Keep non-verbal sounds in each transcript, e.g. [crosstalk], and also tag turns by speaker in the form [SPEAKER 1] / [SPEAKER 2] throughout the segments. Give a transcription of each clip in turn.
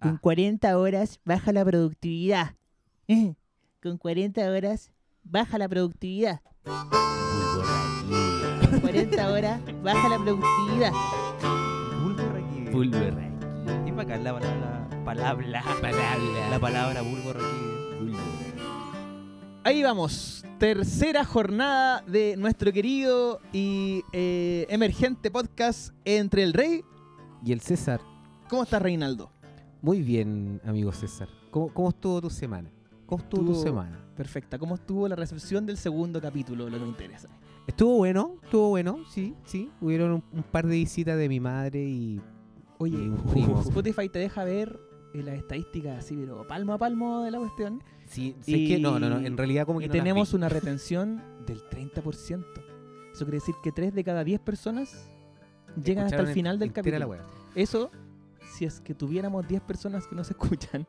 [SPEAKER 1] Con
[SPEAKER 2] Ah.
[SPEAKER 1] 40 horas baja la productividad.
[SPEAKER 2] Eh.
[SPEAKER 1] Con 40 horas baja la productividad.
[SPEAKER 2] Bulborraquía.
[SPEAKER 1] Con 40 horas baja la productividad.
[SPEAKER 3] Bulborraquí.
[SPEAKER 2] Bulborraquía.
[SPEAKER 3] Es bacán la palabra. Palabra.
[SPEAKER 2] Palabra.
[SPEAKER 3] La palabra bulborraquí.
[SPEAKER 2] Bulborraquía.
[SPEAKER 4] Ahí vamos, tercera jornada de nuestro querido y eh, emergente podcast Entre el Rey.
[SPEAKER 2] Y el César.
[SPEAKER 4] ¿Cómo estás, Reinaldo?
[SPEAKER 2] Muy bien, amigo César. ¿Cómo, cómo estuvo tu semana? ¿Cómo estuvo tu
[SPEAKER 4] Estuvo-
[SPEAKER 2] semana?
[SPEAKER 4] Perfecta, ¿cómo estuvo la recepción del segundo capítulo? Lo que me interesa.
[SPEAKER 2] Estuvo bueno, estuvo bueno, sí, sí. Hubieron un, un par de visitas de mi madre y
[SPEAKER 4] Oye,
[SPEAKER 2] Y un primo.
[SPEAKER 4] Spotify te deja ver eh, las estadísticas así, pero palmo a palmo de la cuestión.
[SPEAKER 2] Sí, sé que no, no, no, en realidad como que
[SPEAKER 4] Y
[SPEAKER 2] no las
[SPEAKER 4] tenemos
[SPEAKER 2] vi.
[SPEAKER 4] [laughs] una retención del 30%. Eso quiere decir que 3 de cada 10 personas llegan hasta
[SPEAKER 2] Escucharon
[SPEAKER 4] el final del
[SPEAKER 2] entera la
[SPEAKER 4] capítulo.
[SPEAKER 2] wea.
[SPEAKER 4] Eso, si es que tuviéramos 10 personas que nos [laughs] escuchan.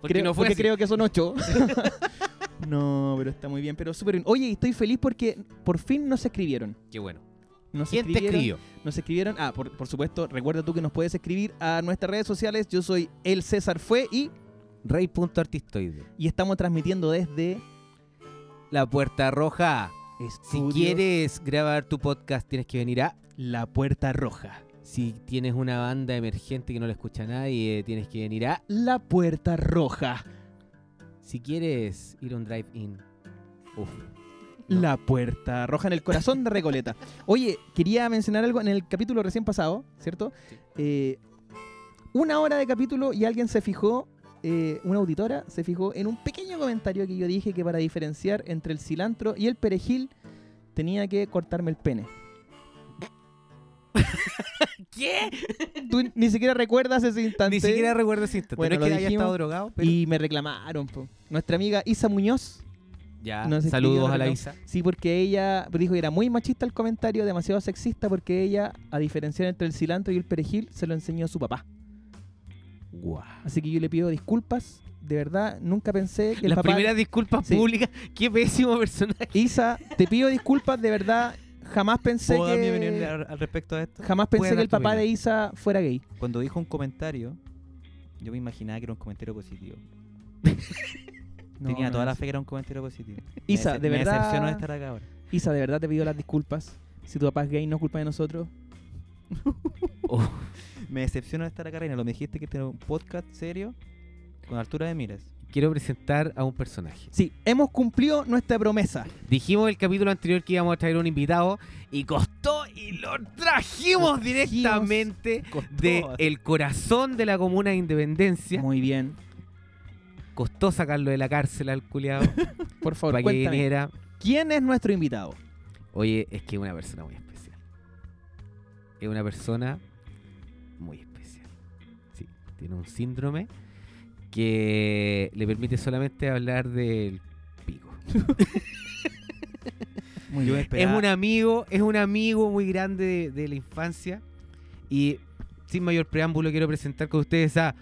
[SPEAKER 2] Porque
[SPEAKER 4] creo,
[SPEAKER 2] no fue
[SPEAKER 4] porque
[SPEAKER 2] así.
[SPEAKER 4] creo que son
[SPEAKER 2] [laughs]
[SPEAKER 4] 8. no, pero está muy bien, pero súper bien. Oye, y estoy feliz porque por fin nos escribieron.
[SPEAKER 2] Qué bueno.
[SPEAKER 4] Nos
[SPEAKER 2] ¿Quién te escribió?
[SPEAKER 4] escribieron, Nos escribieron. Ah, por, por supuesto, recuerda tú que nos puedes escribir a nuestras redes sociales. Yo soy El César Fue y,
[SPEAKER 2] Rey.artistoide.
[SPEAKER 4] y estamos transmitiendo desde
[SPEAKER 2] La puerta roja. Si
[SPEAKER 4] Estudios
[SPEAKER 2] quieres grabar tu podcast, tienes que venir a.
[SPEAKER 4] La Puerta Roja.
[SPEAKER 2] Si tienes una banda emergente que no la escucha nadie, tienes que venir a.
[SPEAKER 4] La Puerta Roja.
[SPEAKER 2] Si quieres ir a un drive-in. Uf. No.
[SPEAKER 4] La Puerta Roja en el corazón de
[SPEAKER 2] [laughs]
[SPEAKER 4] Recoleta. Oye, quería mencionar algo en el capítulo recién pasado, ¿cierto?
[SPEAKER 2] Sí.
[SPEAKER 4] Eh, una hora de capítulo y alguien se fijó, eh, una auditora se fijó en un pequeño comentario que yo dije que para diferenciar entre el cilantro y el perejil tenía que cortarme
[SPEAKER 2] [laughs]
[SPEAKER 4] el pene.
[SPEAKER 2] ¿Qué?
[SPEAKER 4] Tú ni siquiera recuerdas ese instante.
[SPEAKER 2] Ni siquiera recuerdo si instante.
[SPEAKER 4] Bueno,
[SPEAKER 2] no
[SPEAKER 4] lo
[SPEAKER 2] es que haya
[SPEAKER 4] dijimos
[SPEAKER 2] estado drogado, pero.
[SPEAKER 4] Y me reclamaron. po. Nuestra amiga Isa Muñoz
[SPEAKER 2] Ya,
[SPEAKER 4] nos
[SPEAKER 2] saludos
[SPEAKER 4] escribió,
[SPEAKER 2] a la
[SPEAKER 4] ¿no?
[SPEAKER 2] Isa.
[SPEAKER 4] Sí, porque ella dijo que era muy machista el comentario, demasiado sexista, porque ella, a diferenciar entre el cilantro y el perejil, se lo enseñó su papá. Así que yo le pido disculpas. De verdad, nunca pensé que el
[SPEAKER 2] Las
[SPEAKER 4] papá.
[SPEAKER 2] primeras disculpas
[SPEAKER 4] Sí.
[SPEAKER 2] públicas. Qué pésimo personaje.
[SPEAKER 4] Isa, te pido disculpas, de verdad. Jamás pensé
[SPEAKER 3] ¿Puedo dar mi opinión
[SPEAKER 4] que.
[SPEAKER 3] al al respecto a esto?
[SPEAKER 4] Jamás
[SPEAKER 2] Puedes
[SPEAKER 4] pensé
[SPEAKER 2] dar
[SPEAKER 4] que el
[SPEAKER 2] tu
[SPEAKER 4] papá de
[SPEAKER 2] opinión.
[SPEAKER 4] Isa fuera gay.
[SPEAKER 3] Cuando dijo un comentario, yo me imaginaba que era un comentario positivo. Tenía
[SPEAKER 4] [laughs] No, no,
[SPEAKER 3] toda la fe que era un comentario positivo. Me
[SPEAKER 4] Isa,
[SPEAKER 3] dece-
[SPEAKER 4] de
[SPEAKER 3] me
[SPEAKER 4] verdad.
[SPEAKER 3] decepcionó estar acá ahora.
[SPEAKER 4] Isa, de verdad te pido las disculpas. Si tu papá es gay, no es culpa de nosotros.
[SPEAKER 3] Me decepcionó estar acá, Reina. Lo me dijiste que este era un podcast serio con altura de miras.
[SPEAKER 2] Quiero presentar a un personaje.
[SPEAKER 4] Sí, hemos cumplido nuestra promesa.
[SPEAKER 2] Dijimos el capítulo anterior que íbamos a traer un invitado y costó y lo trajimos directamente de el corazón de la comuna de Independencia.
[SPEAKER 4] Muy bien.
[SPEAKER 2] Costó sacarlo de la cárcel al culiado
[SPEAKER 4] Por favor,
[SPEAKER 2] para que
[SPEAKER 4] cuéntame.
[SPEAKER 2] viniera.
[SPEAKER 4] ¿Quién es nuestro invitado?
[SPEAKER 2] Oye, es que es una persona muy especial. Es una persona muy especial. Sí, tiene un síndrome que le permite solamente hablar del pico.
[SPEAKER 4] Muy
[SPEAKER 3] Yo
[SPEAKER 4] bien.
[SPEAKER 2] es
[SPEAKER 3] esperaba-
[SPEAKER 2] un amigo, es un amigo muy grande de, de la infancia. Y sin mayor preámbulo quiero presentar con ustedes a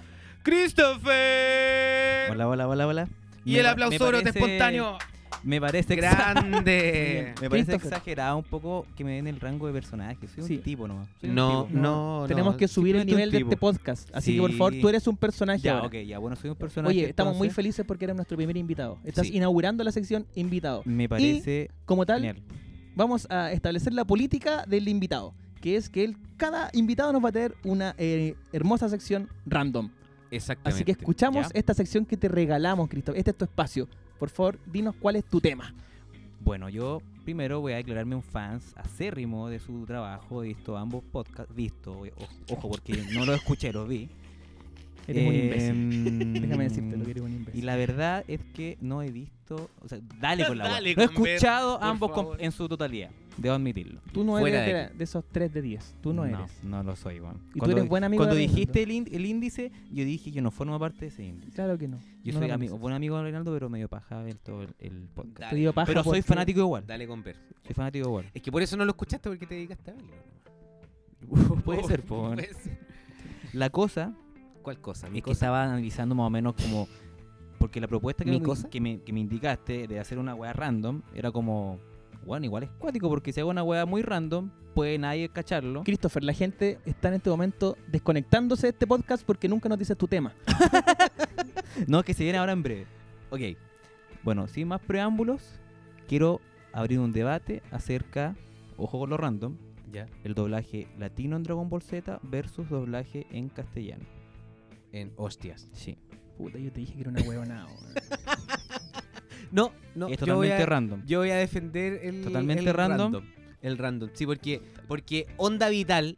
[SPEAKER 2] Christopher.
[SPEAKER 3] Hola, hola, hola, hola.
[SPEAKER 2] Y
[SPEAKER 3] Me
[SPEAKER 2] el
[SPEAKER 3] pa-
[SPEAKER 2] aplauso
[SPEAKER 3] me
[SPEAKER 2] brote
[SPEAKER 3] parece-
[SPEAKER 2] espontáneo.
[SPEAKER 3] Me parece
[SPEAKER 2] [laughs]
[SPEAKER 3] exa-
[SPEAKER 2] Grande.
[SPEAKER 3] Me parece
[SPEAKER 4] Christopher.
[SPEAKER 3] exagerado un poco que me den el rango de personaje. Soy
[SPEAKER 4] Sí.
[SPEAKER 3] un tipo nomás. Soy un
[SPEAKER 2] No,
[SPEAKER 3] tipo.
[SPEAKER 2] no, no.
[SPEAKER 4] Tenemos que subir el
[SPEAKER 3] simplemente un
[SPEAKER 4] nivel de este
[SPEAKER 3] tipo.
[SPEAKER 4] podcast. Así que, por
[SPEAKER 3] Sí.
[SPEAKER 4] favor, tú eres un personaje.
[SPEAKER 3] Ya,
[SPEAKER 4] ahora.
[SPEAKER 3] ok, ya. Bueno, soy un personaje.
[SPEAKER 4] Oye, estamos muy
[SPEAKER 3] entonces,
[SPEAKER 4] felices porque eres nuestro primer invitado. Estás
[SPEAKER 2] Sí.
[SPEAKER 4] inaugurando la sección invitado.
[SPEAKER 3] Me parece
[SPEAKER 4] Como tal,
[SPEAKER 3] Mm, genial.
[SPEAKER 4] vamos a establecer la política del invitado, que es que él, cada invitado nos va a tener una eh, hermosa sección random.
[SPEAKER 2] Exactamente.
[SPEAKER 4] Así que escuchamos
[SPEAKER 3] ya.
[SPEAKER 4] esta sección que te regalamos, Cristóbal. Este es tu espacio. Por favor, dinos cuál es tu tema.
[SPEAKER 3] Bueno, yo primero voy a declararme un fans acérrimo de su trabajo. He visto ambos podcasts. Visto, o- ojo, porque no los escuché, los vi.
[SPEAKER 4] [laughs] Eres un imbécil.
[SPEAKER 3] imbécil.
[SPEAKER 4] Déjame decirte lo que eres un imbécil.
[SPEAKER 3] Em, Y la verdad es que no he visto. O sea,
[SPEAKER 2] [laughs]
[SPEAKER 3] dale con la
[SPEAKER 2] Dale
[SPEAKER 3] wea. No he
[SPEAKER 2] con ver,
[SPEAKER 3] escuchado
[SPEAKER 2] por
[SPEAKER 3] ambos com-
[SPEAKER 2] favor.
[SPEAKER 3] en su totalidad. Debo admitirlo.
[SPEAKER 4] Tú no
[SPEAKER 2] Fuera
[SPEAKER 4] eres de,
[SPEAKER 2] de
[SPEAKER 4] la- de esos 3 de 10. Tú no, eres.
[SPEAKER 3] No, lo soy, weón.
[SPEAKER 4] Y tú eres buen amigo
[SPEAKER 3] Cuando
[SPEAKER 4] de Reinaldo.
[SPEAKER 3] dijiste el, ín- el índice, yo dije, yo no formo parte de ese índice.
[SPEAKER 4] Claro que no.
[SPEAKER 3] Yo
[SPEAKER 4] No
[SPEAKER 3] soy
[SPEAKER 4] lo
[SPEAKER 3] amigo,
[SPEAKER 4] mereces.
[SPEAKER 3] buen amigo de Reinaldo, pero medio paja ver todo el, el podcast.
[SPEAKER 4] Te dio paja
[SPEAKER 3] Pero soy
[SPEAKER 4] porque-
[SPEAKER 3] fanático igual.
[SPEAKER 2] Dale con ver.
[SPEAKER 3] Soy fanático igual.
[SPEAKER 2] Es que por eso no lo escuchaste porque te dedicaste a verlo.
[SPEAKER 3] Puede
[SPEAKER 2] [laughs]
[SPEAKER 3] ser, po, weón.
[SPEAKER 2] Puede ser.
[SPEAKER 3] La cosa
[SPEAKER 2] ¿Cuál cosa? Mi
[SPEAKER 3] es que
[SPEAKER 2] cosa.
[SPEAKER 3] estaba analizando más o menos como. Porque la propuesta que,
[SPEAKER 2] ¿Mi
[SPEAKER 3] me,
[SPEAKER 2] cosa?
[SPEAKER 3] que, me, que me indicaste de hacer una weá random era como Bueno, igual es cuático porque si hago una weá muy random, puede nadie cacharlo.
[SPEAKER 4] Christopher, la gente está en este momento desconectándose de este podcast porque nunca nos dices tu tema.
[SPEAKER 3] No, es que se viene ahora en breve. Ok. Bueno, sin más preámbulos, quiero abrir un debate acerca, ojo con lo random,
[SPEAKER 2] Ya.
[SPEAKER 3] el doblaje latino en Dragon Ball Z versus doblaje en castellano.
[SPEAKER 2] En hostias.
[SPEAKER 3] Sí.
[SPEAKER 4] Puta, yo te dije que era una huevonao.
[SPEAKER 2] No, no.
[SPEAKER 3] es
[SPEAKER 2] yo voy
[SPEAKER 3] totalmente
[SPEAKER 2] a-
[SPEAKER 3] random.
[SPEAKER 2] Yo voy a defender el.
[SPEAKER 3] Totalmente
[SPEAKER 2] el
[SPEAKER 3] random.
[SPEAKER 2] El random. Sí, porque, porque Onda Vital,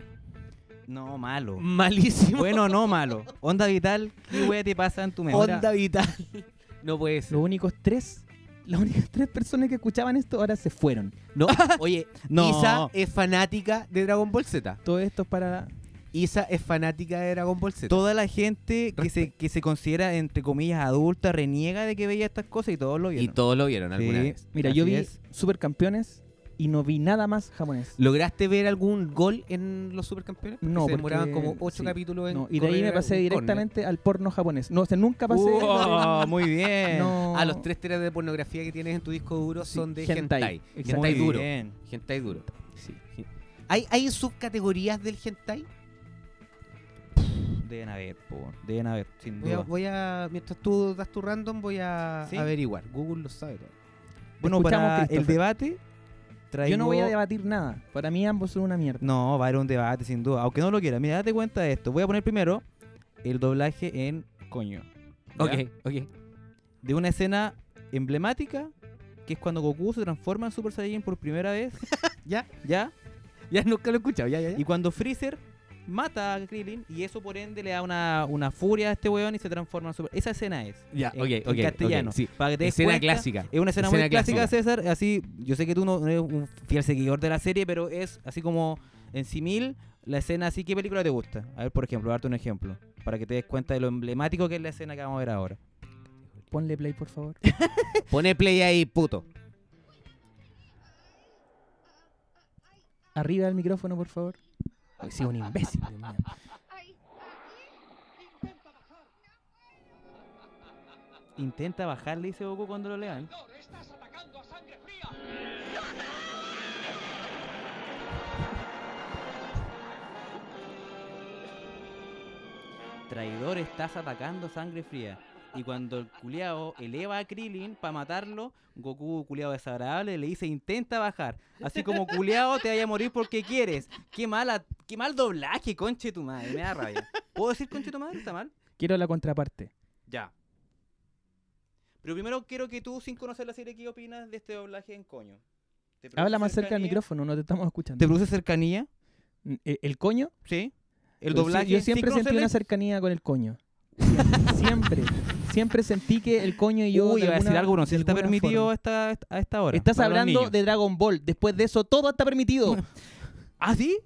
[SPEAKER 2] [laughs]
[SPEAKER 3] No, malo.
[SPEAKER 2] malísimo.
[SPEAKER 3] Bueno, no malo. Onda Vital, ¿qué wea te pasa en tu mente?
[SPEAKER 2] Onda Vital. [laughs] No puede ser.
[SPEAKER 4] Los únicos tres, las únicas tres personas que escuchaban esto ahora se fueron.
[SPEAKER 2] No, oye,
[SPEAKER 3] No.
[SPEAKER 2] Isa es fanática de Dragon Ball Z.
[SPEAKER 4] Todo esto es para
[SPEAKER 2] Isa es fanática de Dragon Ball Z.
[SPEAKER 3] Toda la gente que se, que se considera, entre comillas, adulta, reniega de que veía estas cosas y todos lo
[SPEAKER 2] y
[SPEAKER 3] vieron.
[SPEAKER 2] todos lo vieron alguna
[SPEAKER 3] Sí.
[SPEAKER 2] vez.
[SPEAKER 4] Mira, yo
[SPEAKER 3] Así
[SPEAKER 4] vi
[SPEAKER 3] es.
[SPEAKER 4] Supercampeones y no vi nada más japonés.
[SPEAKER 2] ¿Lograste ver algún gol en los supercampeones? Porque se
[SPEAKER 4] No, porque-
[SPEAKER 2] demoraban como ocho
[SPEAKER 4] sí.
[SPEAKER 2] capítulos en
[SPEAKER 4] No, y de ahí
[SPEAKER 2] correr
[SPEAKER 4] me pasé
[SPEAKER 2] un Uh, córner.
[SPEAKER 4] directamente al porno japonés. No, o sea, nunca pasé.
[SPEAKER 2] [laughs]
[SPEAKER 4] [laughs]
[SPEAKER 3] ¡Wow! muy bien.
[SPEAKER 4] no,
[SPEAKER 2] A Ah, los tres teras de pornografía que tienes en tu disco duro
[SPEAKER 4] Sí,
[SPEAKER 2] son de
[SPEAKER 4] hentai.
[SPEAKER 2] hentai.
[SPEAKER 4] Exacto.
[SPEAKER 3] Muy
[SPEAKER 2] Hentai duro.
[SPEAKER 3] bien.
[SPEAKER 2] Hentai duro. ¿Hay, ¿Hay subcategorías del hentai?
[SPEAKER 3] Deben haber, po, deben haber, sin
[SPEAKER 2] Voy a,
[SPEAKER 3] duda.
[SPEAKER 2] voy a- mientras tú das tu random, voy a
[SPEAKER 3] Sí.
[SPEAKER 2] averiguar. Google lo sabe todo.
[SPEAKER 3] Bueno,
[SPEAKER 4] Escuchamos,
[SPEAKER 3] para el
[SPEAKER 4] Christopher.
[SPEAKER 3] debate, traigo...
[SPEAKER 4] Yo no voy a debatir nada. Para mí ambos son una mierda.
[SPEAKER 3] No, va a haber un debate, sin duda. Aunque no lo quiera. Mira, date cuenta de esto. Voy a poner primero el doblaje en coño. ¿ya?
[SPEAKER 2] ok.
[SPEAKER 3] De una escena emblemática, que es cuando Goku se transforma en Super Saiyajin por
[SPEAKER 4] [laughs]
[SPEAKER 3] primera vez.
[SPEAKER 2] Ya.
[SPEAKER 3] ¿Ya?
[SPEAKER 2] Ya nunca lo he escuchado, ya, ya, ya.
[SPEAKER 3] Y cuando Freezer mata a Krillin y eso por ende le da una, una furia a este weón y se transforma en Super... Esa escena es.
[SPEAKER 2] Ya,
[SPEAKER 3] en, en castellano.
[SPEAKER 2] sí.
[SPEAKER 3] Para que te des
[SPEAKER 2] Escena
[SPEAKER 3] cuenta,
[SPEAKER 2] clásica.
[SPEAKER 3] Es una escena,
[SPEAKER 2] Escena
[SPEAKER 3] muy clásica,
[SPEAKER 2] clásica.
[SPEAKER 3] César. Así, yo sé que tú no no eres un fiel seguidor de la serie, pero es así como en simil la escena así. ¿Qué película te gusta? A ver, por ejemplo, darte un ejemplo. Para que te des cuenta de lo emblemático que es la escena que vamos a ver ahora.
[SPEAKER 4] Ponle play, por favor.
[SPEAKER 2] Pone play ahí, puto.
[SPEAKER 4] Arriba del micrófono, por favor. Soy un imbécil. Dios mío.
[SPEAKER 3] Intenta bajarle, dice Goku cuando lo lean. Traidor, estás atacando a sangre fría. Y cuando el culiao eleva a Krillin para matarlo, Goku, culiao desagradable, le dice intenta bajar. Así como culiao te vaya a morir porque quieres. Qué mala, qué mal doblaje, conche tu madre. Me da rabia. ¿Puedo decir conche tu madre? ¿Está mal?
[SPEAKER 4] Quiero la contraparte.
[SPEAKER 3] Ya. Pero primero quiero que tú, sin conocer la serie, ¿qué opinas de este doblaje en coño? ¿Te produce
[SPEAKER 4] Habla más cerca del
[SPEAKER 3] cercanía?
[SPEAKER 4] micrófono, no te estamos escuchando.
[SPEAKER 3] ¿Te produce cercanía?
[SPEAKER 4] ¿El, e, el coño?
[SPEAKER 3] Sí.
[SPEAKER 4] Pues
[SPEAKER 3] El
[SPEAKER 4] sí,
[SPEAKER 3] doblaje.
[SPEAKER 4] Yo
[SPEAKER 3] sin
[SPEAKER 4] siempre
[SPEAKER 3] conocer
[SPEAKER 4] sentí
[SPEAKER 3] la-
[SPEAKER 4] una cercanía con el coño. Siempre, siempre. Siempre sentí que el coño y yo.
[SPEAKER 3] Uy,
[SPEAKER 4] de
[SPEAKER 3] iba a decir
[SPEAKER 4] alguna-
[SPEAKER 3] algo, no
[SPEAKER 4] de
[SPEAKER 3] sé si está
[SPEAKER 4] alguna
[SPEAKER 3] permitido
[SPEAKER 4] forma.
[SPEAKER 3] a esta, a esta hora.
[SPEAKER 4] Estás
[SPEAKER 3] para los
[SPEAKER 4] hablando
[SPEAKER 3] niños.
[SPEAKER 4] de Dragon Ball. Después de eso, todo está
[SPEAKER 3] [laughs]
[SPEAKER 4] permitido.
[SPEAKER 3] ¿Ah, sí?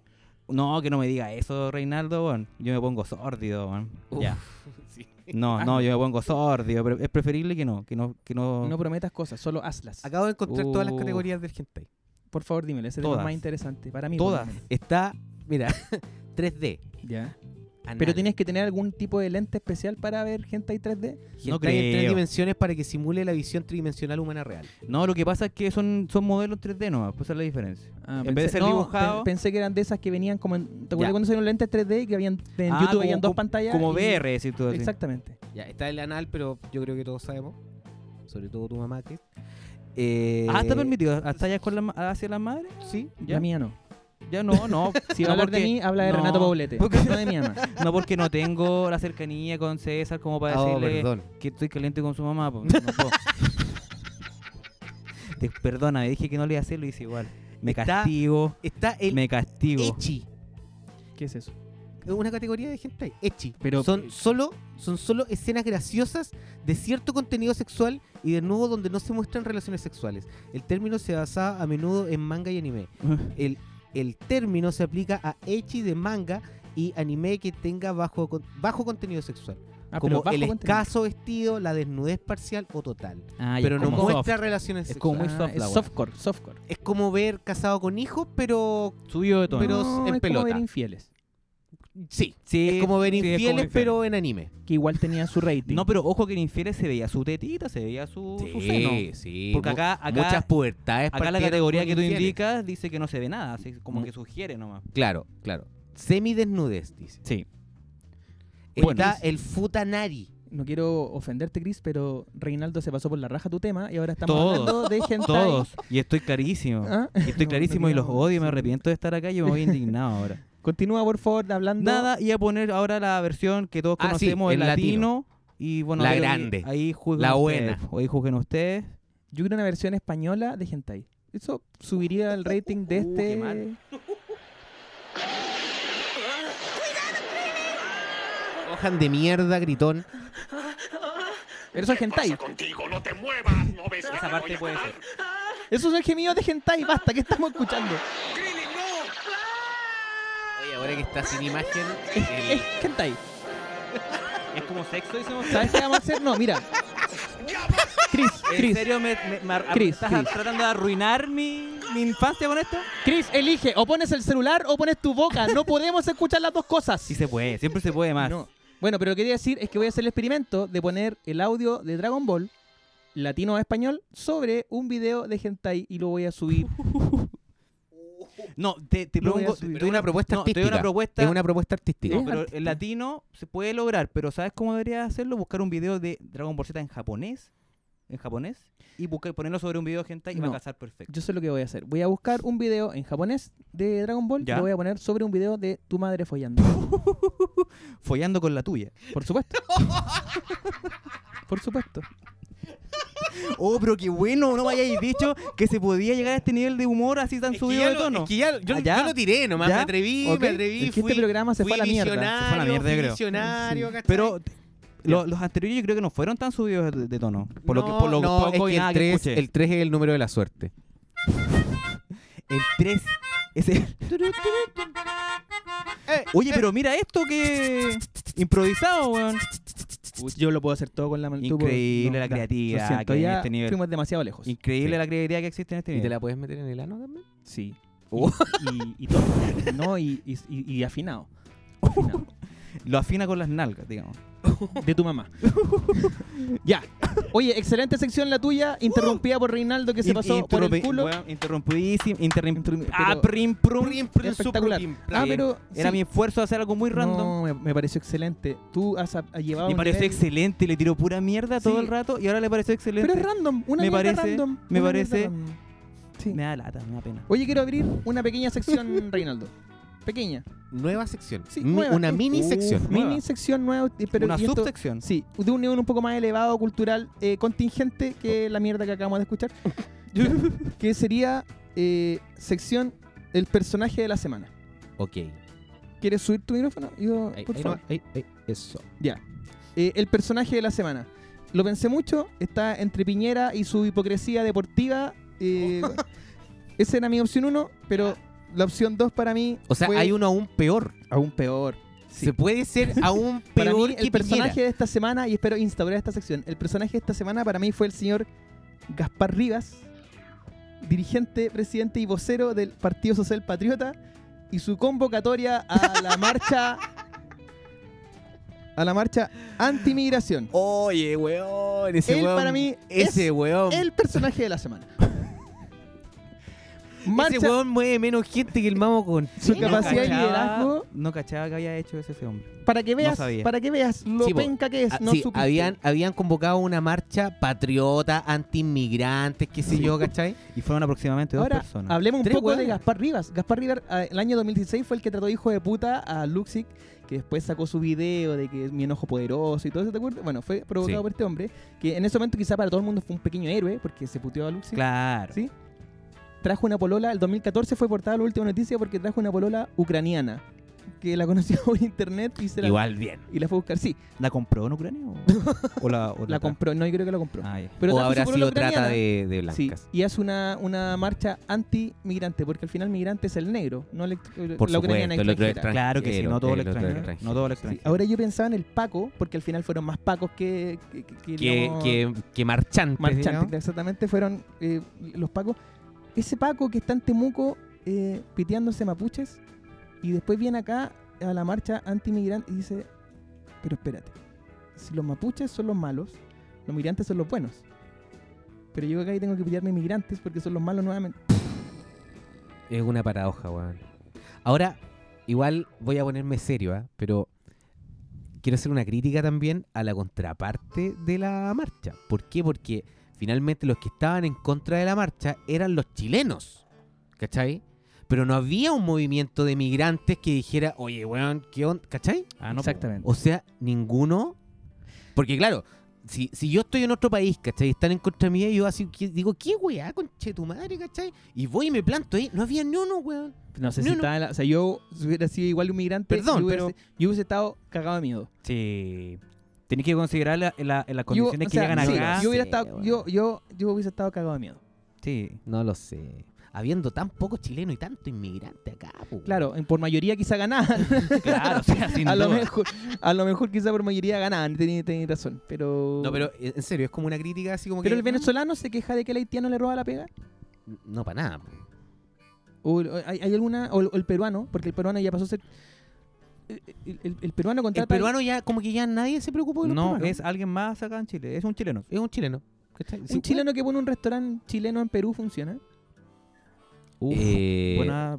[SPEAKER 3] No, que no me diga eso, Reinaldo, weón. Yo me pongo sórdido, weón.
[SPEAKER 2] Uf,
[SPEAKER 3] Ya.
[SPEAKER 2] sí.
[SPEAKER 4] [laughs] Ah.
[SPEAKER 3] No, no, yo me pongo sórdido, pero es preferible que no, que no, que no.
[SPEAKER 4] No prometas cosas, solo hazlas.
[SPEAKER 2] Acabo de encontrar todas las
[SPEAKER 3] Uf.
[SPEAKER 2] categorías del hentai.
[SPEAKER 4] Por favor, dímelo. Ese tema es
[SPEAKER 3] Todas.
[SPEAKER 4] más interesante para mí. por lo
[SPEAKER 3] todas.
[SPEAKER 4] menos.
[SPEAKER 2] Está, [laughs] mira, 3D.
[SPEAKER 4] Ya.
[SPEAKER 2] anal.
[SPEAKER 4] Pero tienes que tener algún tipo de lente especial para ver gente ahí 3D.
[SPEAKER 2] hentai
[SPEAKER 3] No
[SPEAKER 2] en tres
[SPEAKER 3] creo.
[SPEAKER 2] dimensiones para que simule la visión tridimensional humana real.
[SPEAKER 3] No, lo que pasa es que son, son modelos 3D nomás, pues esa es la diferencia.
[SPEAKER 4] Ah,
[SPEAKER 3] En vez de ser
[SPEAKER 4] no,
[SPEAKER 3] dibujado-
[SPEAKER 4] pe- pensé que eran de esas que venían como. En, ¿Te acuerdas
[SPEAKER 2] Ya.
[SPEAKER 4] cuando salieron lentes 3D y que habían en
[SPEAKER 3] Ah,
[SPEAKER 4] YouTube
[SPEAKER 3] como-
[SPEAKER 4] habían dos
[SPEAKER 3] como-
[SPEAKER 4] pantallas?
[SPEAKER 3] Como
[SPEAKER 4] y-
[SPEAKER 3] VR, decís tú así.
[SPEAKER 4] Exactamente.
[SPEAKER 2] Ya, está el anal, pero yo creo que todos sabemos. Sobre todo tu mamá, que. Eh,
[SPEAKER 3] Ah, está permitido. ¿Hasta allá con la, ma- hacia la madre?
[SPEAKER 2] Sí.
[SPEAKER 3] Ya,
[SPEAKER 4] La mía no.
[SPEAKER 3] ya no,
[SPEAKER 4] [laughs]
[SPEAKER 3] no.
[SPEAKER 4] Si va a
[SPEAKER 3] no
[SPEAKER 4] hablar de mí, habla de
[SPEAKER 3] no,
[SPEAKER 4] Renato Poblete.
[SPEAKER 3] porque-
[SPEAKER 4] [laughs] No de mi ama.
[SPEAKER 3] No porque no tengo la cercanía con César como para
[SPEAKER 2] Oh,
[SPEAKER 3] decirle
[SPEAKER 2] perdón.
[SPEAKER 3] que estoy caliente con su mamá. po. No
[SPEAKER 2] [laughs]
[SPEAKER 3] puedo. Te- perdona, me dije que no le iba a hacer, lo hice igual. Me
[SPEAKER 2] Está-
[SPEAKER 3] castigo,
[SPEAKER 2] Está el
[SPEAKER 3] me castigo.
[SPEAKER 2] Echi.
[SPEAKER 4] ¿Qué es eso?
[SPEAKER 2] Es una categoría de hentai. Echi.
[SPEAKER 4] Pero-
[SPEAKER 3] eh,
[SPEAKER 2] son, solo, son solo escenas graciosas de cierto contenido sexual y de nuevo donde no se muestran relaciones sexuales. El término se basa a menudo en manga y
[SPEAKER 3] [laughs]
[SPEAKER 2] anime. El, el término se aplica a echi de manga y anime que tenga bajo, con- bajo contenido sexual.
[SPEAKER 4] Ah,
[SPEAKER 2] como
[SPEAKER 4] pero bajo
[SPEAKER 2] el
[SPEAKER 4] contenido.
[SPEAKER 2] escaso vestido, la desnudez parcial o total.
[SPEAKER 3] Ah, ya,
[SPEAKER 2] pero
[SPEAKER 3] es
[SPEAKER 2] no
[SPEAKER 3] como
[SPEAKER 2] muestra
[SPEAKER 3] soft.
[SPEAKER 2] relaciones
[SPEAKER 3] Es
[SPEAKER 2] sexuales.
[SPEAKER 3] como muy
[SPEAKER 4] Ah,
[SPEAKER 3] soft
[SPEAKER 4] es
[SPEAKER 3] la wea.
[SPEAKER 4] softcore, softcore.
[SPEAKER 2] Es como ver casado con hijos, pero
[SPEAKER 3] Subido de tono.
[SPEAKER 2] Pero
[SPEAKER 4] No,
[SPEAKER 2] en
[SPEAKER 4] es como
[SPEAKER 2] pelota.
[SPEAKER 4] ver infieles.
[SPEAKER 2] Sí.
[SPEAKER 3] Sí,
[SPEAKER 2] Es como ver
[SPEAKER 3] sí, es como
[SPEAKER 2] infieles,
[SPEAKER 3] infiel.
[SPEAKER 2] pero en anime.
[SPEAKER 4] que igual tenía su rating.
[SPEAKER 3] No, pero ojo que en infieles se veía su tetita, se veía su, su seno.
[SPEAKER 2] sí.
[SPEAKER 3] Porque
[SPEAKER 2] Mu-
[SPEAKER 3] acá- acá-
[SPEAKER 2] muchas pubertades.
[SPEAKER 3] Acá la
[SPEAKER 2] partieron
[SPEAKER 3] categoría
[SPEAKER 2] con
[SPEAKER 3] que tú
[SPEAKER 2] infieles. Mm.
[SPEAKER 3] indicas dice que no se ve nada, así como
[SPEAKER 2] Mu-
[SPEAKER 3] que sugiere nomás.
[SPEAKER 2] Claro, claro. Semidesnudez, dice.
[SPEAKER 3] Sí. Bueno.
[SPEAKER 2] Está el futanari.
[SPEAKER 4] No quiero ofenderte, Chris, pero Reinaldo se pasó por la raja tu tema y ahora estamos
[SPEAKER 3] Todos,
[SPEAKER 4] hablando de hentai.
[SPEAKER 3] Todos. Y estoy clarísimo.
[SPEAKER 4] [laughs] ¿Ah?
[SPEAKER 3] Y Estoy
[SPEAKER 4] No,
[SPEAKER 3] clarísimo
[SPEAKER 4] no
[SPEAKER 3] y los
[SPEAKER 4] queríamos
[SPEAKER 3] odio y me
[SPEAKER 4] decir.
[SPEAKER 3] arrepiento de estar acá. Yo me voy indignado
[SPEAKER 4] [laughs]
[SPEAKER 3] ahora.
[SPEAKER 4] Continúa, por favor, hablando.
[SPEAKER 3] Nada, y a poner ahora la versión que todos
[SPEAKER 2] Ah, sí,
[SPEAKER 3] conocemos, el
[SPEAKER 2] el
[SPEAKER 3] latino. Y bueno,
[SPEAKER 2] La
[SPEAKER 3] ahí-
[SPEAKER 2] grande.
[SPEAKER 3] Ahí juzguen
[SPEAKER 2] La
[SPEAKER 3] ustedes,
[SPEAKER 2] buena.
[SPEAKER 3] Ahí juzguen ustedes.
[SPEAKER 4] Yo quiero una versión española de hentai. Eso subiría el rating de
[SPEAKER 3] Uh, qué
[SPEAKER 4] este.
[SPEAKER 3] mal.
[SPEAKER 2] Ojan de mierda, gritón.
[SPEAKER 4] Pero eso es hentai.
[SPEAKER 5] Contigo, no te muevas, no ves
[SPEAKER 3] Esa parte puede ser.
[SPEAKER 4] Eso es el gemido de hentai. Basta, ¿qué estamos escuchando?
[SPEAKER 2] Oye, ahora que está sin imagen.
[SPEAKER 4] Es hentai.
[SPEAKER 3] Es como sexo, decimos.
[SPEAKER 4] ¿Sabes qué vamos a hacer? No, mira. Chris,
[SPEAKER 3] ¿En
[SPEAKER 4] Chris,
[SPEAKER 3] serio me, me- me ar-
[SPEAKER 4] Chris,
[SPEAKER 3] estás
[SPEAKER 4] Chris.
[SPEAKER 3] tratando de arruinar mi, mi infancia con esto?
[SPEAKER 4] Chris, elige. O pones el celular o pones tu boca. No podemos escuchar las dos cosas.
[SPEAKER 3] Sí se puede, siempre se puede más.
[SPEAKER 4] No. Bueno, pero lo que quería decir es que voy a hacer el experimento de poner el audio de Dragon Ball latino a español sobre un video de hentai y lo voy a subir.
[SPEAKER 3] No, te, te
[SPEAKER 4] Lo voy a
[SPEAKER 3] propongo.
[SPEAKER 4] subir.
[SPEAKER 3] te
[SPEAKER 2] Pero
[SPEAKER 3] doy
[SPEAKER 2] una propuesta
[SPEAKER 3] no, te doy una
[SPEAKER 2] artística.
[SPEAKER 3] propuesta.
[SPEAKER 2] Es una propuesta artística.
[SPEAKER 3] No,
[SPEAKER 4] Es
[SPEAKER 3] pero
[SPEAKER 4] artística.
[SPEAKER 3] el latino se puede lograr, pero ¿sabes cómo debería hacerlo? Buscar un video de Dragon Ball Z en japonés, en japonés, y buscar, ponerlo sobre un video de hentai y va
[SPEAKER 4] No.
[SPEAKER 3] a casar perfecto.
[SPEAKER 4] Yo sé lo que voy a hacer. Voy a buscar un video en japonés de Dragon Ball
[SPEAKER 3] Ya.
[SPEAKER 4] y lo voy a poner sobre un video de tu madre follando.
[SPEAKER 3] Follando con la tuya.
[SPEAKER 4] Por supuesto. Por supuesto.
[SPEAKER 3] Oh, pero qué bueno, no me hayáis dicho que se podía llegar a este nivel de humor así tan
[SPEAKER 2] Es que
[SPEAKER 3] subido
[SPEAKER 2] ya
[SPEAKER 3] de
[SPEAKER 2] lo-
[SPEAKER 3] tono.
[SPEAKER 2] es que ya- yo,
[SPEAKER 3] Ah, ya.
[SPEAKER 2] yo lo tiré nomás,
[SPEAKER 3] ¿Ya?
[SPEAKER 2] me atreví,
[SPEAKER 3] Ok.
[SPEAKER 2] me atreví,
[SPEAKER 4] Es que
[SPEAKER 2] fui,
[SPEAKER 4] este programa se
[SPEAKER 2] fui
[SPEAKER 4] fue a la mierda.
[SPEAKER 2] visionario,
[SPEAKER 3] Se fue a la mierda,
[SPEAKER 2] fui
[SPEAKER 3] yo creo.
[SPEAKER 2] visionario, ¿cachai?
[SPEAKER 3] Pero lo- los anteriores yo creo que no fueron tan subidos de, de tono. Por lo que por lo
[SPEAKER 2] no,
[SPEAKER 3] poco
[SPEAKER 2] es
[SPEAKER 3] y
[SPEAKER 2] que
[SPEAKER 3] nada
[SPEAKER 2] el, 3,
[SPEAKER 3] que escuché.
[SPEAKER 2] el 3 es el número de la suerte.
[SPEAKER 3] El 3 es el-
[SPEAKER 2] [laughs] Eh,
[SPEAKER 3] Oye, pero mira esto que improvisado, weón.
[SPEAKER 4] Yo lo puedo hacer todo con la mano.
[SPEAKER 3] Increíble la creatividad
[SPEAKER 4] creativa
[SPEAKER 3] que hay en este nivel.
[SPEAKER 4] Fuimos demasiado lejos.
[SPEAKER 2] Pues,
[SPEAKER 3] Increíble
[SPEAKER 2] Sí.
[SPEAKER 3] la creatividad que existe en este
[SPEAKER 2] ¿Y
[SPEAKER 3] nivel.
[SPEAKER 2] te la puedes meter en el ano también?
[SPEAKER 4] sí.
[SPEAKER 2] Oh.
[SPEAKER 4] Y, y- y todo. No, y, y- y- y afinado. Afinado.
[SPEAKER 3] Lo afina con las nalgas, digamos.
[SPEAKER 4] De tu mamá. ya. Oye, excelente sección la tuya, interrumpida por Reinaldo que se
[SPEAKER 3] In-
[SPEAKER 4] pasó por el
[SPEAKER 3] interrumpi-
[SPEAKER 4] culo.
[SPEAKER 3] weón, interrumpidísimo, interrim-
[SPEAKER 4] Interrum-
[SPEAKER 3] ah,
[SPEAKER 4] pero-
[SPEAKER 3] prim, prum.
[SPEAKER 4] espectacular. Ah, pero
[SPEAKER 3] Era
[SPEAKER 4] sí.
[SPEAKER 3] mi esfuerzo de hacer algo muy random.
[SPEAKER 4] No, me, me pareció excelente. Tú has, a- has llevado.
[SPEAKER 3] me
[SPEAKER 4] un
[SPEAKER 3] pareció
[SPEAKER 4] nivel-
[SPEAKER 3] excelente, le tiró pura mierda todo
[SPEAKER 4] Sí.
[SPEAKER 3] el rato y ahora le pareció excelente.
[SPEAKER 4] Pero es random, una
[SPEAKER 3] Me
[SPEAKER 4] mierda
[SPEAKER 3] parece-
[SPEAKER 4] random.
[SPEAKER 3] me
[SPEAKER 4] una
[SPEAKER 3] parece-
[SPEAKER 4] mierda random. Sí.
[SPEAKER 3] Me da lata, me da pena.
[SPEAKER 4] Oye, quiero abrir una pequeña sección, [laughs] Reinaldo. Pequeña.
[SPEAKER 2] Nueva sección.
[SPEAKER 4] Sí,
[SPEAKER 2] Mi-
[SPEAKER 4] nueva.
[SPEAKER 2] Una mini
[SPEAKER 3] Uf.
[SPEAKER 2] sección.
[SPEAKER 3] Nueva.
[SPEAKER 4] Mini sección nueva. eh, Pero
[SPEAKER 3] Una
[SPEAKER 4] y esto-
[SPEAKER 3] subsección.
[SPEAKER 4] Sí, de un nivel un poco más elevado, cultural, eh, contingente que la mierda que acabamos de
[SPEAKER 2] [laughs]
[SPEAKER 4] escuchar. Ya. que sería eh, sección El personaje de la semana.
[SPEAKER 2] Ok.
[SPEAKER 4] ¿Quieres subir tu micrófono? Yo,
[SPEAKER 2] Ahí-
[SPEAKER 4] por
[SPEAKER 2] ahí
[SPEAKER 4] favor.
[SPEAKER 2] no- ahí- ahí- eso.
[SPEAKER 4] Ya. Eh, el personaje de la semana. Lo pensé mucho. Está entre Piñera y su hipocresía deportiva. Eh,
[SPEAKER 2] Oh.
[SPEAKER 4] [laughs] esa era mi opción uno, pero la opción dos para mí.
[SPEAKER 2] O sea,
[SPEAKER 4] fue
[SPEAKER 2] hay uno aún peor.
[SPEAKER 4] aún peor.
[SPEAKER 2] Se puede
[SPEAKER 4] [laughs]
[SPEAKER 2] ser aún
[SPEAKER 4] Para
[SPEAKER 2] peor
[SPEAKER 4] mí,
[SPEAKER 2] que
[SPEAKER 4] el personaje
[SPEAKER 2] Piñera.
[SPEAKER 4] de esta semana, y espero instaurar esta sección, el personaje de esta semana para mí fue el señor Gaspar Rivas, dirigente, presidente y vocero del Partido Social Patriota, y su convocatoria a
[SPEAKER 2] [laughs]
[SPEAKER 4] la marcha. A la marcha antimigración.
[SPEAKER 2] Oh. Oye, weón. Ese
[SPEAKER 4] Él
[SPEAKER 2] weón-
[SPEAKER 4] para mí es
[SPEAKER 2] Ese weón.
[SPEAKER 4] El personaje de la semana.
[SPEAKER 2] Ese
[SPEAKER 4] Marcha,
[SPEAKER 2] weón mueve menos gente que el mamo con.
[SPEAKER 4] su
[SPEAKER 3] No
[SPEAKER 4] capacidad de
[SPEAKER 3] cachaba-
[SPEAKER 4] liderazgo.
[SPEAKER 3] No cachaba que había hecho eso ese hombre.
[SPEAKER 4] Para que veas,
[SPEAKER 3] sabía.
[SPEAKER 4] para que veas lo
[SPEAKER 2] Sí, po.
[SPEAKER 4] penca que es.
[SPEAKER 2] Ah,
[SPEAKER 4] no
[SPEAKER 2] sí,
[SPEAKER 4] supiste.
[SPEAKER 2] habían, habían convocado una marcha patriota, anti-inmigrantes, qué sé
[SPEAKER 4] Sí.
[SPEAKER 2] yo,
[SPEAKER 4] [laughs]
[SPEAKER 2] ¿cachai?
[SPEAKER 3] Y fueron aproximadamente dos
[SPEAKER 4] Ahora,
[SPEAKER 3] personas.
[SPEAKER 4] hablemos un
[SPEAKER 2] Tres
[SPEAKER 4] poco de
[SPEAKER 2] hueones.
[SPEAKER 4] Gaspar Rivas. Gaspar Rivas, ah, el año 2016 fue el que trató hijo de puta a Luxic, que después sacó su video de que es mi enojo poderoso y todo eso, ¿te acuerdas? Bueno, fue provocado
[SPEAKER 2] Sí.
[SPEAKER 4] por este hombre, que en ese momento quizá para todo el mundo fue un pequeño héroe, porque se puteó a Luxic.
[SPEAKER 3] Claro.
[SPEAKER 4] Sí. Trajo una polola, el 2014 fue portada la última noticia porque trajo una polola ucraniana, que la conoció [laughs] por internet y se la...
[SPEAKER 2] Igual bien.
[SPEAKER 4] Y la fue a buscar, sí,
[SPEAKER 3] ¿La compró en Ucrania o, o la, o
[SPEAKER 4] la compró, no, yo creo que la compró.
[SPEAKER 3] Ah, ya.
[SPEAKER 4] Pero
[SPEAKER 2] o
[SPEAKER 4] trajo su
[SPEAKER 2] habrá
[SPEAKER 4] polola
[SPEAKER 2] sido trata
[SPEAKER 4] ucraniana.
[SPEAKER 2] de, de
[SPEAKER 4] Sí,
[SPEAKER 2] blancas.
[SPEAKER 4] y hace una, una marcha anti-migrante, porque al final migrante es el negro, no el, eh,
[SPEAKER 2] Por
[SPEAKER 4] la
[SPEAKER 2] supuesto,
[SPEAKER 4] ucraniana
[SPEAKER 2] el otro
[SPEAKER 4] extranjera.
[SPEAKER 2] extranjero.
[SPEAKER 3] Claro que sí, no todo lo
[SPEAKER 2] el otro
[SPEAKER 3] extranjero.
[SPEAKER 2] extranjero.
[SPEAKER 3] No todo
[SPEAKER 4] Sí,
[SPEAKER 3] lo extranjero.
[SPEAKER 4] ahora yo pensaba en el Paco, porque al final fueron más Pacos que, que, que-
[SPEAKER 2] Que,
[SPEAKER 4] no-
[SPEAKER 2] que, que marchantes.
[SPEAKER 4] marchantes,
[SPEAKER 2] digamos.
[SPEAKER 4] exactamente fueron eh, los Pacos. Ese Paco que está en Temuco eh, piteándose mapuches y después viene acá a la marcha antimigrante y dice, pero espérate, si los mapuches son los malos, los migrantes son los buenos. Pero yo acá y tengo que pillarme migrantes porque son los malos nuevamente.
[SPEAKER 2] Es una paradoja, weón. Ahora, igual voy a ponerme serio, ¿ah? pero quiero hacer una crítica también a la contraparte de la marcha. ¿Por qué? Porque finalmente los que estaban en contra de la marcha eran los chilenos. ¿Cachai? Pero no había un movimiento de migrantes que dijera, oye, weón, ¿qué onda? ¿Cachai?
[SPEAKER 3] Ah, no, po.
[SPEAKER 4] Exactamente.
[SPEAKER 2] O sea, ninguno. Porque claro, si, si yo estoy en otro país, ¿cachai? Están en contra mía y yo así que digo, ¿qué weá, conche tu madre, ¿cachai? Y voy y me planto ahí. No había ni uno, weón.
[SPEAKER 4] No sé si
[SPEAKER 2] No, no.
[SPEAKER 4] estaba en la- O sea, yo si hubiera sido igual un migrante.
[SPEAKER 2] Perdón,
[SPEAKER 4] yo hubiera-
[SPEAKER 2] pero-
[SPEAKER 4] yo hubiese estado cagado de miedo.
[SPEAKER 3] Sí. Tenés que considerar la- la- las condiciones
[SPEAKER 4] o
[SPEAKER 3] que
[SPEAKER 4] sea,
[SPEAKER 3] llegan
[SPEAKER 4] sí,
[SPEAKER 3] acá.
[SPEAKER 4] Yo hubiera
[SPEAKER 2] Sí,
[SPEAKER 4] estado,
[SPEAKER 2] bueno.
[SPEAKER 4] yo, yo, yo hubiese estado cagado de miedo.
[SPEAKER 3] Sí.
[SPEAKER 2] No lo sé. Habiendo tan poco chileno y tanto inmigrante acá, po, weón.
[SPEAKER 4] Claro, en- por mayoría
[SPEAKER 2] [laughs]
[SPEAKER 4] quizá ganaban.
[SPEAKER 3] Claro,
[SPEAKER 4] [laughs]
[SPEAKER 3] o sea, sin
[SPEAKER 4] a, lo
[SPEAKER 3] duda.
[SPEAKER 4] mejor, a lo mejor quizá por mayoría ganaban, tenías razón. Pero.
[SPEAKER 2] No, pero eh, en en serio, es como una crítica así como
[SPEAKER 4] Pero
[SPEAKER 2] que.
[SPEAKER 4] el venezolano se queja de que el haitiano le roba la pega.
[SPEAKER 2] No, para nada. po.
[SPEAKER 4] O el- o hay, hay alguna. O el, o el peruano, porque el peruano ya pasó a ser. El, el- el peruano
[SPEAKER 2] El
[SPEAKER 4] contrata.
[SPEAKER 2] peruano ya, como que ya nadie se preocupó de los
[SPEAKER 3] No,
[SPEAKER 2] peruanos.
[SPEAKER 3] es alguien más acá en Chile. Es un chileno.
[SPEAKER 2] Es un chileno. ¿cachai? Sí,
[SPEAKER 4] Un chileno que pone un restaurante chileno en Perú funciona.
[SPEAKER 3] Uf,
[SPEAKER 2] Eh,
[SPEAKER 3] buena,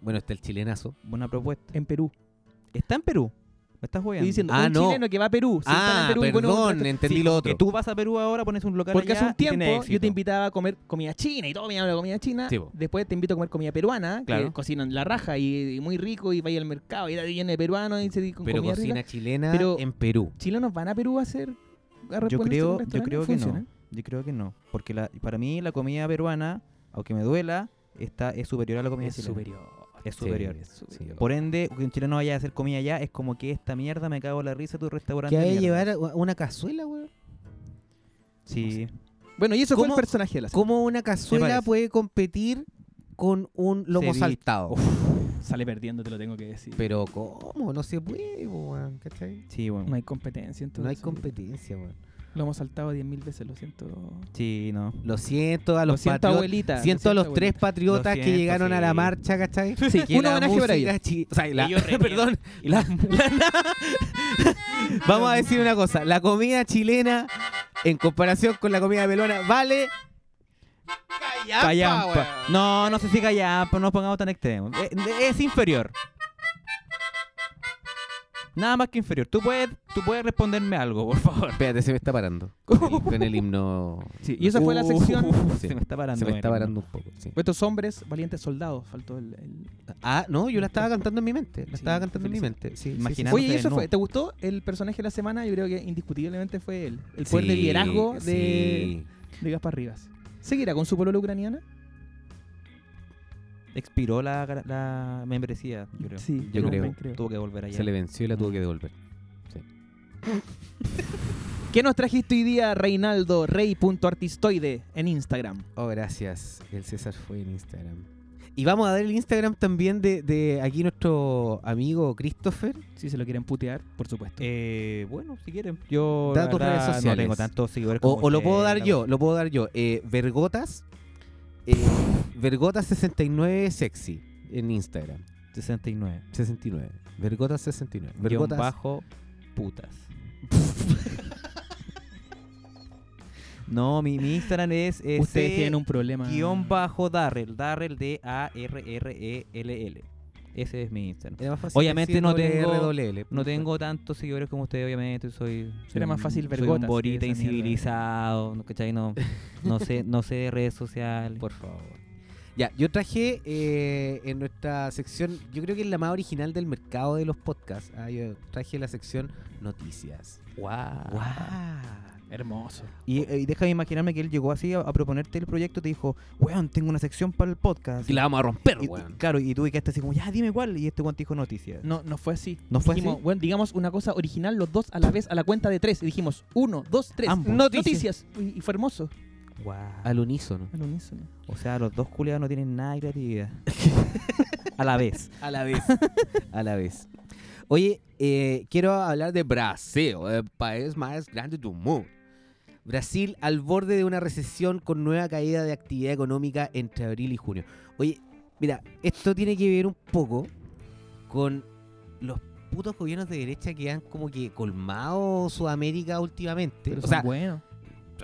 [SPEAKER 2] Bueno, está el chilenazo.
[SPEAKER 3] buena propuesta.
[SPEAKER 4] En Perú.
[SPEAKER 3] Está en Perú. Me estás
[SPEAKER 4] Estoy
[SPEAKER 3] jugando.
[SPEAKER 4] diciendo,
[SPEAKER 2] Ah,
[SPEAKER 4] un
[SPEAKER 2] no.
[SPEAKER 4] chileno que va a Perú. se instala
[SPEAKER 2] ah,
[SPEAKER 4] en Perú y pone un
[SPEAKER 2] perdón,
[SPEAKER 4] restaurante-
[SPEAKER 2] entendí lo otro.
[SPEAKER 3] Que tú vas a Perú ahora, pones un local
[SPEAKER 4] Porque hace
[SPEAKER 3] allá
[SPEAKER 4] un
[SPEAKER 3] y tiene
[SPEAKER 4] tiempo yo
[SPEAKER 3] éxito.
[SPEAKER 4] te invitaba a comer comida china y todo me hablaba de comida china.
[SPEAKER 2] Sí, po.
[SPEAKER 4] Después te invito a comer comida peruana,
[SPEAKER 3] Claro.
[SPEAKER 4] que cocinan la raja y, y muy rico y vaya al mercado y da lleno de peruanos y se con
[SPEAKER 2] Pero
[SPEAKER 4] comida
[SPEAKER 2] cocina
[SPEAKER 4] rica.
[SPEAKER 2] chilena
[SPEAKER 4] Pero-
[SPEAKER 2] en Perú.
[SPEAKER 4] Chilenos van a Perú a hacer a
[SPEAKER 3] Yo
[SPEAKER 4] reponerse en un
[SPEAKER 3] creo, yo
[SPEAKER 4] restaurante,
[SPEAKER 3] creo que
[SPEAKER 4] funciona.
[SPEAKER 3] no. Yo creo que no. Porque la, para mí la comida peruana, aunque me duela, está, es superior a la comida
[SPEAKER 4] Es
[SPEAKER 3] chilena.
[SPEAKER 4] superior.
[SPEAKER 3] Es superior.
[SPEAKER 2] Sí, sí.
[SPEAKER 4] superior.
[SPEAKER 3] Por ende, que un chileno vaya a hacer comida allá es como que esta mierda me cago en la risa de tu restaurante.
[SPEAKER 2] ¿Qué hay
[SPEAKER 3] de
[SPEAKER 2] que
[SPEAKER 3] mierda.
[SPEAKER 2] llevar a- a una cazuela, weón?
[SPEAKER 3] Sí.
[SPEAKER 4] Bueno, y eso fue
[SPEAKER 2] ¿Cómo-
[SPEAKER 4] el personaje de la serie.
[SPEAKER 2] ¿Cómo una cazuela
[SPEAKER 3] parece.
[SPEAKER 2] puede competir con un lomo
[SPEAKER 3] Ceviche.
[SPEAKER 2] saltado?
[SPEAKER 4] Sale perdiendo, te lo tengo que decir.
[SPEAKER 2] Pero ¿cómo? No se puede, weón, ¿cachai?
[SPEAKER 3] Sí, bueno.
[SPEAKER 4] No hay competencia, entonces.
[SPEAKER 2] No hay competencia, weón.
[SPEAKER 4] Lo hemos saltado 10.000 veces, lo siento.
[SPEAKER 3] Sí, no.
[SPEAKER 2] Lo siento a los
[SPEAKER 4] lo siento,
[SPEAKER 2] patriotas.
[SPEAKER 4] abuelita. lo
[SPEAKER 2] Siento a los
[SPEAKER 4] abuelita.
[SPEAKER 2] tres patriotas
[SPEAKER 3] Lo
[SPEAKER 2] que
[SPEAKER 3] siento,
[SPEAKER 2] llegaron a la
[SPEAKER 3] sí.
[SPEAKER 2] marcha, ¿cachai?
[SPEAKER 4] Sí,
[SPEAKER 2] Que
[SPEAKER 4] un
[SPEAKER 2] la
[SPEAKER 4] homenaje para
[SPEAKER 2] música
[SPEAKER 4] ellos.
[SPEAKER 2] chi- o sea, la-
[SPEAKER 3] Ellos reniegan.
[SPEAKER 2] [laughs] perdón, la- la- [laughs] vamos a decir una cosa, la comida chilena en comparación con la comida peruana vale callampa,
[SPEAKER 3] Callampa.
[SPEAKER 2] weón.
[SPEAKER 3] No, no sé si callampa, no pongamos tan extremos. Eh, Es, inferior. Nada más que inferior. Tú puedes, tú puedes responderme algo, por favor.
[SPEAKER 2] Espérate, se me está parando. Con el, con el himno
[SPEAKER 4] Sí, y esa fue la sección.
[SPEAKER 3] Uf,
[SPEAKER 2] Sí.
[SPEAKER 3] Uh, [laughs] Se me está parando.
[SPEAKER 2] se me está
[SPEAKER 3] Eren.
[SPEAKER 2] parando un poco. sí.
[SPEAKER 4] Estos hombres, valientes soldados, faltó el- el,
[SPEAKER 2] Ah, no, yo la estaba cantando en mi mente. La
[SPEAKER 4] Sí,
[SPEAKER 2] estaba cantando en mi
[SPEAKER 4] felicito.
[SPEAKER 2] mente. Sí, sí,
[SPEAKER 3] Imagina-
[SPEAKER 2] sí,
[SPEAKER 4] Oye, y eso
[SPEAKER 3] no.
[SPEAKER 4] fue. ¿Te gustó el personaje de la semana? Yo creo que indiscutiblemente fue él. El poder de
[SPEAKER 2] Sí,
[SPEAKER 4] liderazgo de,
[SPEAKER 2] sí.
[SPEAKER 4] de Gaspar Rivas. ¿Seguirá con su polola ucraniana?
[SPEAKER 3] Expiró la, gra- la membresía, yo creo.
[SPEAKER 4] Sí,
[SPEAKER 2] Yo creo.
[SPEAKER 3] Tuvo que volver allá.
[SPEAKER 2] Se le venció y la tuvo que devolver.
[SPEAKER 4] ¿Qué nos trajiste hoy día, Reinaldo Rey.artistoide en Instagram?
[SPEAKER 2] Oh, gracias. El César fue en Instagram. Y vamos a dar el Instagram también de, de aquí nuestro amigo Christopher.
[SPEAKER 4] Si se lo quieren putear, por supuesto.
[SPEAKER 3] Eh, bueno, si quieren. Yo
[SPEAKER 2] Da
[SPEAKER 3] la
[SPEAKER 2] tus
[SPEAKER 3] verdad,
[SPEAKER 2] redes
[SPEAKER 3] no
[SPEAKER 2] sociales.
[SPEAKER 3] tengo tantos seguidores
[SPEAKER 2] O,
[SPEAKER 3] como
[SPEAKER 2] o lo
[SPEAKER 3] ustedes,
[SPEAKER 2] puedo dar
[SPEAKER 3] la
[SPEAKER 2] yo, lo puedo dar yo. Eh, Vergotas. eh, Vergotas 69 sexy en Instagram.
[SPEAKER 3] 69.
[SPEAKER 2] 69. Vergotas 69.
[SPEAKER 3] Guión
[SPEAKER 2] Vergotas.
[SPEAKER 3] bajo,
[SPEAKER 4] [laughs]
[SPEAKER 3] putas. no, mi, mi Instagram es eh,
[SPEAKER 4] Ustedes
[SPEAKER 3] C-
[SPEAKER 4] tienen un problema.
[SPEAKER 3] guión bajo Darrell. Darrell D-A-R-R-E-L-L. E Ese es mi Instagram.
[SPEAKER 2] Era más fácil
[SPEAKER 3] Obviamente
[SPEAKER 2] decir
[SPEAKER 3] no
[SPEAKER 2] doble
[SPEAKER 3] tengo-
[SPEAKER 2] R, doble L.
[SPEAKER 3] No tengo tantos seguidores como ustedes, obviamente. Soy, soy
[SPEAKER 4] Era más
[SPEAKER 3] un-
[SPEAKER 4] fácil
[SPEAKER 3] Soy
[SPEAKER 4] vergotas
[SPEAKER 3] un
[SPEAKER 4] que
[SPEAKER 3] borita
[SPEAKER 4] esa mierda.
[SPEAKER 3] incivilizado, ¿no? ¿cachai? No, no, sé, no sé de redes sociales.
[SPEAKER 2] Por favor. Ya, yo traje eh, en nuestra sección, yo creo que es la más original del mercado de los podcasts. Ah, yo traje la sección Noticias.
[SPEAKER 3] Guau.
[SPEAKER 2] ¡Guau!
[SPEAKER 4] Hermoso.
[SPEAKER 3] Y, eh, y déjame imaginarme que él llegó así a, a proponerte el proyecto y te dijo, weón, tengo una sección para el podcast.
[SPEAKER 2] Y la vamos a romper,
[SPEAKER 3] Y- y-
[SPEAKER 2] weón.
[SPEAKER 3] claro, y tú quedaste así como, ya, dime cuál. Y este weón te dijo noticias.
[SPEAKER 4] No, no fue así.
[SPEAKER 3] ¿No fue
[SPEAKER 4] Mm, Dijimos,
[SPEAKER 3] así?
[SPEAKER 4] bueno, digamos una cosa original, los dos a la vez, a la cuenta de tres. Y dijimos, uno, dos, tres.
[SPEAKER 3] Ambos.
[SPEAKER 4] Noticias. Y, y fue hermoso.
[SPEAKER 3] Guau.
[SPEAKER 2] Al unísono.
[SPEAKER 4] Al unísono.
[SPEAKER 3] O sea, los dos culiados no tienen nada
[SPEAKER 4] [laughs]
[SPEAKER 3] de creatividad. a la vez.
[SPEAKER 2] A la vez. [laughs] a la vez. Oye, eh, quiero hablar de Brasil, el país más grande del mundo. Brasil al borde de una recesión con nueva caída de actividad económica entre abril y junio. Oye, mira, esto tiene que ver un poco con los putos gobiernos de derecha que han como que colmado Sudamérica últimamente.
[SPEAKER 4] Pero
[SPEAKER 2] o
[SPEAKER 4] son
[SPEAKER 2] sea,
[SPEAKER 4] buenos.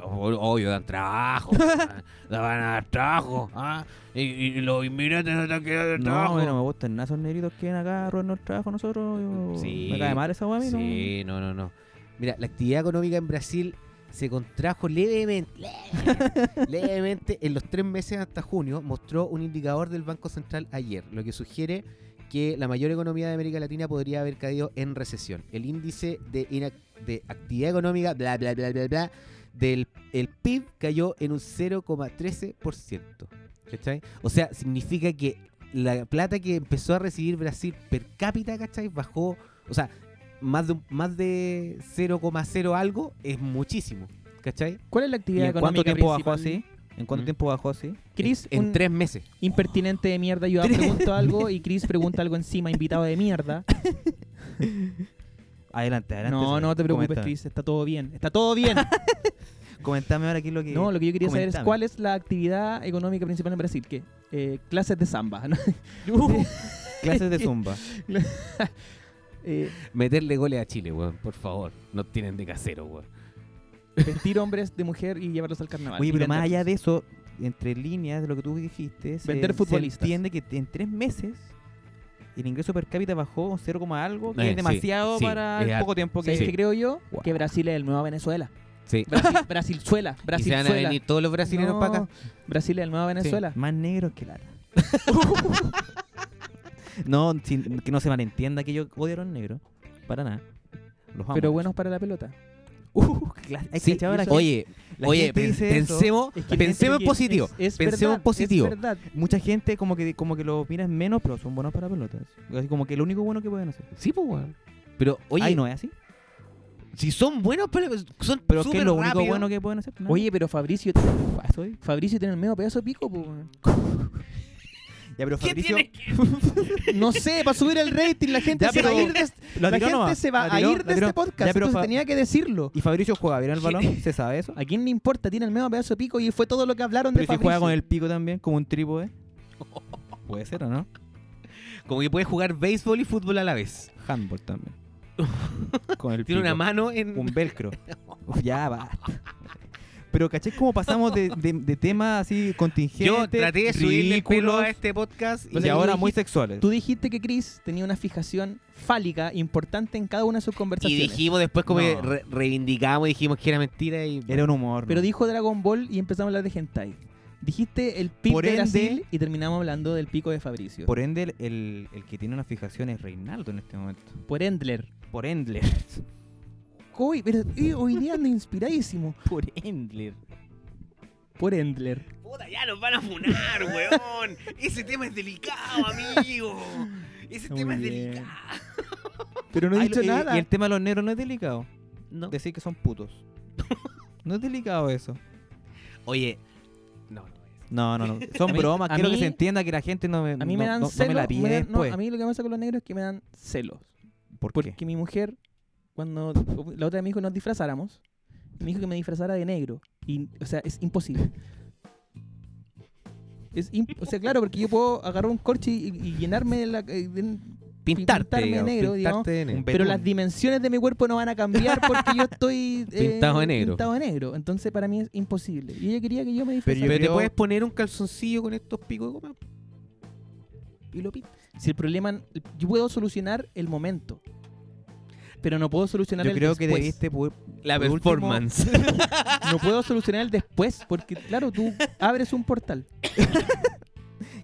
[SPEAKER 2] ob- obvio, dan trabajo. ah, dan- van a dar trabajo. ah, y, y los inmigrantes no están quedando
[SPEAKER 3] No,
[SPEAKER 2] trabajo.
[SPEAKER 3] a mí no me gustan nada esos negritos que vienen acá a robarnos el trabajo a nosotros. yo-
[SPEAKER 2] Sí.
[SPEAKER 3] Me cae mal esa weá a mí, ¿no?
[SPEAKER 2] Sí, no, no, no. Mira, la actividad económica en Brasil se contrajo
[SPEAKER 3] [laughs]
[SPEAKER 2] levemente, levemente, levemente en los tres meses hasta junio, mostró un indicador del Banco Central ayer, lo que sugiere que la mayor economía de América Latina podría haber caído en recesión. El índice de, inac- de actividad económica, bla, bla, bla, bla, bla, del el PIB cayó en un 0,13%. ¿Cachai? O sea, significa que la plata que empezó a recibir Brasil per cápita, ¿cachai? Bajó, o sea, más de, un- más de 0,0 algo es muchísimo, ¿cachai?
[SPEAKER 4] ¿Cuál es la
[SPEAKER 3] ¿Y
[SPEAKER 4] actividad
[SPEAKER 3] en cuánto
[SPEAKER 4] económica
[SPEAKER 3] tiempo bajó
[SPEAKER 4] principal?
[SPEAKER 3] así? ¿En cuánto
[SPEAKER 2] Mm.
[SPEAKER 3] tiempo bajó así?
[SPEAKER 4] Chris,
[SPEAKER 2] en, en
[SPEAKER 4] un
[SPEAKER 2] tres meses.
[SPEAKER 4] impertinente de mierda, yo pregunto
[SPEAKER 2] [laughs]
[SPEAKER 4] algo y Chris pregunta algo encima, invitado de mierda.
[SPEAKER 3] Adelante, adelante.
[SPEAKER 4] No,
[SPEAKER 3] señor.
[SPEAKER 4] no te preocupes,
[SPEAKER 3] Coméntame.
[SPEAKER 4] Chris, está todo bien. Está todo
[SPEAKER 2] [laughs]
[SPEAKER 4] bien.
[SPEAKER 3] Comentame ahora qué es lo que.
[SPEAKER 4] No, lo que yo quería saber es
[SPEAKER 3] Comentame.
[SPEAKER 4] cuál es la actividad económica principal en Brasil. ¿Qué? Eh, clases de samba.
[SPEAKER 2] [laughs]
[SPEAKER 4] ¿no?
[SPEAKER 2] Uh.
[SPEAKER 3] [laughs] Clases de zumba.
[SPEAKER 4] [laughs] Eh,
[SPEAKER 2] Meterle goles a Chile, weón, por favor. No tienen de casero, weón.
[SPEAKER 4] vestir hombres de mujer y llevarlos al carnaval.
[SPEAKER 3] Oye,
[SPEAKER 4] Y
[SPEAKER 3] pero más
[SPEAKER 4] vender-
[SPEAKER 3] allá de eso, entre líneas de lo que tú dijiste, se,
[SPEAKER 4] Vender
[SPEAKER 3] se
[SPEAKER 4] futbolistas.
[SPEAKER 3] entiende que en tres meses el ingreso per cápita bajó un 0, algo, que
[SPEAKER 2] Eh,
[SPEAKER 3] es
[SPEAKER 2] sí,
[SPEAKER 3] demasiado
[SPEAKER 2] sí,
[SPEAKER 3] para
[SPEAKER 2] es
[SPEAKER 3] el
[SPEAKER 2] alto.
[SPEAKER 3] poco tiempo que.
[SPEAKER 4] ¿Sabes qué creo yo?
[SPEAKER 3] Wow.
[SPEAKER 4] Que Brasil es el nuevo Venezuela.
[SPEAKER 2] Sí. [laughs]
[SPEAKER 4] Brasil, Brasilzuela.
[SPEAKER 2] Y se van a
[SPEAKER 4] Brasilzuela.
[SPEAKER 2] venir todos los brasileños
[SPEAKER 4] No,
[SPEAKER 2] para acá.
[SPEAKER 4] Brasil es el nuevo Venezuela.
[SPEAKER 3] Más negros que lata. [laughs] no, sin- que no se malentienda que yo odio a los negros. Para nada. Los amo.
[SPEAKER 4] Pero buenos para la pelota.
[SPEAKER 3] Uh, cla- hay
[SPEAKER 2] Sí,
[SPEAKER 3] cachado la gente-
[SPEAKER 2] Oye,
[SPEAKER 3] la
[SPEAKER 2] oye,
[SPEAKER 3] gente
[SPEAKER 2] pen-
[SPEAKER 3] dice eso.
[SPEAKER 2] pensemos,
[SPEAKER 4] Es que
[SPEAKER 2] pensemos en
[SPEAKER 4] es-
[SPEAKER 2] positivo.
[SPEAKER 4] es- es
[SPEAKER 2] pensemos en
[SPEAKER 4] verdad,
[SPEAKER 2] positivo.
[SPEAKER 4] Es verdad.
[SPEAKER 3] Mucha gente como que como que lo miras menos, pero son buenos para pelotas. Así como que lo único bueno que pueden hacer.
[SPEAKER 2] Sí, pues, weón. Pero, oye,
[SPEAKER 3] Ay, no es así.
[SPEAKER 2] si son buenos, pero son
[SPEAKER 3] Pero es que
[SPEAKER 2] súper
[SPEAKER 3] es lo único
[SPEAKER 2] rápidos. [laughs]
[SPEAKER 3] bueno que pueden hacer. nada.
[SPEAKER 4] Oye, pero Fabricio.
[SPEAKER 3] Ah, soy.
[SPEAKER 4] Fabricio tiene el medio pedazo de pico, po, weón.
[SPEAKER 3] Ya, pero
[SPEAKER 2] ¿Qué
[SPEAKER 3] Fabricio
[SPEAKER 2] tiene
[SPEAKER 4] No sé, para subir el rating, la gente
[SPEAKER 3] Ya,
[SPEAKER 4] se va a
[SPEAKER 3] pero-
[SPEAKER 4] ir de, este-
[SPEAKER 3] La
[SPEAKER 4] la
[SPEAKER 3] tiró
[SPEAKER 4] gente
[SPEAKER 3] nomás,
[SPEAKER 4] se va
[SPEAKER 3] la
[SPEAKER 4] a
[SPEAKER 3] tiró,
[SPEAKER 4] ir
[SPEAKER 3] la
[SPEAKER 4] de
[SPEAKER 3] tiró.
[SPEAKER 4] este podcast.
[SPEAKER 3] Ya, pero
[SPEAKER 4] entonces
[SPEAKER 3] Fa-
[SPEAKER 4] tenía que decirlo.
[SPEAKER 3] Y Fabricio juega, ¿vieron el [laughs] balón? ¿Se sabe eso?
[SPEAKER 4] ¿A quién le importa? Tiene el medio pedazo de pico y fue todo lo que hablaron
[SPEAKER 3] Pero
[SPEAKER 4] de
[SPEAKER 3] si
[SPEAKER 4] Fabricio.
[SPEAKER 3] juega con el pico también, como un trípode. Puede ser, ¿o no?
[SPEAKER 2] Como que puede jugar béisbol y fútbol a la vez.
[SPEAKER 3] Handball también. Con el
[SPEAKER 2] Tiene
[SPEAKER 3] pico.
[SPEAKER 2] una mano en...
[SPEAKER 3] Un velcro. Uf, ya, basta. Pero caché cómo pasamos de, de, de temas así contingentes,
[SPEAKER 2] Yo traté de subirle el pelo
[SPEAKER 3] ridículos,
[SPEAKER 2] a este podcast y...
[SPEAKER 3] y ahora muy sexuales.
[SPEAKER 4] Tú dijiste que Chris tenía una fijación fálica importante en cada una de sus
[SPEAKER 2] Y
[SPEAKER 4] conversaciones.
[SPEAKER 2] dijimos después como
[SPEAKER 3] No.
[SPEAKER 2] que re- reivindicamos y dijimos que era mentira y...
[SPEAKER 3] Era un humor.
[SPEAKER 4] Pero
[SPEAKER 3] ¿no?
[SPEAKER 4] dijo Dragon Ball y empezamos a hablar de hentai. Dijiste el pico
[SPEAKER 3] Por
[SPEAKER 4] de
[SPEAKER 3] ende-
[SPEAKER 4] Brasil y terminamos hablando del pico de Fabricio. Por,
[SPEAKER 3] Por ende, el, el- el que tiene una fijación es Reinaldo en este momento.
[SPEAKER 4] Endler.
[SPEAKER 3] Por Endler.
[SPEAKER 4] Uy, pero eh, hoy día ando [laughs] inspiradísimo.
[SPEAKER 3] Por Endler.
[SPEAKER 4] Por Endler.
[SPEAKER 2] Puta, ya nos van a funar, weón. Ese tema es delicado, amigo. Ese
[SPEAKER 4] Muy
[SPEAKER 2] tema es
[SPEAKER 4] bien.
[SPEAKER 2] delicado.
[SPEAKER 4] Pero no he
[SPEAKER 3] Ay,
[SPEAKER 4] dicho
[SPEAKER 3] lo- Ah, y-
[SPEAKER 4] nada.
[SPEAKER 3] Y el tema de los negros no es delicado.
[SPEAKER 2] No.
[SPEAKER 3] Decir que son putos. no es delicado eso.
[SPEAKER 2] Oye, no, no es.
[SPEAKER 3] No, no,
[SPEAKER 4] [laughs]
[SPEAKER 3] no. Son
[SPEAKER 4] A mí-
[SPEAKER 3] bromas.
[SPEAKER 4] a
[SPEAKER 3] Quiero
[SPEAKER 4] mí-
[SPEAKER 3] que se entienda que la gente no me,
[SPEAKER 4] A mí me
[SPEAKER 3] no-
[SPEAKER 4] pues. dan
[SPEAKER 3] no- no
[SPEAKER 4] celos.
[SPEAKER 3] me la pide
[SPEAKER 4] me dan- no,
[SPEAKER 3] después.
[SPEAKER 4] a mí lo que me pasa con los negros es que me dan celos.
[SPEAKER 3] ¿Por qué?
[SPEAKER 4] Porque mi mujer, cuando la otra me dijo que nos disfrazáramos, me dijo que me disfrazara de negro. Y, o sea, es imposible. Es im- o sea, claro, porque yo puedo agarrar un corche y, y llenarme de la. eh, de-
[SPEAKER 2] Pintarte,
[SPEAKER 4] Pintarme
[SPEAKER 2] digamos,
[SPEAKER 4] negro, digamos.
[SPEAKER 2] pintarte de
[SPEAKER 3] Un
[SPEAKER 2] negro.
[SPEAKER 4] pero
[SPEAKER 3] betún.
[SPEAKER 4] las dimensiones de mi cuerpo no van a cambiar porque yo estoy. eh,
[SPEAKER 2] Pintado de negro.
[SPEAKER 4] Pintado de negro. Entonces, para mí es imposible. Y ella quería que yo me
[SPEAKER 2] Pero,
[SPEAKER 4] disfrazara.
[SPEAKER 2] te
[SPEAKER 3] creo-
[SPEAKER 2] puedes poner un calzoncillo con estos picos de goma y lo pintas.
[SPEAKER 4] Si el problema. Yo puedo solucionar el momento. Pero no puedo solucionar
[SPEAKER 3] Yo
[SPEAKER 4] el
[SPEAKER 3] creo que este
[SPEAKER 4] después.
[SPEAKER 3] debiste poder-
[SPEAKER 2] La
[SPEAKER 3] Por último-
[SPEAKER 2] performance.
[SPEAKER 4] [laughs] No puedo solucionar el después porque, claro, tú abres un portal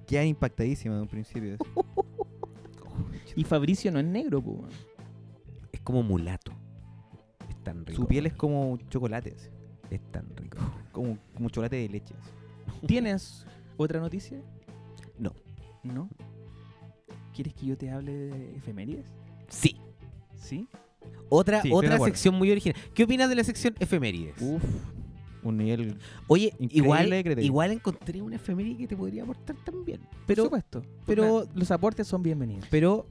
[SPEAKER 3] quedar impactadísima de un principio.
[SPEAKER 4] y Fabricio no es negro, po, weón.
[SPEAKER 2] [laughs] Es como mulato. Es tan rico.
[SPEAKER 3] Su piel es
[SPEAKER 2] weón.
[SPEAKER 3] como un chocolate, así.
[SPEAKER 2] Es tan rico.
[SPEAKER 3] como, como chocolate de leche. así.
[SPEAKER 4] ¿Tienes otra noticia?
[SPEAKER 2] No.
[SPEAKER 4] ¿No? ¿Quieres que yo te hable de efemérides?
[SPEAKER 2] Sí.
[SPEAKER 4] ¿Sí?
[SPEAKER 2] Otra,
[SPEAKER 3] Sí, estoy de
[SPEAKER 2] otra
[SPEAKER 3] acuerdo.
[SPEAKER 2] sección muy original. ¿Qué opinas de la sección efemérides?
[SPEAKER 3] Uf, un nivel.
[SPEAKER 2] Oye,
[SPEAKER 3] Increíble de
[SPEAKER 2] igual,
[SPEAKER 3] creativo.
[SPEAKER 2] igual encontré una efeméride que te podría aportar también.
[SPEAKER 4] Pero,
[SPEAKER 2] Pero,
[SPEAKER 4] Por supuesto.
[SPEAKER 2] pero-
[SPEAKER 4] Pero los aportes son bienvenidos.
[SPEAKER 3] Pero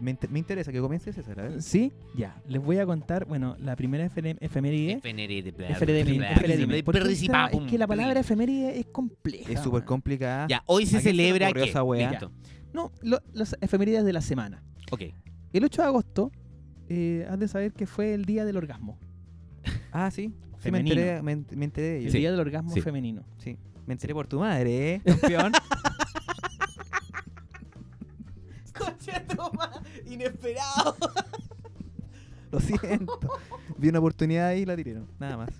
[SPEAKER 3] me, inter- me interesa que comience César, a ver.
[SPEAKER 4] ¿Sí? Ya. Les voy a contar, bueno, la primera efem- efeméride.
[SPEAKER 2] Efeméride, bla,
[SPEAKER 4] Efeméride.
[SPEAKER 2] bla,
[SPEAKER 4] efeméride.
[SPEAKER 2] bla,
[SPEAKER 4] Porque
[SPEAKER 2] bla,
[SPEAKER 4] esta-
[SPEAKER 2] bla, bla,
[SPEAKER 4] Es que
[SPEAKER 2] bla,
[SPEAKER 4] la palabra
[SPEAKER 2] bla.
[SPEAKER 4] efeméride es compleja.
[SPEAKER 3] Es súper
[SPEAKER 4] weón.
[SPEAKER 3] complicada.
[SPEAKER 2] Ya, hoy se
[SPEAKER 3] ¿A quién se le
[SPEAKER 2] celebra
[SPEAKER 3] ocurrió
[SPEAKER 2] que.
[SPEAKER 3] esa weá?
[SPEAKER 2] Listo.
[SPEAKER 4] No, lo- las efemérides de la semana.
[SPEAKER 2] Ok.
[SPEAKER 4] El 8 de agosto, eh, has de saber que fue el día del orgasmo.
[SPEAKER 3] Ah, sí. sí me,
[SPEAKER 1] Femenino.
[SPEAKER 3] enteré, me, ent- me enteré de
[SPEAKER 4] El
[SPEAKER 3] ello.
[SPEAKER 4] día del orgasmo
[SPEAKER 2] sí.
[SPEAKER 4] femenino.
[SPEAKER 3] Sí. Me enteré por tu madre, ¿eh? Campeón.
[SPEAKER 1] Inesperado.
[SPEAKER 3] Lo siento. Vi una oportunidad ahí y la tiraron. Nada más.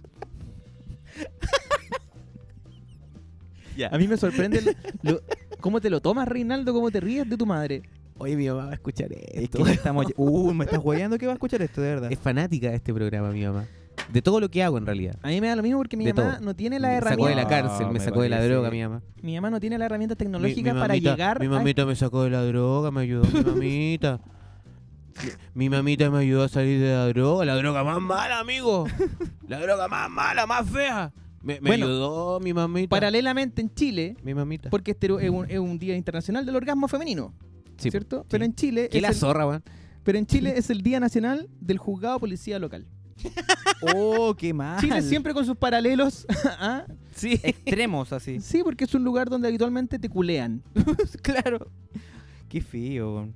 [SPEAKER 4] A mí me sorprende
[SPEAKER 2] [laughs]
[SPEAKER 4] lo- lo- cómo te lo tomas, Reinaldo, cómo te ríes de tu madre.
[SPEAKER 2] Oye, mi mamá va a escuchar
[SPEAKER 3] Es
[SPEAKER 2] esto.
[SPEAKER 3] que me estamos. Uh, me estás guayando que va a escuchar esto, de verdad.
[SPEAKER 2] Es fanática de este programa, mi mamá. De todo lo que hago, en realidad.
[SPEAKER 4] A mí me da lo mismo porque mi
[SPEAKER 2] De
[SPEAKER 4] mamá
[SPEAKER 2] todo.
[SPEAKER 4] no tiene la
[SPEAKER 2] Me sacó de
[SPEAKER 4] herramienta.
[SPEAKER 2] la cárcel, me
[SPEAKER 3] Me
[SPEAKER 2] sacó de la
[SPEAKER 3] parece-
[SPEAKER 2] droga, mi mamá.
[SPEAKER 4] Mi mamá no tiene la herramienta tecnológica
[SPEAKER 2] mi
[SPEAKER 4] para
[SPEAKER 2] mamita-
[SPEAKER 4] llegar.
[SPEAKER 2] Mi
[SPEAKER 4] a- este
[SPEAKER 2] mamita me sacó de la droga, me ayudó mi
[SPEAKER 4] [laughs]
[SPEAKER 2] mamita. Mi mamita me ayudó a salir de la droga, la droga más mala, amigo. La droga más mala, más fea. Me, me
[SPEAKER 4] Bueno,
[SPEAKER 2] ayudó mi mamita.
[SPEAKER 4] Paralelamente en Chile,
[SPEAKER 2] mi mamita.
[SPEAKER 4] porque este es un, es un día internacional del orgasmo femenino,
[SPEAKER 2] Sí,
[SPEAKER 4] ¿cierto?
[SPEAKER 2] sí.
[SPEAKER 4] Pero en Chile.
[SPEAKER 2] Qué
[SPEAKER 4] es
[SPEAKER 2] la
[SPEAKER 4] el-
[SPEAKER 2] zorra, weón.
[SPEAKER 4] Pero en Chile es el Día Nacional del Juzgado Policía Local.
[SPEAKER 3] Oh, qué
[SPEAKER 2] Ah,
[SPEAKER 3] mal.
[SPEAKER 4] Chile siempre con sus paralelos. [laughs] ¿ah?
[SPEAKER 2] Sí.
[SPEAKER 3] Extremos así.
[SPEAKER 4] Sí, porque es un lugar donde habitualmente te
[SPEAKER 2] [laughs]
[SPEAKER 4] culean.
[SPEAKER 3] claro. Qué feo, weón.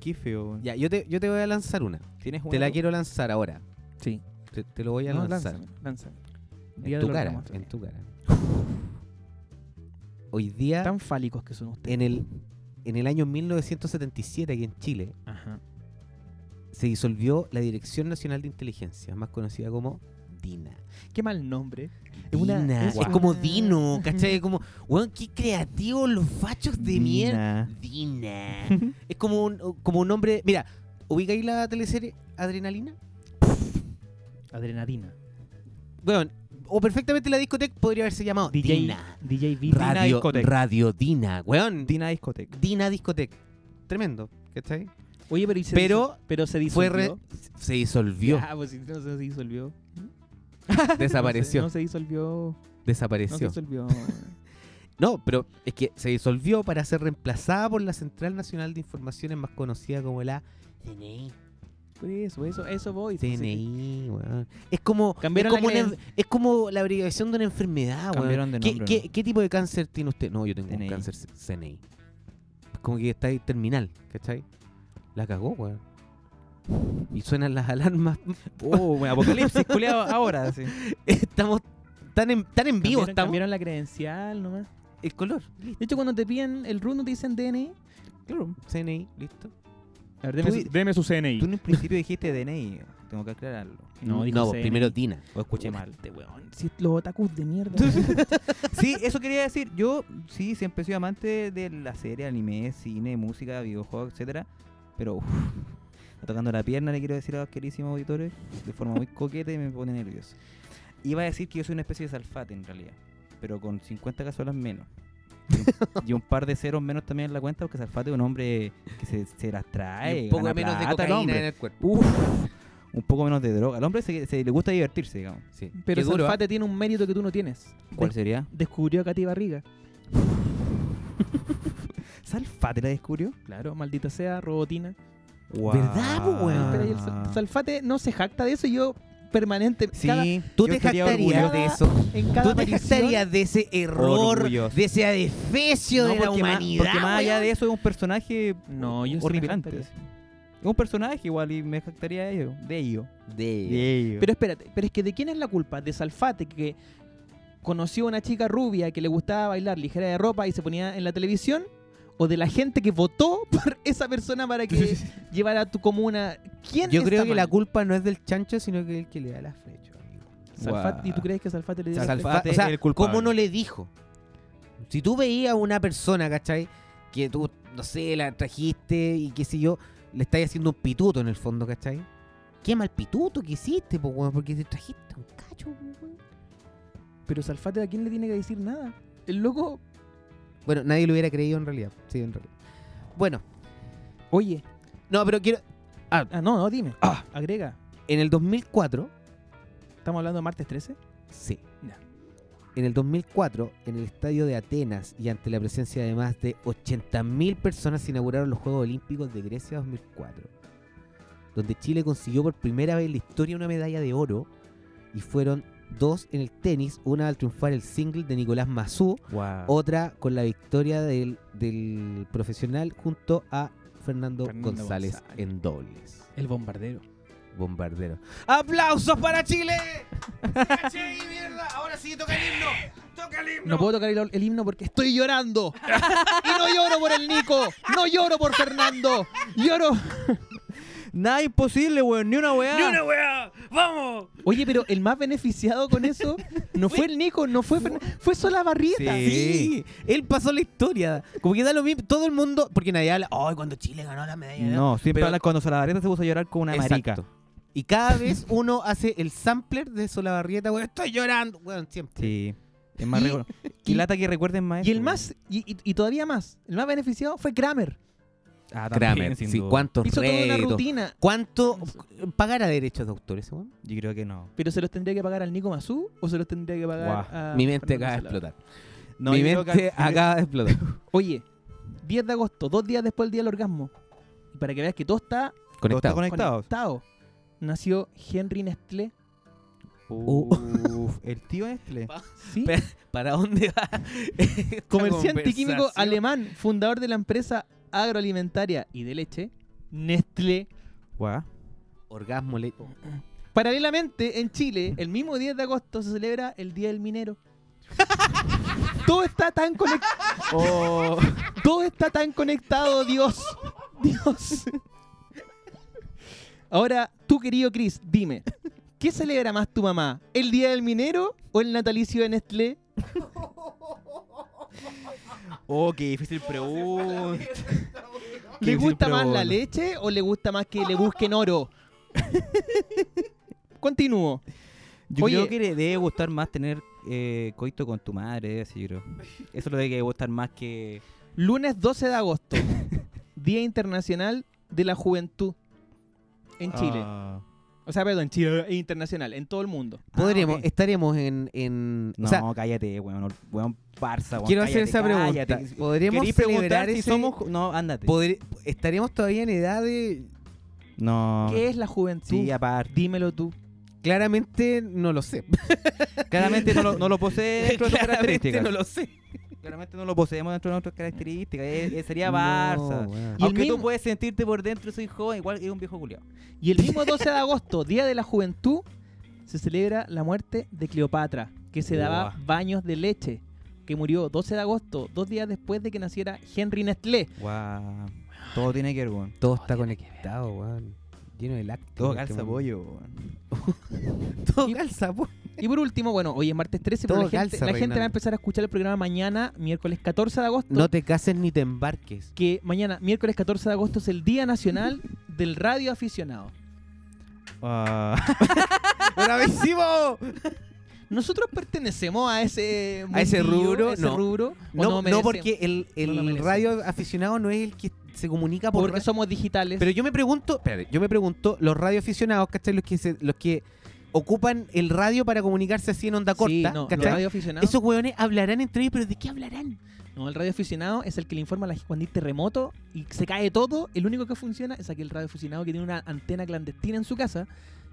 [SPEAKER 3] Qué feo, weón.
[SPEAKER 2] Ya, yo te, yo te voy a lanzar una.
[SPEAKER 3] ¿Tienes una
[SPEAKER 2] Te la
[SPEAKER 3] tú?
[SPEAKER 2] quiero lanzar ahora.
[SPEAKER 4] Sí.
[SPEAKER 2] Te, te lo voy a
[SPEAKER 4] No,
[SPEAKER 2] lanzar.
[SPEAKER 4] lánzame, lánzame. Día
[SPEAKER 2] En
[SPEAKER 4] del
[SPEAKER 2] tu cara,
[SPEAKER 4] orgasmo
[SPEAKER 2] en
[SPEAKER 4] femenino.
[SPEAKER 2] tu cara. Hoy día,
[SPEAKER 4] Tan fálicos que son ustedes.
[SPEAKER 2] en el, en el año 1977, aquí en Chile,
[SPEAKER 4] Ajá.
[SPEAKER 2] se disolvió la Dirección Nacional de Inteligencia, más conocida como DINA.
[SPEAKER 4] Qué mal nombre.
[SPEAKER 2] Es,
[SPEAKER 4] una-
[SPEAKER 2] es,
[SPEAKER 4] es una-
[SPEAKER 2] como Dino, ¿cachai? Es como, weón, qué creativos los fachos de mierda.
[SPEAKER 3] Mina.
[SPEAKER 2] Dina. es como un, como un hombre. Mira, ubica ahí la teleserie Adrenalina.
[SPEAKER 4] Adrenalina.
[SPEAKER 2] Weón, o perfectamente la discoteca podría haberse llamado
[SPEAKER 4] DJ,
[SPEAKER 2] Dina.
[SPEAKER 4] DJ Vito.
[SPEAKER 3] Ra-
[SPEAKER 2] Radio,
[SPEAKER 3] Discotec.
[SPEAKER 2] Radio Dina, weón. Dina,
[SPEAKER 3] Tina Discoteca.
[SPEAKER 2] Discoteca. Tremendo, ¿cachai?
[SPEAKER 4] Oye, pero, ¿y se
[SPEAKER 2] Pero-
[SPEAKER 4] disol- pero se
[SPEAKER 2] Fue
[SPEAKER 4] disolvió.
[SPEAKER 2] re- se disolvió,
[SPEAKER 4] Ah, pues si no se disolvió.
[SPEAKER 2] desapareció,
[SPEAKER 4] No se, no se disolvió. No se
[SPEAKER 2] desapareció.
[SPEAKER 4] disolvió.
[SPEAKER 2] No, pero es que se disolvió para ser reemplazada por la Central Nacional de Informaciones, más conocida como la CNI.
[SPEAKER 4] Por eso, eso, eso voy. pues, sí.
[SPEAKER 2] CNI, weón. Es como, es
[SPEAKER 4] Cambiaron la
[SPEAKER 2] como, una-
[SPEAKER 4] creencia.
[SPEAKER 2] es como la abreviación de una enfermedad, weón.
[SPEAKER 3] Cambiaron de nombre,
[SPEAKER 2] ¿Qué, qué,
[SPEAKER 3] ¿no?
[SPEAKER 2] qué tipo de cáncer tiene usted? No, yo tengo
[SPEAKER 3] CNI.
[SPEAKER 2] un cáncer C- CNI. Es como que está ahí terminal, ¿cachai? La cagó, weón. Y suenan las alarmas. [laughs]
[SPEAKER 3] Oh, bueno, apocalipsis, culiado, ahora, sí.
[SPEAKER 2] Estamos tan en, tan en vivo,
[SPEAKER 4] Cambiaron-
[SPEAKER 2] estamos.
[SPEAKER 4] Cambiaron la credencial nomás.
[SPEAKER 2] El color.
[SPEAKER 4] De hecho, cuando te piden el RUN, no te dicen DNI.
[SPEAKER 2] Claro. CNI, listo.
[SPEAKER 4] A ver,
[SPEAKER 2] deme Tú- su-
[SPEAKER 4] CNI.
[SPEAKER 3] Tú en un principio dijiste DNI, tengo que aclararlo.
[SPEAKER 4] No, dijo
[SPEAKER 2] no pues,
[SPEAKER 4] CNI.
[SPEAKER 2] primero Tina.
[SPEAKER 3] O escuché mal.
[SPEAKER 4] Este weón, si los otakus
[SPEAKER 2] [laughs]
[SPEAKER 4] de mierda.
[SPEAKER 3] [laughs]
[SPEAKER 4] [laughs]
[SPEAKER 3] Sí, eso quería decir. Yo sí siempre soy amante de la serie, anime, cine, música, videojuegos, etcétera. Pero uff, tocando la pierna le quiero decir a los queridísimos auditores de forma muy coqueta y me pone nervioso. Iba a decir que yo soy una especie de salfate en realidad, pero con 50 cazuelas menos. Y un- Y un par de ceros menos también en la cuenta, porque Salfate es un hombre que se, se las trae.
[SPEAKER 2] Y un poco
[SPEAKER 3] gana
[SPEAKER 2] menos de
[SPEAKER 3] plata, el
[SPEAKER 2] cocaína
[SPEAKER 3] hombre. Uh,
[SPEAKER 2] en el cuerpo.
[SPEAKER 3] Uf, un poco menos de droga. Al hombre se, se le gusta divertirse, digamos.
[SPEAKER 2] Sí.
[SPEAKER 4] Pero
[SPEAKER 2] Qué duro, ¿ah?
[SPEAKER 4] Salfate tiene un mérito que tú no tienes.
[SPEAKER 3] ¿Cuál
[SPEAKER 4] Des-
[SPEAKER 3] sería?
[SPEAKER 4] Descubrió a Katy Barriga.
[SPEAKER 3] ¿Salfate la descubrió?
[SPEAKER 4] Claro, maldita sea, robotina.
[SPEAKER 2] ¿Verdad, po, weón?
[SPEAKER 4] Pero ahí el
[SPEAKER 2] Ah.
[SPEAKER 4] Sal- Salfate no se jacta de eso. y Yo permanente.
[SPEAKER 3] Sí,
[SPEAKER 4] cada-
[SPEAKER 2] Tú
[SPEAKER 3] yo
[SPEAKER 2] te
[SPEAKER 3] estaría
[SPEAKER 2] jactarías
[SPEAKER 3] orgulloso.
[SPEAKER 2] de eso.
[SPEAKER 4] en cada
[SPEAKER 2] Tú te
[SPEAKER 4] [laughs] aparición-
[SPEAKER 2] jactarías de ese error,
[SPEAKER 3] Orgulloso.
[SPEAKER 2] de ese adefesio
[SPEAKER 3] No,
[SPEAKER 2] de la
[SPEAKER 3] porque más-
[SPEAKER 2] humanidad.
[SPEAKER 3] porque más allá
[SPEAKER 2] weón.
[SPEAKER 3] de eso es un personaje
[SPEAKER 4] No, yo sí me
[SPEAKER 3] horripilante. Es
[SPEAKER 4] jactaría.
[SPEAKER 3] un personaje igual y me jactaría de ello. De ello.
[SPEAKER 2] De-
[SPEAKER 4] Pero espérate, pero es que ¿de quién es la culpa? De Salfate, que conoció a una chica rubia que le gustaba bailar ligera de ropa y se ponía en la televisión, o de la gente que votó [laughs] por esa persona para que llevara a tu comuna. ¿Quién
[SPEAKER 2] Yo
[SPEAKER 4] está
[SPEAKER 2] creo que
[SPEAKER 4] mal?
[SPEAKER 2] la culpa no es del chancho, sino que el que le da la flecha, amigo.
[SPEAKER 4] Salfate-
[SPEAKER 3] Guau.
[SPEAKER 4] ¿Y tú crees que Salfate le dio la
[SPEAKER 3] Salfate-
[SPEAKER 4] flecha?
[SPEAKER 2] o sea,
[SPEAKER 3] el culpable.
[SPEAKER 2] ¿cómo no le dijo? Si tú veías a una persona, ¿cachai? Que tú, no sé, la trajiste y qué sé yo, le estáis haciendo un pituto en el fondo, ¿cachai? Qué mal pituto que hiciste, po, weón, porque te trajiste un cacho, po, weón.
[SPEAKER 4] Pero Salfate a quién le tiene que decir nada. El loco,
[SPEAKER 2] Bueno, nadie lo hubiera creído en realidad. Sí, en realidad. Bueno,
[SPEAKER 4] oye,
[SPEAKER 2] no, pero quiero.
[SPEAKER 4] ah, no, no, dime. Agrega.
[SPEAKER 2] En el 2004,
[SPEAKER 4] Estamos hablando de martes 13.
[SPEAKER 2] Sí.
[SPEAKER 4] Ya.
[SPEAKER 2] En el 2004, en el estadio de Atenas y ante la presencia de más de 80.000 personas, se inauguraron los Juegos Olímpicos de Grecia 2004, donde Chile consiguió por primera vez en la historia una medalla de oro y fueron dos en el tenis, una al triunfar el single de Nicolás Massú,
[SPEAKER 6] Ah.
[SPEAKER 3] Wow.
[SPEAKER 2] otra con la victoria del, del profesional junto a Fernando,
[SPEAKER 6] Fernando
[SPEAKER 2] González,
[SPEAKER 6] González.
[SPEAKER 2] en dobles.
[SPEAKER 6] El bombardero.
[SPEAKER 2] Bombardero. ¡Aplausos para Chile! ¡Caché y mierda! Ahora sí, toca el himno. ¡Toca el himno!
[SPEAKER 4] No puedo tocar el, el himno porque estoy llorando. y no lloro por el Nico, no lloro por Fernando, [laughs] lloro.
[SPEAKER 3] Nada imposible, weón, ni una weá.
[SPEAKER 2] ¡Ni una weá! ¡Vamos!
[SPEAKER 4] Oye, pero el más beneficiado con eso no fue el Nico, no fue Fern- fue sola barrieta.
[SPEAKER 2] Sí. Él pasó la historia. Como que da lo mismo. Todo el mundo. Porque nadie habla. ¡Ay, cuando Chile ganó la medalla! de oro".
[SPEAKER 3] No, siempre
[SPEAKER 2] Pero-
[SPEAKER 3] habla- cuando Saladareta se puso a llorar con una marica.
[SPEAKER 2] Exacto. Y cada vez uno hace el sampler de Solabarrieta, weón, estoy llorando, weón, siempre.
[SPEAKER 3] Sí. Es más
[SPEAKER 4] Y-
[SPEAKER 3] rico. Y lata que recuerden más.
[SPEAKER 4] Y el
[SPEAKER 3] eso,
[SPEAKER 4] más, y, y- y todavía más, el más beneficiado fue Kramer.
[SPEAKER 3] weón. Ah, también,
[SPEAKER 2] Kramer,
[SPEAKER 3] sin
[SPEAKER 2] sí,
[SPEAKER 3] duda.
[SPEAKER 2] cuántos
[SPEAKER 4] Hizo toda una
[SPEAKER 2] réditos.
[SPEAKER 4] rutina,
[SPEAKER 2] ¿Cuánto pagará derechos de autor ese weón?
[SPEAKER 3] Yo creo que no.
[SPEAKER 4] pero ¿se los tendría que pagar al Nico Mazú o se los tendría que pagar a
[SPEAKER 2] Mi mente
[SPEAKER 4] Fernando
[SPEAKER 2] acaba de
[SPEAKER 4] Sola?
[SPEAKER 2] explotar.
[SPEAKER 3] No,
[SPEAKER 2] Mi
[SPEAKER 3] yo creo que
[SPEAKER 2] mente
[SPEAKER 3] al-
[SPEAKER 2] acaba de explotar.
[SPEAKER 4] Oye, 10 de agosto, dos días después del Día del Orgasmo, y para que veas que todo está
[SPEAKER 3] Todos están
[SPEAKER 2] Conectado.
[SPEAKER 3] conectados.
[SPEAKER 4] conectado, nació Henry Nestlé.
[SPEAKER 3] Uf, el tío
[SPEAKER 2] [laughs]
[SPEAKER 3] este. Nestlé.
[SPEAKER 4] ¿sí?
[SPEAKER 2] ¿Para dónde va? [laughs] esta
[SPEAKER 4] Comerciante químico
[SPEAKER 2] conversación?
[SPEAKER 4] alemán, fundador de la empresa agroalimentaria y de leche, Nestlé.
[SPEAKER 3] Guau.
[SPEAKER 2] Orgasmo le...
[SPEAKER 4] Paralelamente, en Chile, el mismo 10 de agosto se celebra el Día del Minero. [laughs] Todo está tan conectado. Todo está tan conectado, Dios. Dios. Ahora, tú, querido Chris, dime, ¿qué celebra más tu mamá? ¿El Día del Minero o el natalicio de Nestlé?
[SPEAKER 3] Oh, qué difícil [laughs] pregunta. Qué
[SPEAKER 4] ¿Le
[SPEAKER 3] difícil
[SPEAKER 4] gusta más la
[SPEAKER 3] pregunta.
[SPEAKER 4] leche o le gusta más que le busquen oro? Continúo.
[SPEAKER 3] Yo
[SPEAKER 4] Oye.
[SPEAKER 3] creo que le debe gustar más tener eh, coito con tu madre, eso yo creo. Eso le debe gustar más que.
[SPEAKER 4] Lunes 12 de agosto, [laughs] Día Internacional de la Juventud en Chile.
[SPEAKER 3] Ah.
[SPEAKER 4] O sea, perdón, en Chile, eh, internacional, en todo el mundo.
[SPEAKER 2] Podríamos,
[SPEAKER 3] ok.
[SPEAKER 2] estaríamos en... en
[SPEAKER 3] No,
[SPEAKER 2] o sea,
[SPEAKER 3] cállate, weón. or- Weón, Barça, weón.
[SPEAKER 2] quiero hacer
[SPEAKER 3] cállate,
[SPEAKER 2] esa pregunta.
[SPEAKER 3] cállate.
[SPEAKER 2] ¿Podríamos
[SPEAKER 3] Querí
[SPEAKER 2] celebrar
[SPEAKER 3] preguntar si
[SPEAKER 2] ese-
[SPEAKER 3] somos. No, ándate.
[SPEAKER 2] podri- ¿Estaríamos todavía en edad de...? Ah.
[SPEAKER 3] No.
[SPEAKER 4] ¿Qué es la juventud?
[SPEAKER 3] Sí, aparte.
[SPEAKER 2] [laughs]
[SPEAKER 4] Dímelo tú.
[SPEAKER 2] Claramente no lo sé.
[SPEAKER 3] Claramente no lo, no lo posee
[SPEAKER 4] [laughs]
[SPEAKER 3] dentro de nuestras
[SPEAKER 2] Claramente
[SPEAKER 3] características.
[SPEAKER 2] no lo sé.
[SPEAKER 3] Claramente no lo poseemos dentro de nuestras características. eh, eh,
[SPEAKER 2] [laughs]
[SPEAKER 3] sería
[SPEAKER 2] No,
[SPEAKER 3] Barça.
[SPEAKER 2] weón.
[SPEAKER 4] Y el
[SPEAKER 3] Aunque
[SPEAKER 4] mismo-
[SPEAKER 3] tú puedes sentirte por dentro, soy joven, igual es un viejo culiado.
[SPEAKER 4] Y el mismo 12 de agosto, Día de la Juventud, se celebra la muerte de Cleopatra, que se daba
[SPEAKER 3] Buah.
[SPEAKER 4] baños de leche, que murió 12 de agosto, dos días después de que naciera Henry Nestlé.
[SPEAKER 3] Guau. Todo tiene que ver, weón.
[SPEAKER 2] Todo está conectado, weón. Lleno de lácteos.
[SPEAKER 3] Todo
[SPEAKER 2] este
[SPEAKER 3] calza
[SPEAKER 2] mundo.
[SPEAKER 3] pollo, weón.
[SPEAKER 2] [laughs] Todo calza pollo.
[SPEAKER 4] Y por último, bueno, hoy es martes 13, pero
[SPEAKER 2] Todo
[SPEAKER 4] la gente,
[SPEAKER 2] calza,
[SPEAKER 4] la gente va a
[SPEAKER 2] Reinaldo.
[SPEAKER 4] empezar a escuchar el programa mañana, miércoles 14 de agosto.
[SPEAKER 2] No te cases ni te embarques. [laughs]
[SPEAKER 4] que mañana, miércoles 14 de agosto, es el Día Nacional [laughs] del Radio Aficionado.
[SPEAKER 6] Ah, [laughs]
[SPEAKER 2] ¡Bravísimo!
[SPEAKER 4] ¿Nosotros pertenecemos a ese,
[SPEAKER 2] ¿A ese
[SPEAKER 4] mundillo,
[SPEAKER 2] rubro?
[SPEAKER 4] ese
[SPEAKER 2] No.
[SPEAKER 4] rubro? ¿O
[SPEAKER 2] No, no,
[SPEAKER 4] merecemos?
[SPEAKER 2] porque el, el
[SPEAKER 4] No lo merecemos.
[SPEAKER 2] radio aficionado no es el que se comunica por
[SPEAKER 4] Porque
[SPEAKER 2] ra-
[SPEAKER 4] somos digitales.
[SPEAKER 2] Pero yo me pregunto, espérate, yo me pregunto, los radioaficionados, ¿cachai? Los que, se- los que ocupan el radio para comunicarse así en onda corta,
[SPEAKER 4] Sí, no, el
[SPEAKER 2] ¿cachai?
[SPEAKER 4] radio aficionado,
[SPEAKER 2] Esos hueones hablarán entre ellos, pero ¿de qué hablarán?
[SPEAKER 4] no, el radio aficionado es el que le informa a la gente cuando hay terremoto y se cae todo. El único que funciona es aquel radio aficionado que tiene una antena clandestina en su casa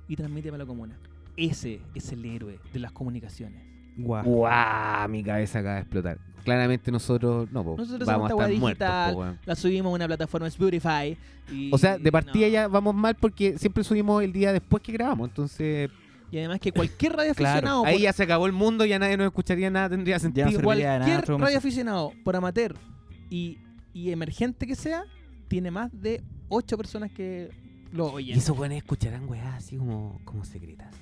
[SPEAKER 4] y transmite para la comuna. Ese es el héroe de las comunicaciones.
[SPEAKER 3] Guau.
[SPEAKER 2] ¡Guau! Mi cabeza acaba de explotar. Claramente nosotros, no, po,
[SPEAKER 4] Nosotros
[SPEAKER 2] vamos
[SPEAKER 4] somos
[SPEAKER 2] a
[SPEAKER 4] esta
[SPEAKER 2] estar
[SPEAKER 4] hueá
[SPEAKER 2] muertos,
[SPEAKER 4] digital.
[SPEAKER 2] po, weón.
[SPEAKER 4] La subimos a una plataforma Spotify. y-
[SPEAKER 2] O sea, de partida
[SPEAKER 4] no.
[SPEAKER 2] ya vamos mal porque siempre subimos el día después que grabamos, entonces
[SPEAKER 4] Y además que cualquier
[SPEAKER 2] [laughs]
[SPEAKER 4] radio
[SPEAKER 3] Claro,
[SPEAKER 4] aficionado,
[SPEAKER 2] ahí ya se acabó el mundo, ya nadie nos escucharía, nada tendría sentido.
[SPEAKER 3] no serviría de nada,
[SPEAKER 4] cualquier
[SPEAKER 3] otro
[SPEAKER 4] radio
[SPEAKER 3] mensaje.
[SPEAKER 4] aficionado, por amateur y, y emergente que sea, tiene más de 8 personas que lo
[SPEAKER 2] Y
[SPEAKER 4] oyen.
[SPEAKER 2] esos weones escucharán weas así como, como secretas.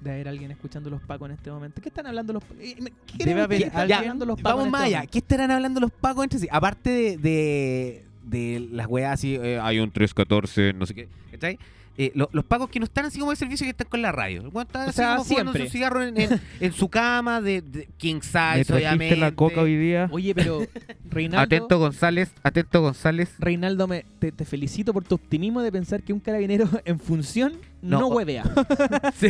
[SPEAKER 4] De haber alguien escuchando los pacos en este momento. ¿Qué están hablando los pacos? Eh, me- ¿Qué
[SPEAKER 3] Debe
[SPEAKER 4] creen
[SPEAKER 3] haber
[SPEAKER 4] que están
[SPEAKER 3] alguien-
[SPEAKER 4] hablando los pacos
[SPEAKER 2] Vamos
[SPEAKER 4] en
[SPEAKER 2] más
[SPEAKER 4] este
[SPEAKER 2] allá.
[SPEAKER 4] momento?
[SPEAKER 2] ¿Qué estarán hablando los pacos entre sí? Aparte de, de, de las weas así, eh, hay un 314, no sé qué. ¿Cachai? Eh, lo- los pacos que no están así como de servicio que están con la radio. El weón está
[SPEAKER 4] O
[SPEAKER 2] así
[SPEAKER 4] sea,
[SPEAKER 2] como fumando
[SPEAKER 4] siempre.
[SPEAKER 2] su cigarro en, [laughs] en- en su cama de, de King Size, obviamente.
[SPEAKER 3] día?
[SPEAKER 4] Oye, [laughs] pero Reinaldo,
[SPEAKER 2] Atento González, atento González.
[SPEAKER 4] Reinaldo me, te, te felicito por tu optimismo de pensar que un carabinero [laughs] en función no,
[SPEAKER 2] No.
[SPEAKER 4] [laughs] huevea.
[SPEAKER 2] [laughs] Sí.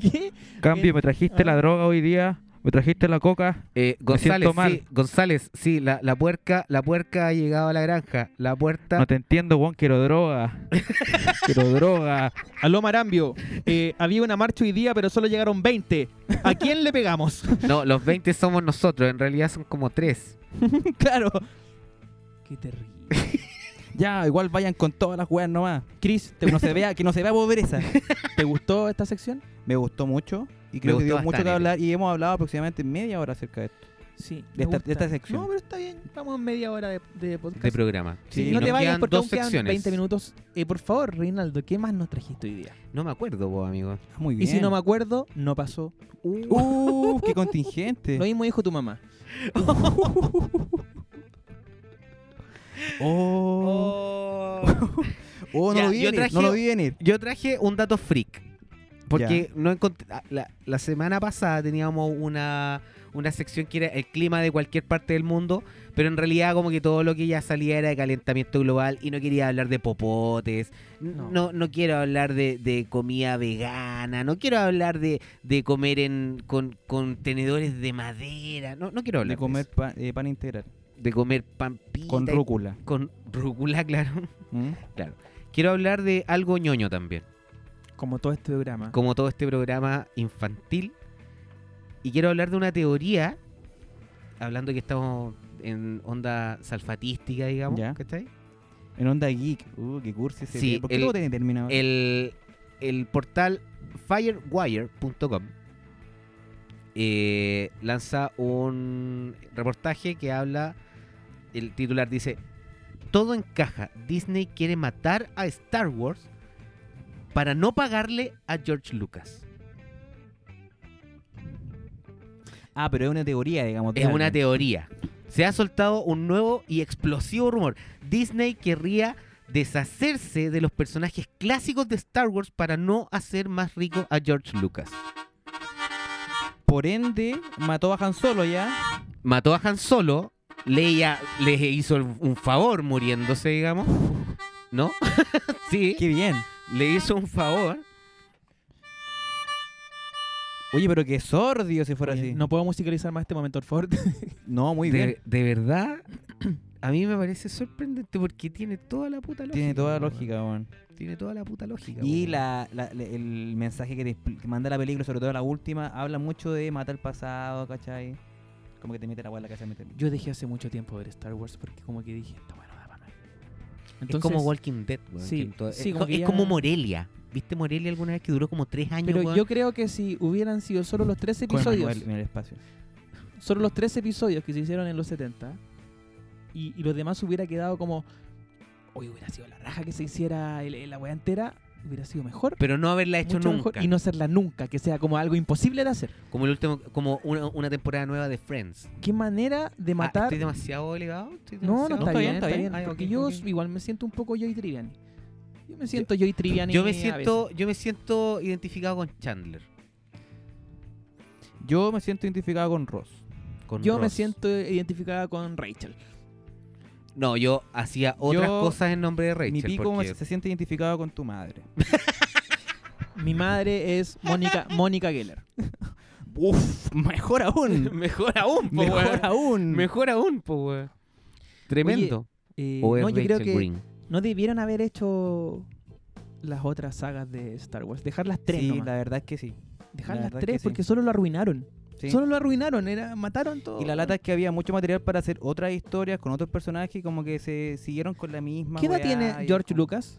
[SPEAKER 4] ¿Qué?
[SPEAKER 6] Cambio,
[SPEAKER 4] Bien.
[SPEAKER 6] me trajiste
[SPEAKER 4] Ah.
[SPEAKER 6] la droga hoy día, me trajiste la coca.
[SPEAKER 2] Eh, González,
[SPEAKER 6] siento mal.
[SPEAKER 2] sí, González, sí, la, la puerca, la puerca ha llegado a la granja. La puerta.
[SPEAKER 6] No te entiendo, Juan, quiero droga. quiero
[SPEAKER 3] [laughs]
[SPEAKER 6] droga.
[SPEAKER 4] Aló Marambio, eh, había una marcha hoy día, pero solo llegaron 20. ¿A quién le pegamos?
[SPEAKER 2] No, los 20 somos nosotros, en realidad son como 3.
[SPEAKER 4] claro, [laughs] Qué terrible.
[SPEAKER 3] Ya, igual vayan con todas las weas nomás. Chris, te- no se vea, que no se vea pobreza.
[SPEAKER 4] ¿Te gustó esta sección?
[SPEAKER 3] Me gustó mucho y creo
[SPEAKER 2] gustó
[SPEAKER 3] que dio mucho que
[SPEAKER 2] bastante.
[SPEAKER 3] hablar y hemos hablado aproximadamente media hora acerca de esto.
[SPEAKER 4] Sí.
[SPEAKER 3] De esta- de esta sección.
[SPEAKER 4] No, pero está bien. Estamos en media hora de, de podcast.
[SPEAKER 2] de programa.
[SPEAKER 3] Sí,
[SPEAKER 2] Y
[SPEAKER 4] no
[SPEAKER 2] nos
[SPEAKER 4] te vayas
[SPEAKER 2] quedan
[SPEAKER 4] porque
[SPEAKER 2] dos
[SPEAKER 4] aún quedan
[SPEAKER 2] secciones.
[SPEAKER 4] 20 minutos. Eh, por favor, Reinaldo, ¿qué más nos trajiste hoy día?
[SPEAKER 2] No me acuerdo, vos, amigo.
[SPEAKER 3] Ah, Muy bien.
[SPEAKER 4] Y si no me acuerdo, no pasó.
[SPEAKER 3] Uh, qué
[SPEAKER 4] [laughs]
[SPEAKER 3] contingente.
[SPEAKER 4] Lo mismo dijo tu
[SPEAKER 3] [laughs]
[SPEAKER 4] mamá.
[SPEAKER 3] Oh, oh, no
[SPEAKER 2] Ya,
[SPEAKER 3] lo
[SPEAKER 2] yo
[SPEAKER 3] vi venir,
[SPEAKER 2] traje-
[SPEAKER 3] no lo vi venir.
[SPEAKER 2] [laughs] Yo traje un dato freak. Porque no encontré. ah, La, la semana pasada teníamos una, una sección que era el clima de cualquier parte del mundo, pero en realidad, como que todo lo que ya salía era de calentamiento global y no quería hablar de popotes, n-
[SPEAKER 4] No.
[SPEAKER 2] no, no, quiero hablar de, de comida vegana, no quiero hablar de, de comer en, con, con tenedores de madera, no, no quiero hablar
[SPEAKER 3] De comer pan, eh, pan integral.
[SPEAKER 2] eso. de comer pampita
[SPEAKER 3] Con
[SPEAKER 2] y-
[SPEAKER 3] rúcula.
[SPEAKER 2] con rúcula, [laughs] claro.
[SPEAKER 3] ¿Mm?
[SPEAKER 2] Quiero hablar de algo ñoño también.
[SPEAKER 4] Como todo este programa.
[SPEAKER 2] como todo este programa infantil. Y quiero hablar de una teoría, hablando que estamos en onda salfatística, digamos,
[SPEAKER 3] Ya.
[SPEAKER 2] ¿cachai?
[SPEAKER 3] En onda geek. Uh, qué cursi ese.
[SPEAKER 2] Sí,
[SPEAKER 3] tema. ¿Por qué
[SPEAKER 2] el- eh,
[SPEAKER 3] todo tiene terminado?
[SPEAKER 2] El, el portal firewire.com eh, lanza un reportaje que habla, el titular dice, todo encaja, Disney quiere matar a Star Wars para no pagarle a George Lucas.
[SPEAKER 3] Ah, pero es una teoría, digamos. de
[SPEAKER 2] Es una
[SPEAKER 3] alguien.
[SPEAKER 2] teoría. Se ha soltado un nuevo y explosivo rumor. Disney querría deshacerse de los personajes clásicos de Star Wars para no hacer más rico a George Lucas.
[SPEAKER 3] Por ende, mató a Han Solo ya.
[SPEAKER 2] Mató a Han Solo, Leia le hizo un favor muriéndose, digamos. ¿No? [laughs] sí,
[SPEAKER 3] Qué bien.
[SPEAKER 2] le hizo un favor.
[SPEAKER 3] Oye, pero qué sordio si fuera así.
[SPEAKER 4] Bien, No puedo musicalizar más este momento, por favor. [laughs]
[SPEAKER 3] No, muy bien.
[SPEAKER 2] De, de verdad, [clears throat] a mí me parece sorprendente porque tiene toda la puta lógica.
[SPEAKER 3] Tiene toda la
[SPEAKER 2] weón.
[SPEAKER 3] lógica, weón.
[SPEAKER 2] Tiene toda la puta lógica.
[SPEAKER 3] Y
[SPEAKER 2] weón.
[SPEAKER 3] la, la- le- el mensaje que, te expl- que manda la película, sobre todo la última, habla mucho de matar el pasado, ¿cachai? Como que te mete la guay en la casa. Mete...
[SPEAKER 4] Yo dejé hace mucho tiempo ver Star Wars porque como que dije, está bueno, da para mí.
[SPEAKER 2] es como Walking Dead, weón,
[SPEAKER 4] sí,
[SPEAKER 2] que en todo-
[SPEAKER 4] sí,
[SPEAKER 2] es,
[SPEAKER 4] como
[SPEAKER 2] co-
[SPEAKER 4] que
[SPEAKER 2] es
[SPEAKER 4] ya-
[SPEAKER 2] como Morelia. ¿Viste Morelia alguna vez que duró como tres años?
[SPEAKER 4] Pero
[SPEAKER 2] weón?
[SPEAKER 4] yo creo que si hubieran sido solo los tres
[SPEAKER 3] Con
[SPEAKER 4] episodios,
[SPEAKER 3] Manuel en el espacio.
[SPEAKER 4] solo los tres episodios que se hicieron en los 70, y, y los demás hubiera quedado como, hoy hubiera sido la raja que se hiciera el- el- la weá entera, hubiera sido mejor.
[SPEAKER 2] Pero no haberla hecho
[SPEAKER 4] mucho
[SPEAKER 2] nunca.
[SPEAKER 4] mejor, y no hacerla nunca, que sea como algo imposible de hacer.
[SPEAKER 2] Como el último, como una, una temporada nueva de Friends.
[SPEAKER 4] ¿Qué manera de
[SPEAKER 2] Ah,
[SPEAKER 4] matar?
[SPEAKER 2] ¿Estoy demasiado elevado? ¿Estoy
[SPEAKER 4] No, no,
[SPEAKER 2] demasiado-
[SPEAKER 4] está, bien, está bien.
[SPEAKER 2] Ah,
[SPEAKER 4] porque
[SPEAKER 2] ok,
[SPEAKER 4] yo
[SPEAKER 2] ok.
[SPEAKER 4] igual me siento un poco Joy Triviani. Yo me siento Joy Triviani.
[SPEAKER 2] Yo me
[SPEAKER 4] a
[SPEAKER 2] siento, yo me siento identificado con Chandler.
[SPEAKER 3] Yo me siento identificado con Ross.
[SPEAKER 2] con
[SPEAKER 4] Yo me
[SPEAKER 2] Ross.
[SPEAKER 4] siento identificada con Rachel.
[SPEAKER 2] No, yo hacía otras
[SPEAKER 3] Yo-
[SPEAKER 2] cosas en nombre de Rachel.
[SPEAKER 3] Mi pico
[SPEAKER 2] porque- [laughs]
[SPEAKER 3] se siente identificado con tu madre.
[SPEAKER 4] Mi madre es Mónica [laughs] Mónica Geller.
[SPEAKER 3] Uf, mejor aún.
[SPEAKER 2] Mejor aún, po,
[SPEAKER 3] [laughs] mejor
[SPEAKER 2] weón.
[SPEAKER 3] aún.
[SPEAKER 2] Mejor aún, po, weón. Tremendo.
[SPEAKER 4] Eh,
[SPEAKER 2] o es
[SPEAKER 4] no, yo creo
[SPEAKER 2] Rachel
[SPEAKER 4] que
[SPEAKER 2] Green.
[SPEAKER 4] no debieron haber hecho las otras sagas de Star Wars. Dejar las tres.
[SPEAKER 3] Sí,
[SPEAKER 4] nomás.
[SPEAKER 3] la verdad es que sí.
[SPEAKER 4] Dejar
[SPEAKER 3] la
[SPEAKER 4] las
[SPEAKER 3] verdad que
[SPEAKER 4] tres
[SPEAKER 3] sí.
[SPEAKER 4] porque solo lo arruinaron.
[SPEAKER 3] Sí.
[SPEAKER 4] Solo lo arruinaron. Era, mataron todo.
[SPEAKER 3] Y la lata es que había mucho material para hacer otras historias con otros personajes y como que se siguieron con la misma.
[SPEAKER 4] ¿Qué edad
[SPEAKER 3] weá y
[SPEAKER 4] tiene
[SPEAKER 3] es
[SPEAKER 4] George
[SPEAKER 3] como-
[SPEAKER 4] Lucas?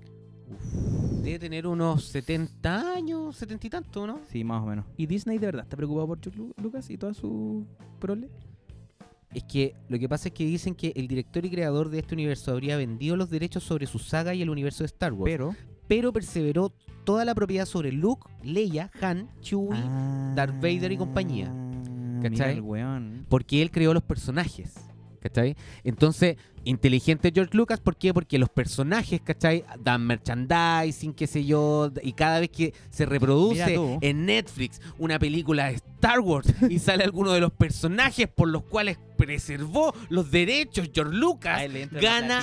[SPEAKER 2] Debe tener unos 70 años, 70 y tanto, ¿no?
[SPEAKER 3] Sí, más o menos.
[SPEAKER 4] ¿Y Disney de verdad está preocupado por George Lu- Lucas y toda su prole?
[SPEAKER 2] Es que lo que pasa es que dicen que el director y creador de este universo habría vendido los derechos sobre su saga y el universo de Star Wars, pero,
[SPEAKER 3] Pero.
[SPEAKER 2] perseveró toda la propiedad sobre Luke, Leia, Han,
[SPEAKER 3] Ah.
[SPEAKER 2] Chewie, Darth Vader y compañía.
[SPEAKER 3] Mira
[SPEAKER 2] ¿Cachai?
[SPEAKER 3] el weón.
[SPEAKER 2] porque él creó los personajes. ¿Cachai? Entonces, inteligente George Lucas, ¿por qué? Porque los personajes, ¿cachai? Dan merchandising, qué sé yo, y cada vez que se
[SPEAKER 3] Mira
[SPEAKER 2] reproduce
[SPEAKER 3] tú.
[SPEAKER 2] en Netflix una película de Star Wars [laughs] y sale alguno de los personajes por los cuales preservó los derechos George Lucas, Ah, gana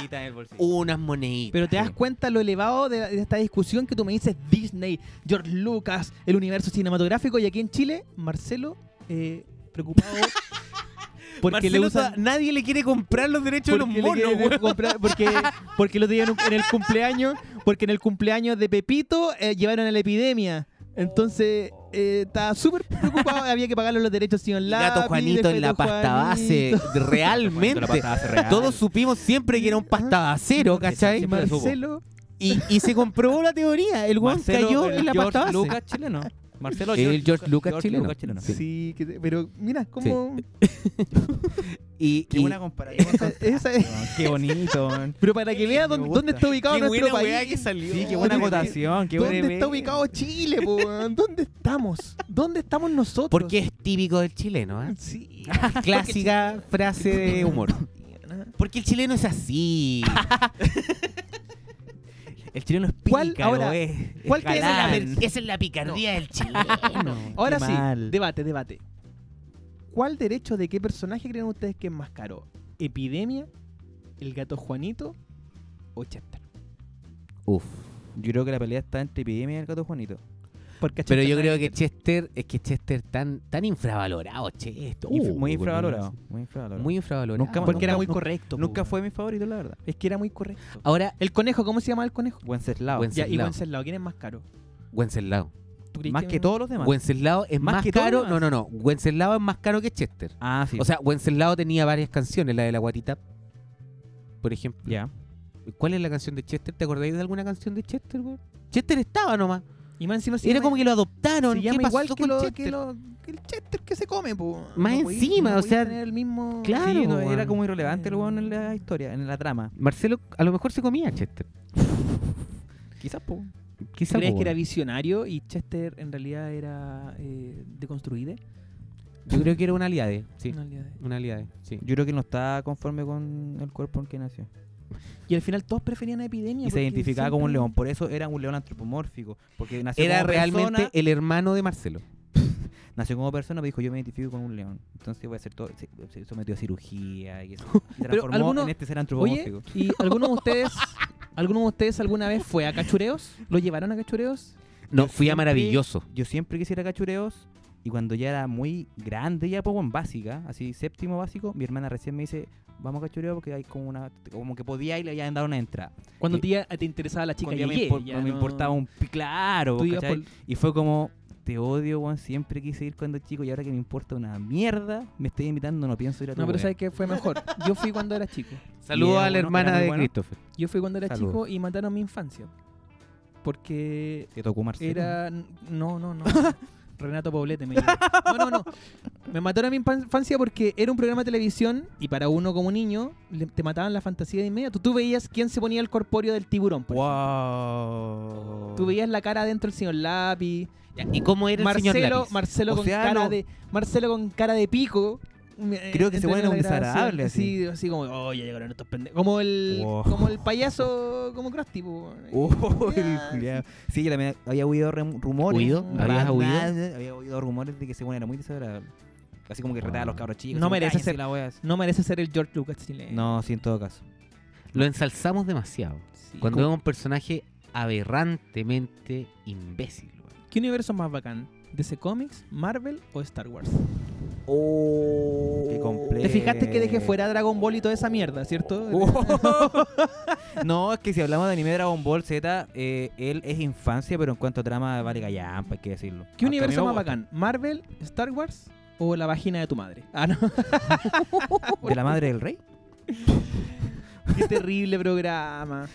[SPEAKER 2] unas moneditas.
[SPEAKER 4] Pero te das cuenta lo elevado de, de esta discusión que tú me dices Disney, George Lucas, el universo cinematográfico y aquí en Chile, Marcelo, eh, [laughs] preocupado porque le
[SPEAKER 2] Marcelo
[SPEAKER 4] usan...
[SPEAKER 2] ta- nadie le quiere comprar los derechos de los
[SPEAKER 4] porque le
[SPEAKER 2] monos,
[SPEAKER 4] quieren
[SPEAKER 2] weón.
[SPEAKER 4] comprar- porque, porque lo tenían en el cumpleaños, porque en el cumpleaños de Pepito eh, llevaron a la epidemia. Entonces, eh, estaba súper preocupado. [laughs] Había que pagarle los derechos sin
[SPEAKER 2] El
[SPEAKER 4] online.
[SPEAKER 2] gato Juanito en la pasta base. Realmente.
[SPEAKER 3] Cuando la pasada se real.
[SPEAKER 2] Todos supimos siempre que era un pastabacero, ¿cachai?
[SPEAKER 3] Siempre lo supo.
[SPEAKER 4] Marcelo.
[SPEAKER 2] Y, y se comprobó la teoría. El weón
[SPEAKER 3] Marcelo,
[SPEAKER 2] cayó
[SPEAKER 3] el
[SPEAKER 2] en la
[SPEAKER 3] George
[SPEAKER 2] pasta base.
[SPEAKER 3] Lucas chileno. Marcelo
[SPEAKER 2] El George Lucas chileno.
[SPEAKER 4] Sí, que te- pero mira, como.
[SPEAKER 2] Y,
[SPEAKER 7] Qué
[SPEAKER 2] y-
[SPEAKER 7] buena comparación.
[SPEAKER 4] esa- Ah, esa es-
[SPEAKER 3] [laughs] Qué bonito, man.
[SPEAKER 4] pero para que veas
[SPEAKER 7] me
[SPEAKER 4] dónde,
[SPEAKER 7] gusta.
[SPEAKER 4] dónde está ubicado nuestro país.
[SPEAKER 2] salió.
[SPEAKER 3] Sí, qué buena
[SPEAKER 4] Oye,
[SPEAKER 3] acotación, qué buena
[SPEAKER 4] ¿Dónde está
[SPEAKER 3] idea.
[SPEAKER 4] ubicado Chile, po, weón? ¿Dónde estamos? ¿Dónde estamos nosotros?
[SPEAKER 2] Porque es típico del chileno, ¿eh?
[SPEAKER 4] Sí.
[SPEAKER 2] [laughs] Clásica frase de humor. [laughs] Porque el chileno es [laughs] así.
[SPEAKER 3] El chileno es
[SPEAKER 4] ¿Cuál?
[SPEAKER 3] pícaro,
[SPEAKER 4] Ahora,
[SPEAKER 3] es.
[SPEAKER 4] ¿cuál que es la
[SPEAKER 3] galán.
[SPEAKER 4] versión?
[SPEAKER 2] Esa es la picardía del chileno. [laughs]
[SPEAKER 4] Ahora
[SPEAKER 3] Qué
[SPEAKER 4] sí,
[SPEAKER 3] mal.
[SPEAKER 4] debate, debate. ¿Cuál derecho de qué personaje creen ustedes que es más caro? ¿Epidemia? ¿El gato Juanito? ¿O Chester?
[SPEAKER 2] Uf.
[SPEAKER 3] Yo creo que la pelea está entre Epidemia y el gato Juanito.
[SPEAKER 4] Porque a
[SPEAKER 2] Pero
[SPEAKER 4] Chester
[SPEAKER 2] yo
[SPEAKER 4] nadie
[SPEAKER 2] creo
[SPEAKER 4] le
[SPEAKER 2] que
[SPEAKER 4] quiere.
[SPEAKER 2] Chester, es que Chester tan, tan infravalorado, che, esto.
[SPEAKER 3] Inf-
[SPEAKER 2] Uh,
[SPEAKER 3] muy
[SPEAKER 2] por
[SPEAKER 3] infravalorado.
[SPEAKER 2] Dios.
[SPEAKER 3] Muy infravalorado.
[SPEAKER 2] Muy infravalorado.
[SPEAKER 3] Nunca-
[SPEAKER 4] Porque era
[SPEAKER 3] nunca-
[SPEAKER 4] muy correcto. po,
[SPEAKER 3] Nunca
[SPEAKER 4] weón.
[SPEAKER 3] fue mi favorito, la verdad.
[SPEAKER 4] Es que era muy correcto.
[SPEAKER 2] Ahora,
[SPEAKER 4] ¿El conejo? ¿Cómo se llama el conejo?
[SPEAKER 3] Wenceslao.
[SPEAKER 2] Wences-
[SPEAKER 4] Ya, y
[SPEAKER 2] Wenceslao.
[SPEAKER 4] Wenceslao. ¿Quién es más caro?
[SPEAKER 2] Wenceslao.
[SPEAKER 4] ¿Tú crees
[SPEAKER 3] Más que todos los demás.
[SPEAKER 2] Wenceslao es
[SPEAKER 3] Más
[SPEAKER 2] más,
[SPEAKER 3] que todo,
[SPEAKER 2] caro.
[SPEAKER 3] más.
[SPEAKER 2] No, no, no. Wenceslao es más caro que Chester.
[SPEAKER 3] Ah, sí.
[SPEAKER 2] O sea, Wenceslao tenía varias canciones, la de la guatita. Por ejemplo.
[SPEAKER 3] ya.
[SPEAKER 2] ¿Cuál es la canción de Chester? ¿Te acordáis de alguna canción de Chester, weón? Chester estaba nomás.
[SPEAKER 4] Y más encima se
[SPEAKER 2] Era
[SPEAKER 4] llama-
[SPEAKER 2] como que lo adoptaron.
[SPEAKER 4] se
[SPEAKER 2] ¿Qué
[SPEAKER 4] llama
[SPEAKER 2] pasó
[SPEAKER 4] igual que,
[SPEAKER 2] con
[SPEAKER 4] lo- que
[SPEAKER 2] Chester?
[SPEAKER 4] lo- que el Chester que se come, po.
[SPEAKER 2] Más
[SPEAKER 4] podí-
[SPEAKER 2] encima, o
[SPEAKER 4] podí
[SPEAKER 2] sea,
[SPEAKER 4] tener el mismo...
[SPEAKER 2] claro.
[SPEAKER 3] Sí, no, era
[SPEAKER 2] weón.
[SPEAKER 3] como irrelevante el weón en la historia, en la trama.
[SPEAKER 2] Marcelo a lo mejor se comía a Chester.
[SPEAKER 3] Quizás, po.
[SPEAKER 2] Quizá,
[SPEAKER 4] ¿Crees
[SPEAKER 2] po,
[SPEAKER 4] que era
[SPEAKER 2] weón.
[SPEAKER 4] visionario y Chester en realidad era eh, deconstruido?
[SPEAKER 2] Yo creo que era una aliade, sí.
[SPEAKER 4] En realidad.
[SPEAKER 2] Una aliade, sí.
[SPEAKER 3] Yo creo que no está conforme con el cuerpo en que nació.
[SPEAKER 4] Y al final todos preferían a Epidemia.
[SPEAKER 3] Y se
[SPEAKER 4] porque
[SPEAKER 3] identificaba
[SPEAKER 4] siempre-
[SPEAKER 3] como un león. Por eso era un león antropomórfico. Porque nació
[SPEAKER 2] Era
[SPEAKER 3] como
[SPEAKER 2] realmente
[SPEAKER 3] persona,
[SPEAKER 2] el hermano de Marcelo.
[SPEAKER 3] nació como persona, pero dijo yo me identifico con un león. Entonces voy a hacer todo. Se, se sometió a cirugía
[SPEAKER 2] [laughs]
[SPEAKER 3] y eso. Se transformó
[SPEAKER 4] alguno-
[SPEAKER 3] en este ser
[SPEAKER 4] Oye,
[SPEAKER 3] antropomórfico. [laughs]
[SPEAKER 4] ¿y alguno de ustedes... ¿Alguno de ustedes alguna vez fue a Cachureos? ¿Lo llevaron a Cachureos?
[SPEAKER 2] No,
[SPEAKER 3] Yo
[SPEAKER 2] fui a
[SPEAKER 3] siempre-
[SPEAKER 2] maravilloso.
[SPEAKER 3] Yo siempre quisiera cachureos. Y cuando ya era muy grande, ya pues en básica, así séptimo básico, mi hermana recién me dice, vamos a cachureos porque hay como una. Como que podía ir y le habían dado una entrada.
[SPEAKER 4] Cuando
[SPEAKER 3] Sí.
[SPEAKER 4] te, iba- te interesaba la chica
[SPEAKER 3] Cuando ya me,
[SPEAKER 4] Yeye,
[SPEAKER 3] impor-
[SPEAKER 4] ya
[SPEAKER 3] no me
[SPEAKER 4] no-
[SPEAKER 3] importaba un. pi- Claro,
[SPEAKER 4] Tú ibas
[SPEAKER 3] ¿cachai?
[SPEAKER 4] por-
[SPEAKER 3] Y fue como, te odio, weón, siempre quise ir cuando chico y ahora que me importa una mierda, me estoy invitando, no pienso ir a tu
[SPEAKER 4] No, pero
[SPEAKER 3] wea".
[SPEAKER 4] ¿sabes qué fue mejor? Yo fui cuando era chico.
[SPEAKER 2] Saludos
[SPEAKER 3] era
[SPEAKER 2] a la
[SPEAKER 3] bueno,
[SPEAKER 2] hermana
[SPEAKER 3] era muy
[SPEAKER 2] de
[SPEAKER 3] bueno.
[SPEAKER 2] Christopher.
[SPEAKER 4] Yo fui cuando era
[SPEAKER 2] Saludos.
[SPEAKER 4] chico y mataron mi infancia. Porque
[SPEAKER 3] Te tocó Marcelo.
[SPEAKER 4] Era. No, no,
[SPEAKER 3] [laughs]
[SPEAKER 4] no. Renato Poblete me llevó. No, no, no. Me mataron a mi infan- infancia porque era un programa de televisión y para uno como niño le- te mataban la fantasía de inmediato. Tú veías quién se ponía el corpóreo del tiburón. por ejemplo.
[SPEAKER 3] Wow.
[SPEAKER 4] Tú veías la cara dentro del señor Lápiz.
[SPEAKER 2] Ya, ¿Y cómo era el señor
[SPEAKER 4] Marcelo,
[SPEAKER 2] Lápiz?
[SPEAKER 4] Marcelo
[SPEAKER 3] O
[SPEAKER 4] con
[SPEAKER 3] sea,
[SPEAKER 4] cara
[SPEAKER 3] no.
[SPEAKER 4] de. Marcelo con cara de pico. eh,
[SPEAKER 3] Creo que se vuelve un desagradable, así.
[SPEAKER 4] Sí, así como, oh, ya llegaron estos pendejos. Como el,
[SPEAKER 3] Wow.
[SPEAKER 4] como el payaso, como Krusty. po.
[SPEAKER 3] [laughs] Oh, el
[SPEAKER 4] Ya,
[SPEAKER 3] culiao. Sí, yo también había oído rem- rumores.
[SPEAKER 2] ¿Huido?
[SPEAKER 3] Había
[SPEAKER 2] ¿Habías
[SPEAKER 3] oído? Había oído rumores de que según era muy desagradable. Así como que retaba a los cabros chicos.
[SPEAKER 4] No
[SPEAKER 3] así como,
[SPEAKER 4] merece
[SPEAKER 3] "Cállense
[SPEAKER 4] ser-
[SPEAKER 3] la wea". así.
[SPEAKER 4] No merece ser el George Lucas chileno.
[SPEAKER 3] No, sí, en todo caso.
[SPEAKER 2] Lo ensalzamos demasiado.
[SPEAKER 4] Sí.
[SPEAKER 2] Cuando vemos un personaje aberrantemente imbécil. weón.
[SPEAKER 4] ¿Qué universo más bacán? ¿DC Comics, Marvel o Star Wars?
[SPEAKER 3] Qué complejo.
[SPEAKER 4] Te fijaste que dejé fuera Dragon Ball y toda esa mierda, ¿cierto?
[SPEAKER 3] [laughs] Oh. no, es que si hablamos de anime Dragon Ball Z, eh, él es infancia, pero en cuanto a trama vale gallampa, hay que decirlo.
[SPEAKER 4] ¿Qué
[SPEAKER 3] Hasta a
[SPEAKER 4] universo
[SPEAKER 3] mí me
[SPEAKER 4] más bacán? ¿Marvel, Star Wars o la vagina de tu madre? Ah,
[SPEAKER 3] [laughs]
[SPEAKER 4] no.
[SPEAKER 3] gusta. ¿De la madre del rey?
[SPEAKER 4] Qué terrible programa.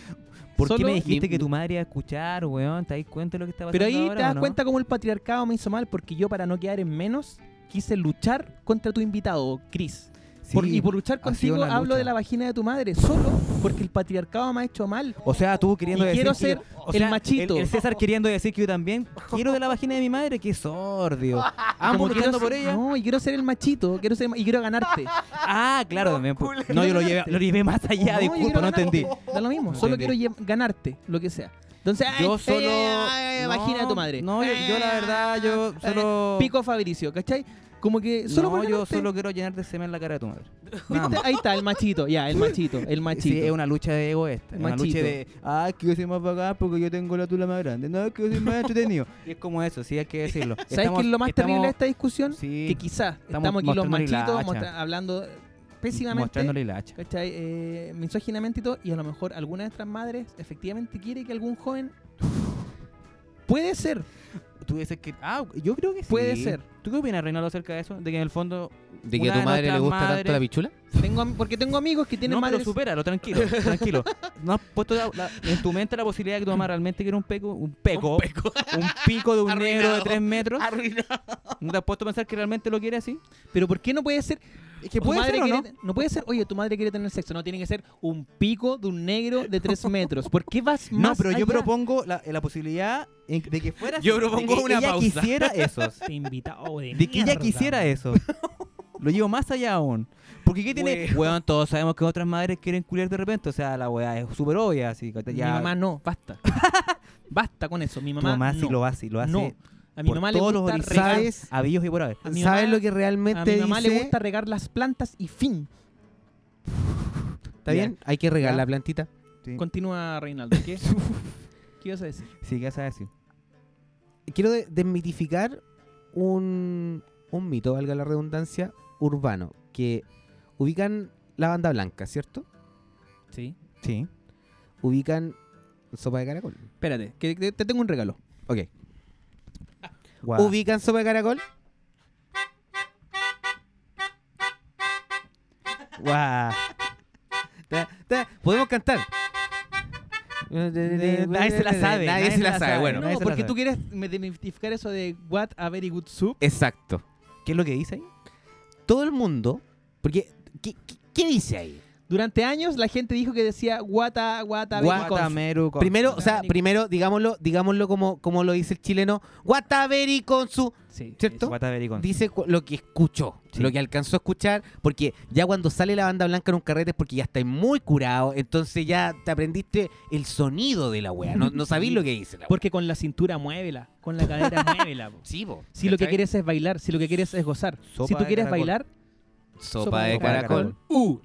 [SPEAKER 3] ¿Por qué
[SPEAKER 4] Solo-
[SPEAKER 3] me dijiste
[SPEAKER 4] mi-
[SPEAKER 3] que tu madre iba a escuchar, weón? ¿Te das cuenta de lo que está pasando
[SPEAKER 4] Pero ahí
[SPEAKER 3] ahora
[SPEAKER 4] te
[SPEAKER 3] o
[SPEAKER 4] das
[SPEAKER 3] no?
[SPEAKER 4] cuenta cómo el patriarcado me hizo mal porque yo para no quedar en menos quise luchar contra tu invitado, Chris.
[SPEAKER 3] Sí.
[SPEAKER 4] Por- y por luchar
[SPEAKER 3] ha sido
[SPEAKER 4] contigo
[SPEAKER 3] una
[SPEAKER 4] hablo de
[SPEAKER 3] lucha.
[SPEAKER 4] la vagina de tu madre solo porque el patriarcado me ha hecho mal.
[SPEAKER 3] O sea, tú queriendo
[SPEAKER 4] Y
[SPEAKER 3] decir
[SPEAKER 4] quiero
[SPEAKER 3] que-
[SPEAKER 4] ser
[SPEAKER 3] o
[SPEAKER 4] el machito.
[SPEAKER 3] El, el César queriendo decir que yo también quiero de la vagina de mi madre, que
[SPEAKER 4] [laughs]
[SPEAKER 3] sordio.
[SPEAKER 4] Como
[SPEAKER 3] Ambos
[SPEAKER 4] quiero
[SPEAKER 3] luchando
[SPEAKER 4] ser-
[SPEAKER 3] por ella.
[SPEAKER 4] No, y quiero ser el machito, quiero ser, y quiero ganarte.
[SPEAKER 3] Ah, claro, también. po- No, yo lo llevé, lo llevé más allá,
[SPEAKER 4] No, yo
[SPEAKER 3] disculpa,
[SPEAKER 4] quiero
[SPEAKER 3] no entendí.
[SPEAKER 4] ganarte. [laughs] Da lo mismo,
[SPEAKER 3] No
[SPEAKER 4] solo
[SPEAKER 3] entendí.
[SPEAKER 4] quiero lle- ganarte, lo que sea. Entonces, ay,
[SPEAKER 3] Yo
[SPEAKER 4] eh,
[SPEAKER 3] solo.
[SPEAKER 4] ay, vagina de tu madre. Eh,
[SPEAKER 3] No, yo, yo la verdad, yo solo.
[SPEAKER 4] Pico Fabricio, ¿cachai? Como que solo
[SPEAKER 3] no,
[SPEAKER 4] por
[SPEAKER 3] yo
[SPEAKER 4] ganarte.
[SPEAKER 3] solo quiero llenar de semen la cara de
[SPEAKER 4] [laughs]
[SPEAKER 3] tu madre. Nada
[SPEAKER 4] ¿Viste?
[SPEAKER 3] más.
[SPEAKER 4] Ahí está, el machito, ya, el machito, el machito.
[SPEAKER 3] Sí, es una lucha de ego esta. Es una
[SPEAKER 4] Machito.
[SPEAKER 3] lucha de, ah, es que yo soy más bacán porque yo tengo la tula más grande. No, es que yo soy
[SPEAKER 4] [laughs]
[SPEAKER 3] más entretenido. Y es como eso, sí, hay que decirlo.
[SPEAKER 4] ¿Sabes qué es lo más terrible de esta discusión?
[SPEAKER 3] Sí.
[SPEAKER 4] Que quizás estamos, aquí los
[SPEAKER 3] mostrándole la
[SPEAKER 4] machitos
[SPEAKER 3] hacha.
[SPEAKER 4] mostra- hablando pésimamente,
[SPEAKER 3] Mostrándole la hacha.
[SPEAKER 4] ¿cachai? Eh, misóginamente y todo, y a lo mejor alguna de nuestras madres efectivamente quiere que algún joven... Puede ser,
[SPEAKER 3] tú dices que. Ah, yo creo que sí.
[SPEAKER 4] Puede ser.
[SPEAKER 3] ¿Tú qué opinas, Reinaldo, acerca de eso? De que en el fondo.
[SPEAKER 2] ¿De que
[SPEAKER 3] Una
[SPEAKER 2] a tu
[SPEAKER 3] de
[SPEAKER 2] madre le
[SPEAKER 3] nuestras
[SPEAKER 2] gusta tanto la
[SPEAKER 4] [laughs]
[SPEAKER 3] madres-
[SPEAKER 2] pichula?
[SPEAKER 4] Tengo am- porque tengo amigos que tienen
[SPEAKER 3] no,
[SPEAKER 4] madres.
[SPEAKER 3] pero supéralo, tranquilo, [laughs] tranquilo. No has puesto la- la- en tu mente la posibilidad de que tu mamá realmente quiera un peco, un peco, un, pico de un negro de
[SPEAKER 2] Arruinado.
[SPEAKER 3] tres metros.
[SPEAKER 4] Ah,
[SPEAKER 2] Arruinado.
[SPEAKER 3] ¿No te has puesto a pensar que realmente lo quiere así?
[SPEAKER 4] Pero ¿por qué no puede ser? Es que
[SPEAKER 3] puede ser o
[SPEAKER 4] no? puede ser, oye, tu madre quiere tener sexo. No, tiene que ser un pico de un negro de [laughs] tres metros. ¿Por qué vas más
[SPEAKER 3] no, pero
[SPEAKER 4] allá?
[SPEAKER 3] yo propongo la, la posibilidad en- de que fuera así,
[SPEAKER 2] Yo
[SPEAKER 3] de
[SPEAKER 2] propongo
[SPEAKER 3] que
[SPEAKER 2] una
[SPEAKER 3] ella
[SPEAKER 2] pausa.
[SPEAKER 4] [laughs]
[SPEAKER 3] quisiera eso.
[SPEAKER 4] Te invitado de
[SPEAKER 3] De que ella
[SPEAKER 4] mierda. [laughs]
[SPEAKER 3] quisiera eso. Lo llevo más allá aún. Porque ¿qué tiene?
[SPEAKER 2] Weón.
[SPEAKER 3] Weón, todos sabemos que otras madres quieren culiar de repente. O sea, la weá es súper obvia. Así que
[SPEAKER 4] Mi
[SPEAKER 3] ya-
[SPEAKER 4] mamá no,
[SPEAKER 3] [laughs]
[SPEAKER 4] basta. basta con eso. Mi
[SPEAKER 3] tu
[SPEAKER 4] mamá,
[SPEAKER 3] mamá, sí
[SPEAKER 4] no.
[SPEAKER 3] lo hace, y lo hace.
[SPEAKER 4] No. A mi
[SPEAKER 3] por
[SPEAKER 4] mamá le
[SPEAKER 3] todos los
[SPEAKER 4] gusta
[SPEAKER 3] horizontes.
[SPEAKER 4] regar,
[SPEAKER 2] ¿Sabes?
[SPEAKER 3] A billos y por haber.
[SPEAKER 4] A mi
[SPEAKER 2] ¿Sabes
[SPEAKER 4] mamá-
[SPEAKER 2] lo que realmente
[SPEAKER 4] a mi mamá le
[SPEAKER 2] dice?
[SPEAKER 4] gusta regar las plantas y fin.
[SPEAKER 2] ¿Está
[SPEAKER 4] Ya.
[SPEAKER 2] bien? Hay que regar
[SPEAKER 3] Ya.
[SPEAKER 2] la plantita.
[SPEAKER 4] Continúa Reinaldo.
[SPEAKER 3] [laughs]
[SPEAKER 4] ¿Qué? ¿Qué ibas a decir?
[SPEAKER 3] Sí, ¿qué sabes?
[SPEAKER 2] Quiero de- desmitificar un, un mito, valga la redundancia, urbano, que ubican la banda blanca, ¿cierto?
[SPEAKER 4] Sí.
[SPEAKER 3] Sí.
[SPEAKER 2] Ubican sopa de caracol.
[SPEAKER 4] Espérate, que te, te tengo un regalo.
[SPEAKER 2] Ok.
[SPEAKER 3] Guau.
[SPEAKER 2] ¿Ubican sopa de caracol?
[SPEAKER 3] Guau.
[SPEAKER 2] Ta, ta, Podemos cantar.
[SPEAKER 3] Nadie se la sabe,
[SPEAKER 2] Nadie se la sabe. Bueno,
[SPEAKER 3] nadie
[SPEAKER 4] no,
[SPEAKER 3] se la
[SPEAKER 4] porque
[SPEAKER 3] sabe.
[SPEAKER 4] tú quieres me- demitificar eso de what a very good soup.
[SPEAKER 2] exacto.
[SPEAKER 3] ¿Qué es lo que dice ahí?
[SPEAKER 2] Todo el mundo. Porque, ¿qué, qué- qué dice ahí?
[SPEAKER 4] Durante años la gente dijo que decía guata, guata, guata
[SPEAKER 3] Guatameru con-
[SPEAKER 2] Primero, o sea,
[SPEAKER 4] Guatameru.
[SPEAKER 2] primero, digámoslo, digámoslo como, como lo dice el chileno. Guataveri con su.
[SPEAKER 4] Sí,
[SPEAKER 2] ¿Cierto?
[SPEAKER 3] Guatameru con-
[SPEAKER 2] Dice cu- lo que escuchó,
[SPEAKER 3] Sí.
[SPEAKER 2] lo que alcanzó a escuchar, porque ya cuando sale la banda blanca en un carrete es porque ya estáis muy curado, entonces ya te aprendiste el sonido de la wea, no, no sabís lo que dice la wea.
[SPEAKER 4] Porque con la cintura muévela, con
[SPEAKER 2] [laughs]
[SPEAKER 4] la cadera muévela. po.
[SPEAKER 2] Sí, po,
[SPEAKER 4] Si lo que
[SPEAKER 2] ¿cachai?
[SPEAKER 4] quieres es bailar, si lo que quieres es gozar,
[SPEAKER 3] Sopa
[SPEAKER 4] si tú
[SPEAKER 3] de
[SPEAKER 4] quieres
[SPEAKER 3] caracol.
[SPEAKER 4] bailar,
[SPEAKER 2] Sopa,
[SPEAKER 4] sopa
[SPEAKER 2] de
[SPEAKER 4] de
[SPEAKER 2] caracol. Uh,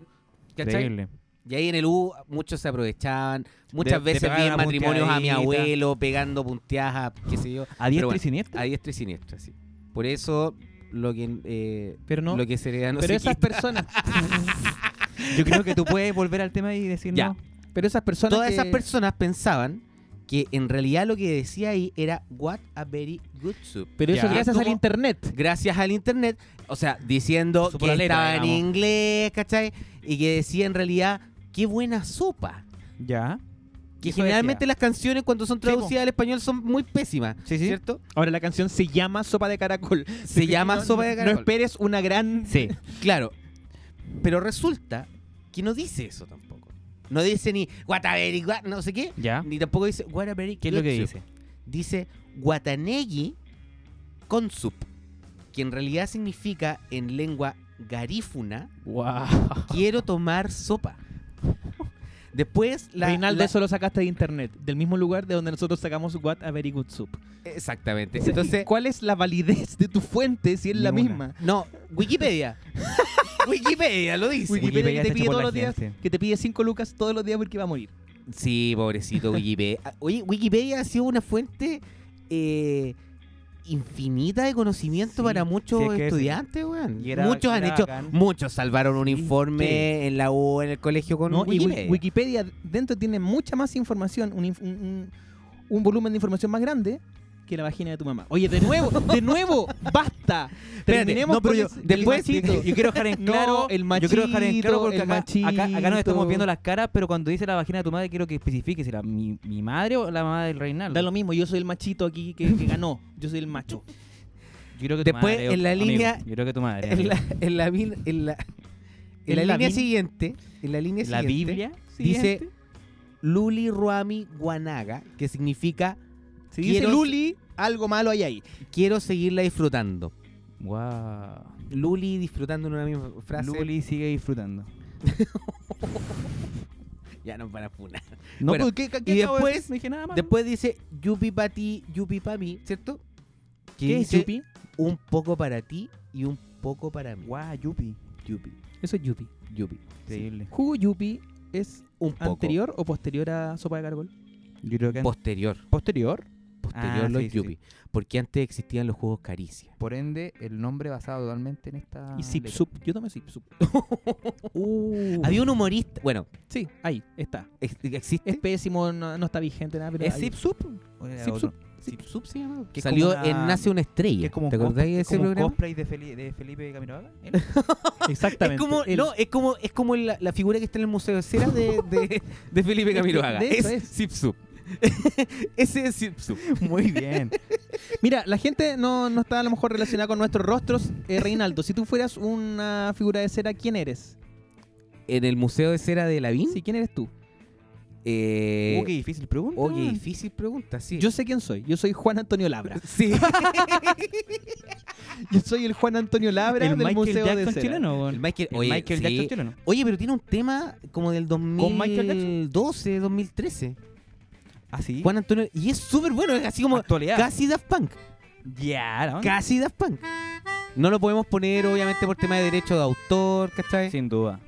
[SPEAKER 2] ¿cachai?
[SPEAKER 6] Increíble.
[SPEAKER 2] Y ahí en el U muchos se aprovechaban, muchas
[SPEAKER 3] De- de
[SPEAKER 2] veces
[SPEAKER 3] pegar
[SPEAKER 2] vi en
[SPEAKER 3] la
[SPEAKER 2] matrimonios a mi
[SPEAKER 3] punteadita.
[SPEAKER 2] abuelo pegando punteadas, a- qué sé yo,
[SPEAKER 3] A diestra
[SPEAKER 2] bueno.
[SPEAKER 3] y siniestra.
[SPEAKER 2] a diestra y siniestra, sí. Por eso lo que, eh,
[SPEAKER 4] pero no.
[SPEAKER 2] lo que se le da no
[SPEAKER 4] pero
[SPEAKER 2] se
[SPEAKER 4] esas
[SPEAKER 2] quita.
[SPEAKER 4] personas,
[SPEAKER 3] Yo creo que tú puedes volver al tema y decirnos.
[SPEAKER 2] Ya.
[SPEAKER 4] pero esas personas
[SPEAKER 2] Todas
[SPEAKER 4] que-
[SPEAKER 2] esas personas pensaban que en realidad lo que decía ahí era What a very good soup.
[SPEAKER 4] pero eso
[SPEAKER 2] Ya.
[SPEAKER 4] gracias al
[SPEAKER 2] Como-
[SPEAKER 4] internet.
[SPEAKER 2] Gracias al internet, o sea, diciendo
[SPEAKER 4] Su
[SPEAKER 2] que
[SPEAKER 4] pololeta,
[SPEAKER 2] estaba
[SPEAKER 4] digamos.
[SPEAKER 2] en inglés, ¿cachai? Y que decía en realidad, qué buena sopa.
[SPEAKER 3] Ya.
[SPEAKER 2] Que
[SPEAKER 3] Eso
[SPEAKER 2] generalmente
[SPEAKER 3] decía.
[SPEAKER 2] las canciones cuando son
[SPEAKER 3] po.
[SPEAKER 2] traducidas al español son muy pésimas,
[SPEAKER 3] Sí, sí.
[SPEAKER 2] ¿cierto?
[SPEAKER 4] Ahora la canción se llama Sopa de [laughs] Caracol.
[SPEAKER 2] Se llama
[SPEAKER 4] No-
[SPEAKER 2] sopa de caracol.
[SPEAKER 4] No esperes una gran
[SPEAKER 2] Sí, claro. Pero resulta que no dice eso tampoco. No dice ni what a very good", no sé qué,
[SPEAKER 3] Ya.
[SPEAKER 2] ni tampoco dice what a very
[SPEAKER 3] Ah. ¿Qué es lo
[SPEAKER 2] good soup".
[SPEAKER 3] que dice?
[SPEAKER 2] dice Watanegi con sup, que en realidad significa en lengua garífuna, quiero tomar sopa. Después la...
[SPEAKER 4] Reinaldo,
[SPEAKER 2] la-
[SPEAKER 4] eso lo sacaste de internet, del mismo lugar de donde nosotros sacamos What a Very Good Soup.
[SPEAKER 2] Exactamente. Entonces,
[SPEAKER 4] ¿Cuál es la validez de tu fuente si es la
[SPEAKER 3] Ni una.
[SPEAKER 4] misma?
[SPEAKER 2] no,
[SPEAKER 3] [laughs]
[SPEAKER 2] Wikipedia. Wikipedia lo dice.
[SPEAKER 3] Wiki-
[SPEAKER 4] Wikipedia
[SPEAKER 3] Wikipedia
[SPEAKER 4] que
[SPEAKER 3] está
[SPEAKER 4] te
[SPEAKER 3] hecho
[SPEAKER 4] pide
[SPEAKER 3] por
[SPEAKER 4] todos
[SPEAKER 3] la
[SPEAKER 4] los días,
[SPEAKER 3] gente.
[SPEAKER 4] que te pide 5 lucas todos los días porque va a morir.
[SPEAKER 2] Sí, pobrecito Wikipedia. Ah, Oye, Wikipedia ha sido una fuente eh, infinita de conocimiento
[SPEAKER 3] Sí,
[SPEAKER 2] para muchos
[SPEAKER 3] sí, es que es-
[SPEAKER 2] estudiantes, weón.
[SPEAKER 3] y era-
[SPEAKER 2] muchos han
[SPEAKER 3] era
[SPEAKER 2] hecho,
[SPEAKER 3] bacán.
[SPEAKER 2] muchos salvaron un
[SPEAKER 3] Sí,
[SPEAKER 2] informe
[SPEAKER 3] sí.
[SPEAKER 2] en la U, en el colegio con
[SPEAKER 4] ¿no? Y Wi-
[SPEAKER 2] Wikipedia.
[SPEAKER 4] Wikipedia dentro tiene mucha más información, un, inf- un- un- un volumen de información más grande que la vagina de tu mamá. Oye, de [laughs] nuevo, de nuevo, basta. Terminemos
[SPEAKER 2] no, pero
[SPEAKER 4] con
[SPEAKER 2] yo-
[SPEAKER 4] ese- el
[SPEAKER 2] después-
[SPEAKER 4] machito. [laughs]
[SPEAKER 3] Yo quiero dejar
[SPEAKER 2] [laughs]
[SPEAKER 3] en
[SPEAKER 4] No,
[SPEAKER 3] claro.
[SPEAKER 4] el
[SPEAKER 3] yo quiero dejar en
[SPEAKER 4] machito,
[SPEAKER 3] claro porque
[SPEAKER 4] el
[SPEAKER 3] acá, acá, acá nos estamos
[SPEAKER 4] machito.
[SPEAKER 3] viendo las caras, pero cuando dice la vagina de tu madre, quiero que especifique si era mi, mi madre o la mamá del Reinaldo.
[SPEAKER 4] Da lo mismo, yo soy el machito aquí que, que ganó. Yo soy el macho.
[SPEAKER 3] Yo creo que tu
[SPEAKER 2] Después,
[SPEAKER 3] madre,
[SPEAKER 2] en la
[SPEAKER 3] amigo.
[SPEAKER 2] línea-
[SPEAKER 3] Yo creo que tu madre.
[SPEAKER 2] en
[SPEAKER 3] amigo.
[SPEAKER 2] la, en la, bil- en la- en
[SPEAKER 4] ¿En
[SPEAKER 2] la
[SPEAKER 4] la
[SPEAKER 2] línea
[SPEAKER 4] bin?
[SPEAKER 2] siguiente, en la línea
[SPEAKER 3] La
[SPEAKER 2] siguiente,
[SPEAKER 3] Biblia
[SPEAKER 2] dice
[SPEAKER 3] siguiente.
[SPEAKER 2] Luli Ruami Guanaga, que significa
[SPEAKER 4] Si
[SPEAKER 2] Quiero-
[SPEAKER 4] dice Luli, algo malo hay ahí.
[SPEAKER 2] quiero seguirla disfrutando.
[SPEAKER 3] Wow.
[SPEAKER 2] Luli disfrutando en una misma frase.
[SPEAKER 3] Luli sigue disfrutando.
[SPEAKER 2] Ya nos van a funar.
[SPEAKER 3] No,
[SPEAKER 2] Bueno,
[SPEAKER 3] pero ¿qué- qué-
[SPEAKER 2] y
[SPEAKER 3] qué acabo de
[SPEAKER 2] después-
[SPEAKER 3] decir? No dije nada más.
[SPEAKER 2] Después dice Yupi para ti, Yupi para mí, ¿cierto? Que
[SPEAKER 4] ¿Qué es
[SPEAKER 2] dice,
[SPEAKER 4] Yupi?
[SPEAKER 2] Un poco para ti y un poco para mí.
[SPEAKER 3] Guau, yupi.
[SPEAKER 2] Yupi,
[SPEAKER 4] Eso es Yupi.
[SPEAKER 2] Yupi. Sí,
[SPEAKER 3] Increíble.
[SPEAKER 4] ¿Jugo Yupi es
[SPEAKER 2] Un poco.
[SPEAKER 4] anterior o posterior a Sopa de Caracol?
[SPEAKER 3] Yo creo que
[SPEAKER 2] Posterior.
[SPEAKER 3] posterior.
[SPEAKER 2] Posterior
[SPEAKER 3] Ah,
[SPEAKER 2] los
[SPEAKER 3] sí, sí,
[SPEAKER 2] Yupi. Porque antes existían los juegos Caricia.
[SPEAKER 3] Por ende, el nombre basado totalmente en esta.
[SPEAKER 4] y Zip
[SPEAKER 3] letra.
[SPEAKER 4] Sup. Yo tomé Zip Sup.
[SPEAKER 2] Había un humorista. Bueno,
[SPEAKER 4] Sí, ahí, está.
[SPEAKER 2] ex- existe.
[SPEAKER 4] Es pésimo, no, no está vigente nada, Este, pero
[SPEAKER 3] ¿Es
[SPEAKER 4] ahí-
[SPEAKER 3] Zip Sup? ¿O era
[SPEAKER 4] Zip
[SPEAKER 3] otro?
[SPEAKER 4] Sup.
[SPEAKER 3] Zipsup se llama. que es
[SPEAKER 2] Salió
[SPEAKER 3] como una-
[SPEAKER 2] en Nace una
[SPEAKER 3] que
[SPEAKER 2] estrella.
[SPEAKER 3] es como un
[SPEAKER 2] ¿Te acordás
[SPEAKER 3] cosplay,
[SPEAKER 2] de
[SPEAKER 3] es
[SPEAKER 2] ese
[SPEAKER 3] como un
[SPEAKER 2] programa?
[SPEAKER 3] cosplay de, Feli- de Felipe Camiroaga? ¿eh?
[SPEAKER 4] Exactamente.
[SPEAKER 2] Es como,
[SPEAKER 4] él.
[SPEAKER 2] no, es como, es como la, la figura que está en el Museo de Cera de,
[SPEAKER 3] [laughs]
[SPEAKER 2] de, de Felipe
[SPEAKER 4] Es que
[SPEAKER 2] Camiroaga.
[SPEAKER 4] de
[SPEAKER 2] Es,
[SPEAKER 4] eso es.
[SPEAKER 2] Zipsup. [laughs] Ese es Zipsup.
[SPEAKER 3] [laughs] Muy bien.
[SPEAKER 4] Mira, la gente no, no está a lo mejor relacionada con nuestros rostros. Eh, Reinaldo, si tú fueras una figura de cera, ¿quién eres?
[SPEAKER 2] En el Museo de Cera de Lavín.
[SPEAKER 4] Sí, ¿quién eres tú?
[SPEAKER 2] [laughs] Eh,
[SPEAKER 3] Uy, Uh, qué difícil pregunta.
[SPEAKER 2] oye,
[SPEAKER 3] man.
[SPEAKER 2] difícil pregunta, sí.
[SPEAKER 4] Yo sé quién soy. Yo soy Juan Antonio Labra.
[SPEAKER 2] [laughs]
[SPEAKER 3] [laughs]
[SPEAKER 2] sí.
[SPEAKER 4] [laughs] Yo soy el Juan Antonio Labra
[SPEAKER 3] el
[SPEAKER 4] del
[SPEAKER 3] Michael
[SPEAKER 4] Museo
[SPEAKER 3] Jackson
[SPEAKER 4] de Cera.
[SPEAKER 3] chileno. weón.
[SPEAKER 2] El Michael,
[SPEAKER 3] El
[SPEAKER 2] oye,
[SPEAKER 3] Michael
[SPEAKER 2] sí.
[SPEAKER 3] Jackson chileno.
[SPEAKER 2] Oye, pero tiene un tema como del
[SPEAKER 3] Michael Jackson?
[SPEAKER 2] 2012, 2013.
[SPEAKER 3] Así.
[SPEAKER 2] Juan Antonio. Y es súper bueno, es así como
[SPEAKER 3] Ah, Actualidad.
[SPEAKER 2] casi Daft Punk.
[SPEAKER 3] Ya, ¿no?
[SPEAKER 2] Casi Daft Punk. No lo podemos poner, obviamente, por tema de derecho de autor, ¿cachai?
[SPEAKER 3] Sin duda.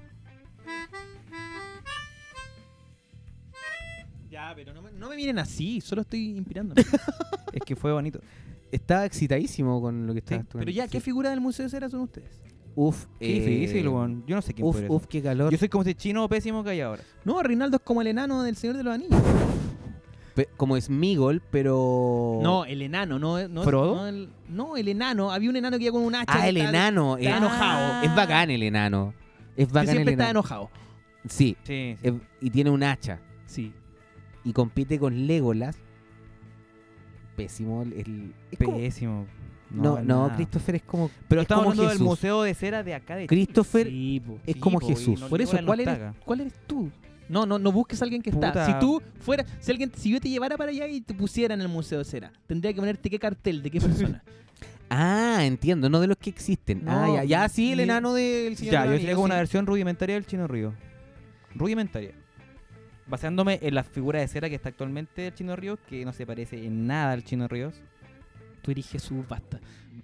[SPEAKER 4] Ya, pero no me, no me miren así. Solo estoy inspirando. [laughs]
[SPEAKER 3] Es que fue bonito.
[SPEAKER 2] Estaba excitadísimo con lo que estaba actuando.
[SPEAKER 4] pero ya, ¿qué
[SPEAKER 2] Sí.
[SPEAKER 4] figura del Museo de Cera son ustedes?
[SPEAKER 2] Uf,
[SPEAKER 3] Qué
[SPEAKER 2] eh,
[SPEAKER 3] difícil, weón. Yo no sé quién
[SPEAKER 2] Uf,
[SPEAKER 3] fue.
[SPEAKER 2] uf, qué calor.
[SPEAKER 3] Yo soy como ese chino pésimo que hay ahora.
[SPEAKER 4] No, Reinaldo es como el enano del Señor de los Anillos.
[SPEAKER 2] Pe- como Smigol, pero.
[SPEAKER 4] No, el enano, no, no,
[SPEAKER 3] ¿Frodo?
[SPEAKER 4] no, el, no, el enano. Había un enano que iba con un hacha.
[SPEAKER 2] Ah,
[SPEAKER 4] que
[SPEAKER 2] el
[SPEAKER 4] estaba-
[SPEAKER 2] enano.
[SPEAKER 4] está
[SPEAKER 2] eh.
[SPEAKER 4] enojado.
[SPEAKER 2] Es bacán el enano. Es
[SPEAKER 4] que
[SPEAKER 2] bacán
[SPEAKER 4] siempre
[SPEAKER 2] el
[SPEAKER 4] está
[SPEAKER 2] enano.
[SPEAKER 4] enojado.
[SPEAKER 2] Sí,
[SPEAKER 3] Sí, sí.
[SPEAKER 2] es- y tiene un hacha.
[SPEAKER 4] Sí.
[SPEAKER 2] Y compite con Legolas. Pésimo. el- El, es como-
[SPEAKER 3] Pésimo.
[SPEAKER 2] no, no,
[SPEAKER 3] nada.
[SPEAKER 2] Christopher es como.
[SPEAKER 3] Pero
[SPEAKER 2] es
[SPEAKER 3] estamos
[SPEAKER 2] como
[SPEAKER 3] hablando del
[SPEAKER 2] Jesús.
[SPEAKER 3] museo de cera de acá de
[SPEAKER 2] Christopher
[SPEAKER 4] Sí, po.
[SPEAKER 2] es
[SPEAKER 3] Sí,
[SPEAKER 2] como
[SPEAKER 3] po, y
[SPEAKER 2] Jesús.
[SPEAKER 3] no-
[SPEAKER 4] Por eso,
[SPEAKER 3] Nicolás
[SPEAKER 4] ¿cuál
[SPEAKER 3] nos
[SPEAKER 4] eres,
[SPEAKER 3] taca.
[SPEAKER 4] ¿cuál eres tú? No, no, no busques a alguien que
[SPEAKER 3] Puta.
[SPEAKER 4] está. Si tú fuera, si alguien, si yo te llevara para allá y te pusiera en el Museo de Cera, tendría que ponerte qué cartel,
[SPEAKER 2] [laughs]
[SPEAKER 4] de qué persona.
[SPEAKER 2] Ah, entiendo, no de los que existen. ah,
[SPEAKER 4] No, pues,
[SPEAKER 2] ya, ya, sí, el
[SPEAKER 4] ni-
[SPEAKER 2] enano del señor.
[SPEAKER 3] Ya,
[SPEAKER 2] de los
[SPEAKER 3] yo sería
[SPEAKER 2] Anillos,
[SPEAKER 3] como una
[SPEAKER 2] sí.
[SPEAKER 3] versión rudimentaria del chino río. Rudimentaria. Basándome en la figura de cera que está actualmente el chino río, que no se parece en nada al chino río.
[SPEAKER 4] Tú eres Jesús, basta.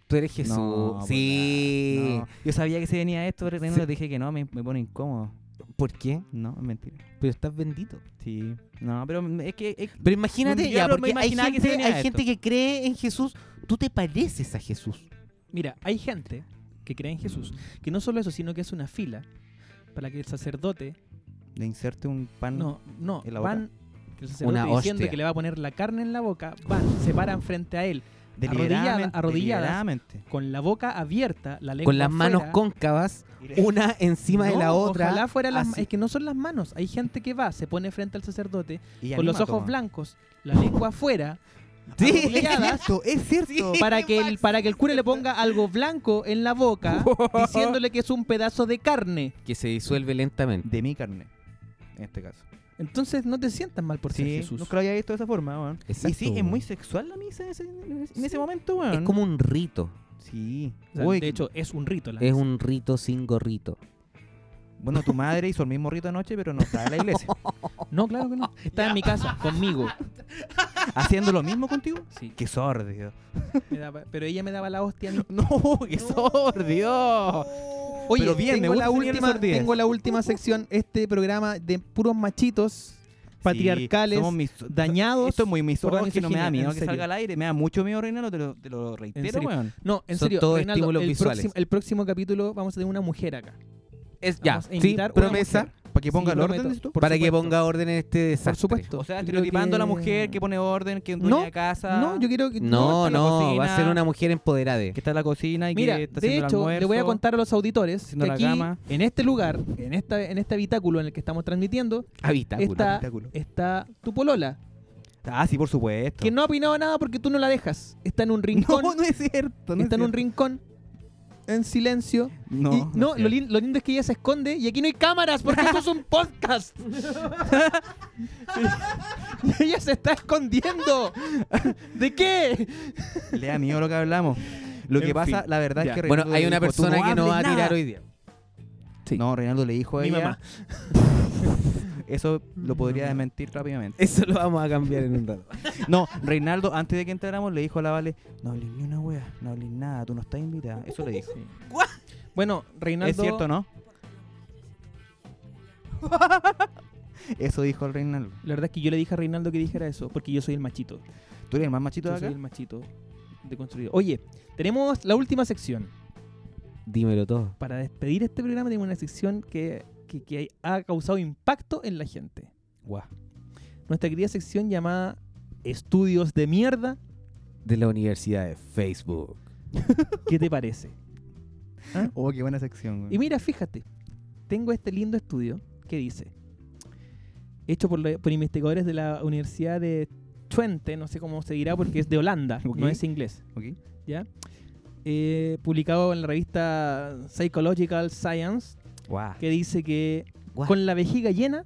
[SPEAKER 2] Tú eres Jesús.
[SPEAKER 3] No, pues,
[SPEAKER 2] sí.
[SPEAKER 3] No, Yo sabía que se venía esto, pero no
[SPEAKER 2] Eh, Sí.
[SPEAKER 3] le dije que no, me, me pone incómodo.
[SPEAKER 2] ¿Por qué?
[SPEAKER 3] No, es mentira.
[SPEAKER 2] Pero estás bendito.
[SPEAKER 3] Sí. No, pero es que... es-
[SPEAKER 2] Pero imagínate,
[SPEAKER 3] Yo
[SPEAKER 2] ya,
[SPEAKER 3] no me
[SPEAKER 2] porque hay
[SPEAKER 3] imaginaba que se
[SPEAKER 2] gente, que
[SPEAKER 3] venía
[SPEAKER 2] hay
[SPEAKER 3] esto.
[SPEAKER 2] gente que cree en Jesús. Tú te pareces a Jesús.
[SPEAKER 4] Mira, hay gente que cree en Jesús, que no solo eso, sino que es una fila para que el sacerdote,
[SPEAKER 3] Le inserte un pan...
[SPEAKER 4] no, no,
[SPEAKER 3] En la
[SPEAKER 4] van que el sacerdote
[SPEAKER 2] Una
[SPEAKER 4] diciendo
[SPEAKER 2] hostia.
[SPEAKER 4] que le va a poner la carne en la boca, van, se paran frente a él
[SPEAKER 3] Deliberadamente.
[SPEAKER 4] Arrodillada- arrodilladas.
[SPEAKER 3] deliberadamente.
[SPEAKER 4] con la boca abierta, la lengua
[SPEAKER 2] Con las manos
[SPEAKER 4] afuera.
[SPEAKER 2] cóncavas, una encima de
[SPEAKER 4] No,
[SPEAKER 2] la otra.
[SPEAKER 4] Ojalá fuera las
[SPEAKER 2] así.
[SPEAKER 4] es que no son las manos. Hay gente que va, se pone frente al sacerdote
[SPEAKER 3] Y
[SPEAKER 4] con los
[SPEAKER 3] anímato,
[SPEAKER 4] ojos
[SPEAKER 3] man.
[SPEAKER 4] blancos, la lengua afuera,
[SPEAKER 2] Sí.
[SPEAKER 4] arrodilladas,
[SPEAKER 3] [laughs] Es cierto.
[SPEAKER 4] para que el para que el cura le ponga algo blanco en la boca, diciéndole que es un pedazo de carne.
[SPEAKER 2] Que se disuelve lentamente.
[SPEAKER 3] De mi carne. En este caso.
[SPEAKER 4] Entonces no te sientas mal por ser Jesús.
[SPEAKER 3] nunca lo había visto de esa forma, weón.
[SPEAKER 2] Exacto,
[SPEAKER 3] y sí, es
[SPEAKER 2] weón.
[SPEAKER 3] muy sexual la misa en ese, en ese
[SPEAKER 2] Sí.
[SPEAKER 3] momento,
[SPEAKER 4] Mm.
[SPEAKER 3] weón.
[SPEAKER 2] Es como un rito.
[SPEAKER 3] Sí.
[SPEAKER 4] O sea,
[SPEAKER 3] Uy,
[SPEAKER 4] de hecho es un rito. la
[SPEAKER 2] Es
[SPEAKER 4] misa.
[SPEAKER 2] un rito sin gorrito.
[SPEAKER 3] Bueno, tu madre hizo el mismo rito anoche, pero no estaba en la iglesia.
[SPEAKER 4] No, claro que no. Está en mi casa conmigo.
[SPEAKER 3] ¿Haciendo lo mismo contigo?
[SPEAKER 4] Sí.
[SPEAKER 3] ¡Qué sordio! [laughs]
[SPEAKER 4] Me daba- pero ella me daba la hostia. a mí.
[SPEAKER 3] ¡No! ¡Qué sordio!
[SPEAKER 4] Oye,
[SPEAKER 3] Pero bien, me
[SPEAKER 4] tengo,
[SPEAKER 3] gusta
[SPEAKER 4] la
[SPEAKER 3] el señor
[SPEAKER 4] última,
[SPEAKER 3] Sordidez.
[SPEAKER 4] tengo la última sección, este programa de puros machitos patriarcales,
[SPEAKER 3] somos miso-
[SPEAKER 4] dañados
[SPEAKER 3] Esto es muy
[SPEAKER 4] por la
[SPEAKER 3] misógino, me
[SPEAKER 4] misoginia,
[SPEAKER 3] da miedo
[SPEAKER 4] en
[SPEAKER 3] que
[SPEAKER 4] serio.
[SPEAKER 3] salga al aire. Me da mucho miedo, Reinaldo, te lo, te lo reitero,
[SPEAKER 4] serio.
[SPEAKER 3] weón.
[SPEAKER 4] No, en
[SPEAKER 2] Son
[SPEAKER 4] serio,
[SPEAKER 2] todos
[SPEAKER 4] Reinaldo,
[SPEAKER 2] estímulos
[SPEAKER 4] el,
[SPEAKER 2] visuales.
[SPEAKER 4] Próximo, el próximo capítulo vamos a tener una mujer acá.
[SPEAKER 2] Es
[SPEAKER 4] ya,
[SPEAKER 2] ya,
[SPEAKER 4] Vamos a sí,
[SPEAKER 2] sí,
[SPEAKER 4] invitar una promesa,
[SPEAKER 2] promesa
[SPEAKER 4] mujer.
[SPEAKER 3] Para que
[SPEAKER 4] Sí,
[SPEAKER 3] ponga el orden,
[SPEAKER 4] prometo,
[SPEAKER 3] dices tú.
[SPEAKER 4] por
[SPEAKER 2] para que
[SPEAKER 4] supuesto.
[SPEAKER 2] ponga orden en este
[SPEAKER 4] Por
[SPEAKER 2] desastre.
[SPEAKER 4] supuesto.
[SPEAKER 3] O sea,
[SPEAKER 4] Yo creo
[SPEAKER 3] estereotipando a la
[SPEAKER 4] que-
[SPEAKER 3] mujer que pone orden, que es
[SPEAKER 4] No,
[SPEAKER 3] dueña de casa.
[SPEAKER 4] No, yo quiero que.
[SPEAKER 2] No,
[SPEAKER 3] está en la
[SPEAKER 2] no, va a
[SPEAKER 3] cocina.
[SPEAKER 2] ser una mujer empoderada.
[SPEAKER 3] que está en la cocina y
[SPEAKER 4] Mira,
[SPEAKER 3] que está
[SPEAKER 4] de
[SPEAKER 3] haciendo
[SPEAKER 4] hecho,
[SPEAKER 3] el almuerzo.
[SPEAKER 4] le voy a contar a los auditores
[SPEAKER 3] haciendo
[SPEAKER 4] que
[SPEAKER 3] la
[SPEAKER 4] aquí,
[SPEAKER 3] cama.
[SPEAKER 4] en este lugar, en, esta, en este habitáculo en el que estamos transmitiendo,
[SPEAKER 2] Habitáculo.
[SPEAKER 4] está,
[SPEAKER 3] Habitáculo.
[SPEAKER 4] está tu polola,
[SPEAKER 3] Ah, sí, por supuesto.
[SPEAKER 4] que no ha opinado nada porque tú no la dejas. Está en un rincón,
[SPEAKER 3] [laughs] No, no es cierto. No
[SPEAKER 4] está
[SPEAKER 3] es
[SPEAKER 4] en un
[SPEAKER 3] cierto.
[SPEAKER 4] rincón, en silencio.
[SPEAKER 3] No,
[SPEAKER 4] y,
[SPEAKER 3] no es
[SPEAKER 4] no lo,
[SPEAKER 3] cierto.
[SPEAKER 4] lin- lo lindo es que ella se esconde y aquí no hay cámaras porque esto es un podcast. [laughs] y ella se está escondiendo. ¿De qué?
[SPEAKER 3] Le da miedo lo que hablamos. Lo
[SPEAKER 4] En
[SPEAKER 3] que pasa,
[SPEAKER 4] fin,
[SPEAKER 3] la verdad
[SPEAKER 4] ya.
[SPEAKER 3] es que
[SPEAKER 2] Bueno,
[SPEAKER 3] Reinaldo
[SPEAKER 2] hay
[SPEAKER 3] le
[SPEAKER 2] una
[SPEAKER 3] dijo, "Tú
[SPEAKER 2] persona que no
[SPEAKER 3] hables
[SPEAKER 2] va a tirar
[SPEAKER 3] nada".
[SPEAKER 2] hoy día.
[SPEAKER 4] Sí.
[SPEAKER 3] No, Reinaldo le dijo a
[SPEAKER 4] Mi
[SPEAKER 3] ella.
[SPEAKER 4] mamá.
[SPEAKER 3] [laughs] Eso lo podría desmentir rápidamente.
[SPEAKER 2] Eso lo vamos a cambiar en un rato.
[SPEAKER 3] No, Reinaldo, antes de que entráramos, le dijo a la Vale: No hables ni una wea, no hables nada, tú no estás invitada. Ah, Eso le dijo.
[SPEAKER 4] Bueno, Reinaldo.
[SPEAKER 3] ¿Es cierto, no? [laughs] Eso dijo el Reinaldo.
[SPEAKER 4] La verdad es que yo le dije a Reinaldo que dijera eso, porque yo soy el machito.
[SPEAKER 3] ¿Tú eres el más machito de
[SPEAKER 4] Yo soy
[SPEAKER 3] acá?
[SPEAKER 4] el machito de construido. Oye, tenemos la última sección.
[SPEAKER 2] Dímelo todo.
[SPEAKER 4] Para despedir este programa tenemos una sección que, que- que ha causado impacto en la gente.
[SPEAKER 3] Guau.
[SPEAKER 4] Nuestra querida sección llamada Estudios de Mierda
[SPEAKER 2] de la Universidad de Facebook.
[SPEAKER 4] ¿Qué te parece?
[SPEAKER 7] Oh, qué buena sección,
[SPEAKER 4] Y
[SPEAKER 7] güey.
[SPEAKER 4] mira, fíjate, tengo este lindo estudio que dice, hecho por, la- por investigadores de la Universidad de Twente, no sé cómo se dirá porque es de Holanda, no
[SPEAKER 7] Ok.
[SPEAKER 4] es inglés,
[SPEAKER 7] Ok.
[SPEAKER 4] ¿ya? Eh, publicado en la revista Psychological Science,
[SPEAKER 7] Guau.
[SPEAKER 4] que dice que
[SPEAKER 2] Guau.
[SPEAKER 4] con la vejiga llena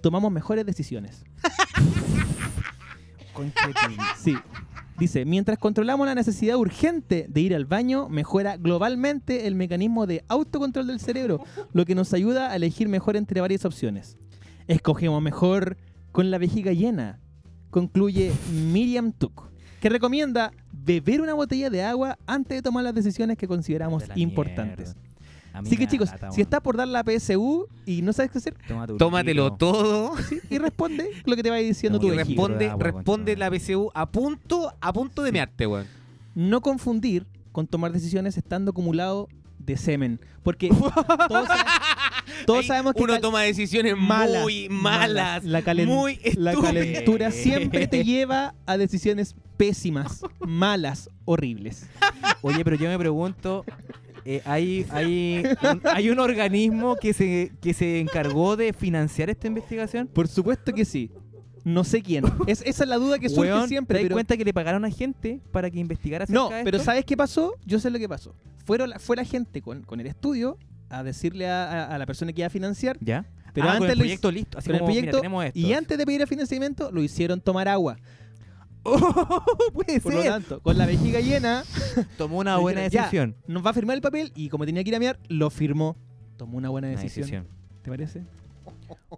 [SPEAKER 4] tomamos mejores decisiones.
[SPEAKER 7] Concha de tu-
[SPEAKER 3] [laughs]
[SPEAKER 4] Sí. Dice, mientras controlamos la necesidad urgente de ir al baño, mejora globalmente el mecanismo de autocontrol del cerebro, lo que nos ayuda a elegir mejor entre varias opciones. Escogemos mejor con la vejiga llena, concluye Miriam Tuk, que recomienda beber una botella de agua antes de tomar las decisiones que consideramos
[SPEAKER 3] De la
[SPEAKER 4] importantes.
[SPEAKER 3] mierda. A mí
[SPEAKER 4] Así que
[SPEAKER 3] me
[SPEAKER 4] chicos,
[SPEAKER 3] lata,
[SPEAKER 4] si
[SPEAKER 3] weón.
[SPEAKER 4] estás por dar la PSU y no sabes qué hacer,
[SPEAKER 3] Tómate un
[SPEAKER 2] Tómatelo
[SPEAKER 3] litro.
[SPEAKER 2] todo
[SPEAKER 4] y responde lo que te vaya diciendo
[SPEAKER 7] No,
[SPEAKER 4] tu
[SPEAKER 2] y
[SPEAKER 7] yo
[SPEAKER 4] vejiga.
[SPEAKER 7] respondo.
[SPEAKER 2] responde,
[SPEAKER 7] de agua,
[SPEAKER 2] responde
[SPEAKER 7] concha.
[SPEAKER 2] la PCU a punto, a punto de mearte, weón.
[SPEAKER 4] no confundir con tomar decisiones estando acumulado de semen. Porque todos, sabe- todos
[SPEAKER 2] Ahí
[SPEAKER 4] sabemos que
[SPEAKER 2] uno
[SPEAKER 4] cal-
[SPEAKER 2] toma decisiones
[SPEAKER 4] malas,
[SPEAKER 2] muy malas,
[SPEAKER 4] la, calen-
[SPEAKER 2] muy
[SPEAKER 4] la
[SPEAKER 2] estúpidas.
[SPEAKER 4] calentura [laughs] siempre te lleva a decisiones pésimas, malas, horribles.
[SPEAKER 3] Oye, pero yo me pregunto, eh, hay, hay, un, hay un organismo que se, que se encargó de financiar esta investigación.
[SPEAKER 4] Por supuesto que sí. No sé quién. Es, esa es la duda que surge
[SPEAKER 3] Weón,
[SPEAKER 4] siempre.
[SPEAKER 3] ¿Te das
[SPEAKER 4] pero-
[SPEAKER 3] cuenta que le pagaron a gente para que investigara acerca
[SPEAKER 4] No,
[SPEAKER 3] de
[SPEAKER 4] pero
[SPEAKER 3] esto?
[SPEAKER 4] ¿sabes qué pasó? Yo sé lo que pasó. Fueron la- fue la gente con, con el estudio a decirle a, a- a la persona que iba a financiar.
[SPEAKER 3] ¿Ya?
[SPEAKER 4] Pero
[SPEAKER 3] Ah,
[SPEAKER 4] antes
[SPEAKER 3] con el
[SPEAKER 4] lo
[SPEAKER 3] proyecto listo. Así
[SPEAKER 4] con el
[SPEAKER 3] como, mira,
[SPEAKER 4] proyecto
[SPEAKER 3] tenemos esto.
[SPEAKER 4] Y antes de pedir el financiamiento, lo hicieron tomar agua.
[SPEAKER 3] puede
[SPEAKER 4] Por lo
[SPEAKER 3] ser.
[SPEAKER 4] tanto, con la vejiga llena,
[SPEAKER 3] Tomó una
[SPEAKER 4] Lo
[SPEAKER 3] buena
[SPEAKER 4] dijeron, ya,
[SPEAKER 3] decisión.
[SPEAKER 4] nos va a firmar el papel y como tenía que ir a mirar, lo firmó. Tomó una buena
[SPEAKER 3] Una
[SPEAKER 4] decisión.
[SPEAKER 3] decisión.
[SPEAKER 4] ¿Te parece?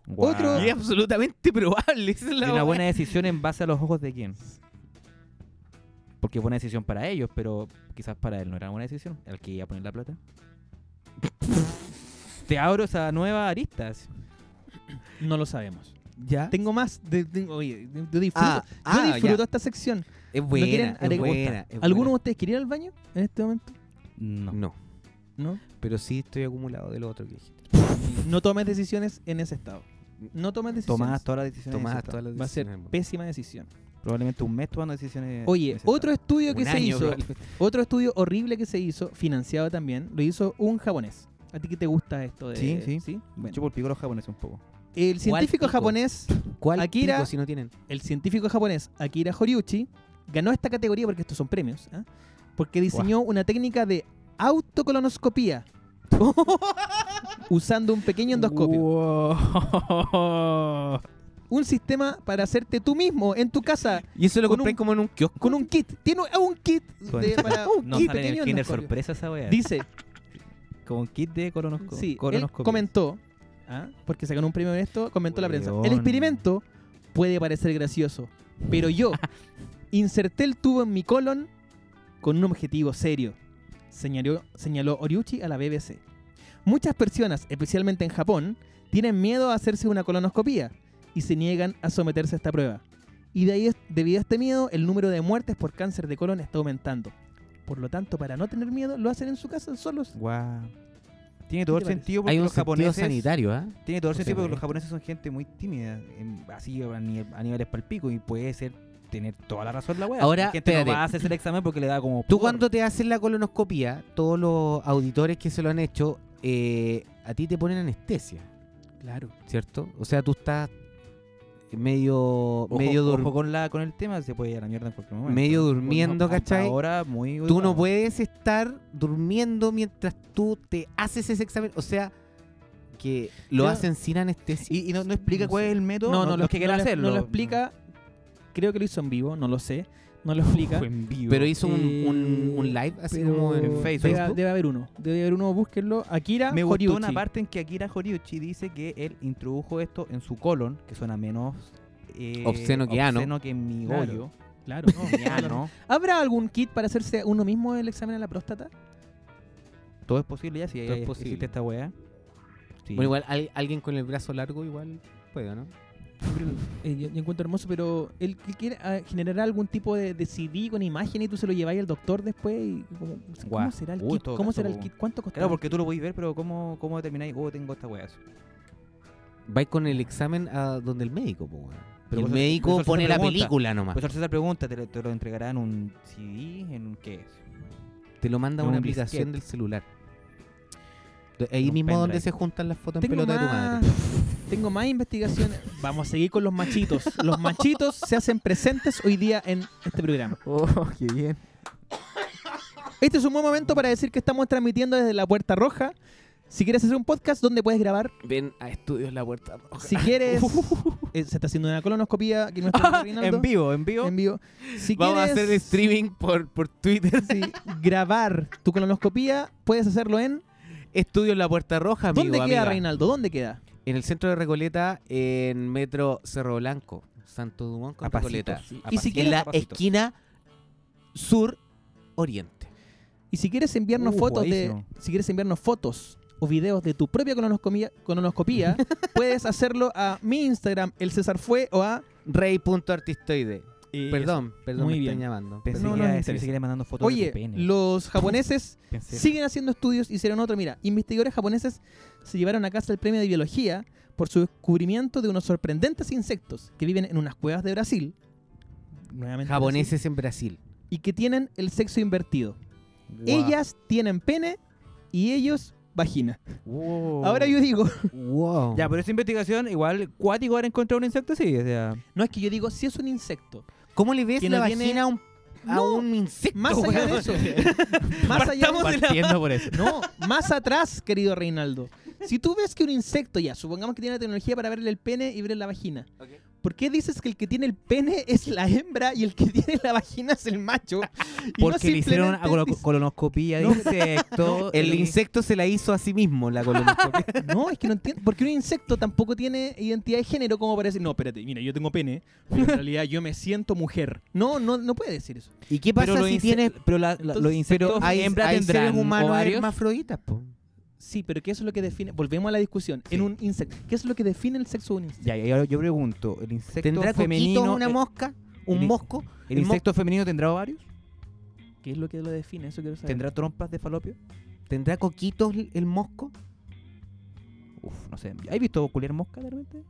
[SPEAKER 3] Guau.
[SPEAKER 4] Otro-
[SPEAKER 2] Y es absolutamente probable. esa
[SPEAKER 4] [laughs]
[SPEAKER 2] es
[SPEAKER 3] Y
[SPEAKER 2] la
[SPEAKER 3] una
[SPEAKER 2] weá.
[SPEAKER 3] buena decisión en base a los ojos de quién. Porque buena decisión para ellos, pero quizás para él no era buena decisión. El que iba a poner la plata. Te abro esa nueva arista. así.
[SPEAKER 4] No lo sabemos.
[SPEAKER 2] ¿Ya?
[SPEAKER 4] Tengo más. de- de- oye, yo disfruto,
[SPEAKER 2] Ah,
[SPEAKER 4] yo
[SPEAKER 2] ah,
[SPEAKER 4] disfruto
[SPEAKER 2] ya.
[SPEAKER 4] esta sección.
[SPEAKER 2] Es buena,
[SPEAKER 4] ¿No quieren
[SPEAKER 2] es
[SPEAKER 4] agregar-
[SPEAKER 2] buena, es buena.
[SPEAKER 4] ¿Alguno de ustedes quiere ir al baño en este momento?
[SPEAKER 3] No.
[SPEAKER 2] No,
[SPEAKER 4] No.
[SPEAKER 2] pero sí estoy acumulado de lo otro que dijiste.
[SPEAKER 4] No tomes decisiones en ese estado. No tomes decisiones.
[SPEAKER 3] Tomás todas las decisiones.
[SPEAKER 2] Tomás
[SPEAKER 3] necesitadas.
[SPEAKER 2] todas las
[SPEAKER 4] Va a ser
[SPEAKER 2] decisiones del mundo.
[SPEAKER 4] pésima decisión.
[SPEAKER 3] Probablemente un mes tomando [laughs] decisiones.
[SPEAKER 4] Oye,
[SPEAKER 3] necesitadas.
[SPEAKER 4] otro estudio que
[SPEAKER 2] Un
[SPEAKER 4] se
[SPEAKER 2] año,
[SPEAKER 4] hizo,
[SPEAKER 3] [laughs]
[SPEAKER 2] probablemente.
[SPEAKER 4] otro estudio horrible que se hizo, financiado también, lo hizo un japonés. ¿A ti que te gusta esto de
[SPEAKER 3] Sí, sí.
[SPEAKER 4] Bueno.
[SPEAKER 3] Yo por pico los japoneses un poco.
[SPEAKER 4] El científico
[SPEAKER 2] pico?
[SPEAKER 4] japonés
[SPEAKER 2] ¿Cuál
[SPEAKER 4] Akira-
[SPEAKER 2] pico si no tienen?
[SPEAKER 4] el científico japonés Akira Horiuchi ganó esta categoría porque estos son premios, ¿ah? porque diseñó una técnica de
[SPEAKER 3] [laughs]
[SPEAKER 4] autocolonoscopía usando un pequeño endoscopio, un sistema para hacerte tú mismo en tu casa
[SPEAKER 2] Y eso lo
[SPEAKER 4] Con
[SPEAKER 2] compré
[SPEAKER 4] un-
[SPEAKER 2] como en un kiosco.
[SPEAKER 4] con un kit. Tiene un kit de,
[SPEAKER 3] Concha. [laughs]
[SPEAKER 4] para
[SPEAKER 3] No
[SPEAKER 4] un
[SPEAKER 3] sale en el
[SPEAKER 4] pequeño
[SPEAKER 3] Kinder
[SPEAKER 4] endoscopio.
[SPEAKER 3] sorpresa esa weá.
[SPEAKER 4] Dice,
[SPEAKER 3] Como un kit de colonosco
[SPEAKER 4] sí, él
[SPEAKER 3] colonoscopia.
[SPEAKER 4] comentó, ¿ah? porque se ganó un premio en esto, comentó la prensa. El
[SPEAKER 3] Weón.
[SPEAKER 4] experimento puede parecer gracioso, pero yo inserté el tubo en mi colon con un objetivo serio, señaló, señaló Oriuchi a la BBC. Muchas personas, especialmente en Japón, tienen miedo a hacerse una colonoscopía y se niegan a someterse a esta prueba. Y de ahí, es- debido a este miedo, el número de muertes por cáncer de colon está aumentando. Por lo tanto, para no tener miedo, lo hacen en su casa solos.
[SPEAKER 3] Guau. Tiene todo
[SPEAKER 4] te
[SPEAKER 3] el
[SPEAKER 4] parece?
[SPEAKER 3] sentido porque los japoneses.
[SPEAKER 2] ¿ah?
[SPEAKER 3] Tiene todo
[SPEAKER 2] O
[SPEAKER 3] el
[SPEAKER 2] sea,
[SPEAKER 3] sentido porque los
[SPEAKER 2] bueno.
[SPEAKER 3] japoneses son gente muy tímida. en- así a, nivel, a niveles palpico. Y puede ser tener toda la razón la weá.
[SPEAKER 2] Ahora,
[SPEAKER 3] La gente
[SPEAKER 2] espérate.
[SPEAKER 3] no va a hacerse el examen porque le da como.
[SPEAKER 2] Tú
[SPEAKER 3] pudor.
[SPEAKER 2] cuando te haces la colonoscopia, todos los auditores que se lo han hecho, eh, a ti te ponen anestesia,
[SPEAKER 4] Claro.
[SPEAKER 2] ¿cierto? O sea, tú estás medio,
[SPEAKER 3] Ojo-
[SPEAKER 2] medio, dur-
[SPEAKER 3] ojo con, la, con el tema, se puede ir a la mierda en cualquier momento.
[SPEAKER 2] medio
[SPEAKER 3] Ojo,
[SPEAKER 2] durmiendo,
[SPEAKER 3] hasta
[SPEAKER 2] ¿cachai?
[SPEAKER 3] Ahora muy.
[SPEAKER 2] Tú
[SPEAKER 3] cuidado.
[SPEAKER 2] no puedes estar durmiendo mientras tú te haces ese examen. O sea, que lo
[SPEAKER 3] Yo-
[SPEAKER 2] hacen sin anestesia.
[SPEAKER 3] Y, y no, no explica
[SPEAKER 2] No
[SPEAKER 3] cuál
[SPEAKER 2] sé.
[SPEAKER 3] es el método.
[SPEAKER 4] No, no, lo,
[SPEAKER 3] los que quieran
[SPEAKER 4] no lo-
[SPEAKER 3] hacerlo.
[SPEAKER 4] No lo explica. Creo que lo hizo en vivo, no lo sé. No lo explica.
[SPEAKER 3] en vivo.
[SPEAKER 2] Pero hizo un, un-
[SPEAKER 4] Eh,
[SPEAKER 2] un live así
[SPEAKER 4] pero
[SPEAKER 2] como en
[SPEAKER 4] debe- Debe,
[SPEAKER 2] Facebook.
[SPEAKER 4] haber uno. Debe haber uno, búsquenlo.
[SPEAKER 2] ah,
[SPEAKER 4] Akira
[SPEAKER 3] Me gustó
[SPEAKER 4] Horiuchi.
[SPEAKER 3] una parte en que Akira Horiuchi dice que él introdujo esto en su colon, que suena menos eh,
[SPEAKER 2] Obsceno que ano.
[SPEAKER 3] obsceno que mi
[SPEAKER 4] Claro.
[SPEAKER 2] [laughs]
[SPEAKER 3] hoyo. [laughs]
[SPEAKER 4] Claro. no,
[SPEAKER 3] Mi
[SPEAKER 4] claro.
[SPEAKER 3] ano.
[SPEAKER 4] ¿Habrá algún kit para hacerse uno mismo el examen a la próstata?
[SPEAKER 3] Todo es posible ya, si
[SPEAKER 2] Todo es
[SPEAKER 3] hay-
[SPEAKER 2] posible.
[SPEAKER 3] existe esta weá. Sí.
[SPEAKER 2] Bueno, igual al- alguien con el brazo largo igual puede, ¿no?
[SPEAKER 4] Eh, yo, yo encuentro hermoso, pero él que quiere ah, generar algún tipo de, de CD con imagen y tú se lo lleváis al doctor después. Y como- ¿Cómo
[SPEAKER 3] Guau.
[SPEAKER 4] será el
[SPEAKER 3] Uy,
[SPEAKER 4] kit?
[SPEAKER 3] todo
[SPEAKER 4] ¿Cómo
[SPEAKER 3] caso,
[SPEAKER 4] será el
[SPEAKER 3] po.
[SPEAKER 4] kit? ¿Cuánto costará?
[SPEAKER 3] Claro, porque tú lo podéis ver, pero ¿cómo, cómo determináis? Oh, tengo esta weá.
[SPEAKER 2] Vais con el examen a donde el médico, pues, weón.
[SPEAKER 3] Pero
[SPEAKER 2] el
[SPEAKER 3] profesor-
[SPEAKER 2] médico
[SPEAKER 3] profesor
[SPEAKER 2] pone
[SPEAKER 3] César
[SPEAKER 2] la
[SPEAKER 3] pregunta,
[SPEAKER 2] película nomás.
[SPEAKER 3] Profesor Pues César pregunta, ¿te, lo- te lo entregarán en un CD? ¿En un qué es?
[SPEAKER 2] Te lo manda a
[SPEAKER 3] en
[SPEAKER 2] una
[SPEAKER 3] un
[SPEAKER 2] aplicación
[SPEAKER 3] disquete.
[SPEAKER 2] del celular. Do- Ahí
[SPEAKER 3] un
[SPEAKER 2] mismo donde
[SPEAKER 3] pendrive.
[SPEAKER 2] se juntan las fotos en
[SPEAKER 4] Tengo
[SPEAKER 2] pelota de tu
[SPEAKER 4] más,
[SPEAKER 2] madre.
[SPEAKER 4] tengo más investigaciones. [laughs] Vamos a seguir con los machitos. Los machitos se hacen presentes hoy día en este programa.
[SPEAKER 7] Oh, qué bien.
[SPEAKER 4] Este es un buen momento para decir que estamos transmitiendo desde la Puerta Roja. Si quieres hacer un podcast, ¿dónde puedes grabar?
[SPEAKER 2] Ven a estudios La Puerta Roja.
[SPEAKER 4] Si quieres... Eh, se está haciendo una colonoscopía. Aquí nuestro Reinaldo,
[SPEAKER 3] En vivo, en vivo.
[SPEAKER 4] en vivo. Si
[SPEAKER 2] Vamos a
[SPEAKER 4] quieres-
[SPEAKER 2] hacer streaming por, por Twitter.
[SPEAKER 4] Sí, grabar tu colonoscopía, puedes hacerlo en.
[SPEAKER 2] [laughs] Estudios La Puerta Roja, amigo,
[SPEAKER 4] ¿Dónde queda,
[SPEAKER 2] amiga.
[SPEAKER 4] Reinaldo? ¿Dónde queda?
[SPEAKER 2] En el centro de Recoleta, en Metro Cerro Blanco, Santo Dumont con
[SPEAKER 3] A pasitos,
[SPEAKER 2] Recoleta.
[SPEAKER 3] sí.
[SPEAKER 2] A
[SPEAKER 4] Y si
[SPEAKER 2] pasitos.
[SPEAKER 4] quieres-
[SPEAKER 2] en la
[SPEAKER 3] a pasitos.
[SPEAKER 2] esquina sur oriente.
[SPEAKER 4] Y si quieres enviarnos
[SPEAKER 7] Uh,
[SPEAKER 4] fotos de.
[SPEAKER 7] buenísimo.
[SPEAKER 4] Si quieres enviarnos fotos o videos de tu propia colonoscomía- colonoscopía, puedes hacerlo a mi Instagram, el César Fue, o a.
[SPEAKER 2] Rey.artistoide. Perdón, perdón,
[SPEAKER 4] Muy
[SPEAKER 2] me
[SPEAKER 4] bien.
[SPEAKER 2] están llamando.
[SPEAKER 3] Pensé
[SPEAKER 4] No,
[SPEAKER 3] que
[SPEAKER 4] no
[SPEAKER 3] iba a
[SPEAKER 4] me
[SPEAKER 3] decir,
[SPEAKER 4] interesa.
[SPEAKER 3] seguiré mandando fotos de
[SPEAKER 4] Oye,
[SPEAKER 3] tu pene.
[SPEAKER 4] los
[SPEAKER 3] [laughs]
[SPEAKER 4] japoneses
[SPEAKER 3] Pensé-
[SPEAKER 4] siguen haciendo estudios, hicieron otro. Mira, investigadores japoneses se llevaron a casa el premio de biología por su descubrimiento de unos sorprendentes insectos que viven en unas cuevas de Brasil. Nuevamente. Brasil,
[SPEAKER 2] Japoneses en Brasil.
[SPEAKER 4] y que tienen el sexo invertido.
[SPEAKER 7] Guau.
[SPEAKER 4] Ellas tienen pene y ellos vagina.
[SPEAKER 3] Wow.
[SPEAKER 4] Ahora yo digo,
[SPEAKER 2] Wow.
[SPEAKER 3] Ya, pero esa investigación, igual, cuático haber encontrado un insecto, sí.
[SPEAKER 2] [laughs]
[SPEAKER 3] O sea,
[SPEAKER 4] no es que yo digo, si es un insecto.
[SPEAKER 2] ¿Cómo le ves
[SPEAKER 4] Que
[SPEAKER 2] la
[SPEAKER 4] no tiene-
[SPEAKER 2] vagina a un, a
[SPEAKER 4] No,
[SPEAKER 2] un insecto?
[SPEAKER 4] Más allá de
[SPEAKER 2] weón?
[SPEAKER 4] eso. más allá de
[SPEAKER 7] Partiendo por
[SPEAKER 2] [laughs]
[SPEAKER 7] eso.
[SPEAKER 4] No, más atrás, querido Reinaldo. Si tú ves que un insecto ya, supongamos que tiene la tecnología para verle el pene y verle la vagina. ¿Por qué dices que el que tiene el pene es la hembra y el que [laughs] tiene la vagina es el macho? Y no
[SPEAKER 3] porque le hicieron
[SPEAKER 4] simplemente
[SPEAKER 3] colo-
[SPEAKER 4] dices-
[SPEAKER 3] colonoscopía de insecto.
[SPEAKER 2] [laughs] El
[SPEAKER 3] y-
[SPEAKER 2] insecto se la hizo a sí mismo, la
[SPEAKER 4] [laughs]
[SPEAKER 2] colonoscopia.
[SPEAKER 4] No, es que no entiendo. Porque un insecto tampoco tiene identidad de género como para decir, no, espérate, mira, yo tengo pene, pero en realidad yo me siento mujer. No, no, no puede decir eso.
[SPEAKER 2] ¿Y qué
[SPEAKER 3] Pero
[SPEAKER 2] pasa
[SPEAKER 3] los
[SPEAKER 2] si
[SPEAKER 3] inse-
[SPEAKER 2] tienes...
[SPEAKER 3] Pero la- la- los
[SPEAKER 4] Entonces-
[SPEAKER 3] insectos
[SPEAKER 2] Hay,
[SPEAKER 3] hembra
[SPEAKER 2] hay
[SPEAKER 3] tendrán
[SPEAKER 2] seres humanos
[SPEAKER 3] ovarios?
[SPEAKER 2] hermafroditas, po.
[SPEAKER 4] Sí, pero ¿qué es lo que define? Volvemos a la discusión. En un insecto, ¿qué es lo que define el sexo de un insecto?
[SPEAKER 3] Ya, ya, ahora yo pregunto, ¿el insecto
[SPEAKER 2] ¿Tendrá
[SPEAKER 3] femenino...
[SPEAKER 2] coquitos
[SPEAKER 4] eh,
[SPEAKER 2] una
[SPEAKER 3] el-
[SPEAKER 2] mosca?
[SPEAKER 3] el-
[SPEAKER 2] ¿Un mosco?
[SPEAKER 3] ¿El
[SPEAKER 2] el
[SPEAKER 3] insecto femenino tendrá ovarios?
[SPEAKER 4] ¿Qué es lo que lo define? Eso quiero saber.
[SPEAKER 3] ¿Tendrá trompas de falopio?
[SPEAKER 2] ¿Tendrá coquitos el mosco?
[SPEAKER 3] Uf, no sé. ¿Has visto culiar mosca de repente?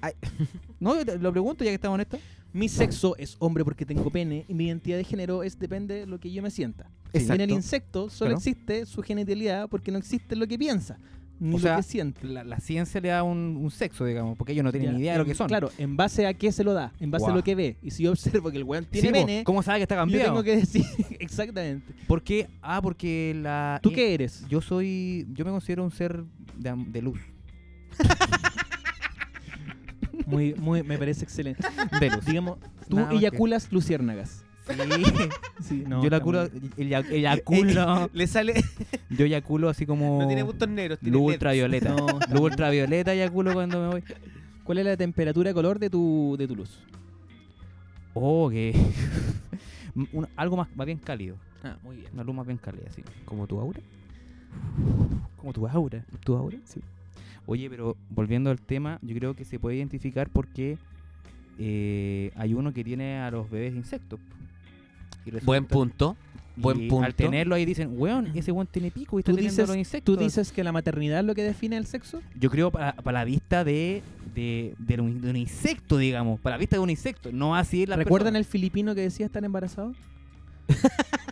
[SPEAKER 2] Ay.
[SPEAKER 3] [laughs] No, yo te- lo pregunto ya que estamos en esta.
[SPEAKER 4] Mi sexo es hombre porque tengo pene y mi identidad de género es depende de lo que yo me sienta. En el insecto solo
[SPEAKER 3] Claro.
[SPEAKER 4] existe su genitalidad porque no existe lo que piensa, ni
[SPEAKER 3] O
[SPEAKER 4] lo
[SPEAKER 3] sea,
[SPEAKER 4] que siente.
[SPEAKER 3] La, la ciencia le da un, un sexo, digamos, porque ellos no tienen
[SPEAKER 4] Ya,
[SPEAKER 3] ni idea de lo
[SPEAKER 4] en-
[SPEAKER 3] que son.
[SPEAKER 4] Claro, en base a qué se lo da, en base a
[SPEAKER 3] Guau.
[SPEAKER 4] lo que ve. Y si yo observo que el weón
[SPEAKER 3] Sí,
[SPEAKER 4] tiene
[SPEAKER 3] po,
[SPEAKER 4] pene,
[SPEAKER 3] ¿Cómo sabe que está
[SPEAKER 4] yo
[SPEAKER 3] cambiado?
[SPEAKER 4] tengo que decir [laughs] exactamente.
[SPEAKER 3] ¿Por qué? Ah, porque la...
[SPEAKER 4] ¿Tú
[SPEAKER 3] eh,
[SPEAKER 4] qué eres?
[SPEAKER 3] Yo soy... Yo me considero un ser de, am- de luz.
[SPEAKER 4] Muy, muy, me parece
[SPEAKER 3] [laughs]
[SPEAKER 4] excelente.
[SPEAKER 3] De luz.
[SPEAKER 4] Digamos, tú
[SPEAKER 3] Nada más que-
[SPEAKER 4] eyaculas luciérnagas.
[SPEAKER 3] [laughs] Sí.
[SPEAKER 4] Sí, no,
[SPEAKER 3] yo
[SPEAKER 4] está
[SPEAKER 3] la culo...
[SPEAKER 4] muy-
[SPEAKER 3] Eyaculo...
[SPEAKER 2] [laughs]
[SPEAKER 3] [laughs]
[SPEAKER 2] Le sale...
[SPEAKER 3] Yo eyaculo así como...
[SPEAKER 2] No
[SPEAKER 4] Oh.
[SPEAKER 2] tiene puntos negros, tiene
[SPEAKER 3] Luz
[SPEAKER 2] leds.
[SPEAKER 3] ultravioleta.
[SPEAKER 4] No, está
[SPEAKER 3] Luz
[SPEAKER 4] muy-
[SPEAKER 3] ultravioleta eyaculo cuando me voy.
[SPEAKER 4] ¿Cuál es la temperatura de color de tu, de tu luz?
[SPEAKER 3] Oh, que... [laughs] M- un- algo más, más bien cálido.
[SPEAKER 4] Ah, muy bien.
[SPEAKER 3] Una luz más bien cálida, sí. ¿Como tu aura? Como tu aura. ¿Tu aura? Sí. Oye, pero volviendo al tema, yo creo que se puede identificar porque eh, hay uno que tiene a los bebés insectos. Y resulta-
[SPEAKER 2] Buen punto. buen
[SPEAKER 3] y
[SPEAKER 2] punto.
[SPEAKER 3] Al tenerlo ahí dicen, weón, ese weón tiene pico y está
[SPEAKER 4] Tú
[SPEAKER 3] teniendo
[SPEAKER 4] dices-
[SPEAKER 3] los insectos.
[SPEAKER 4] ¿Tú dices que la maternidad es lo que define el sexo?
[SPEAKER 3] Yo creo para, para la vista de, de, de un, de un insecto, digamos. Para la vista de un insecto. No así la
[SPEAKER 4] ¿Recuerdan el filipino que decía estar embarazado?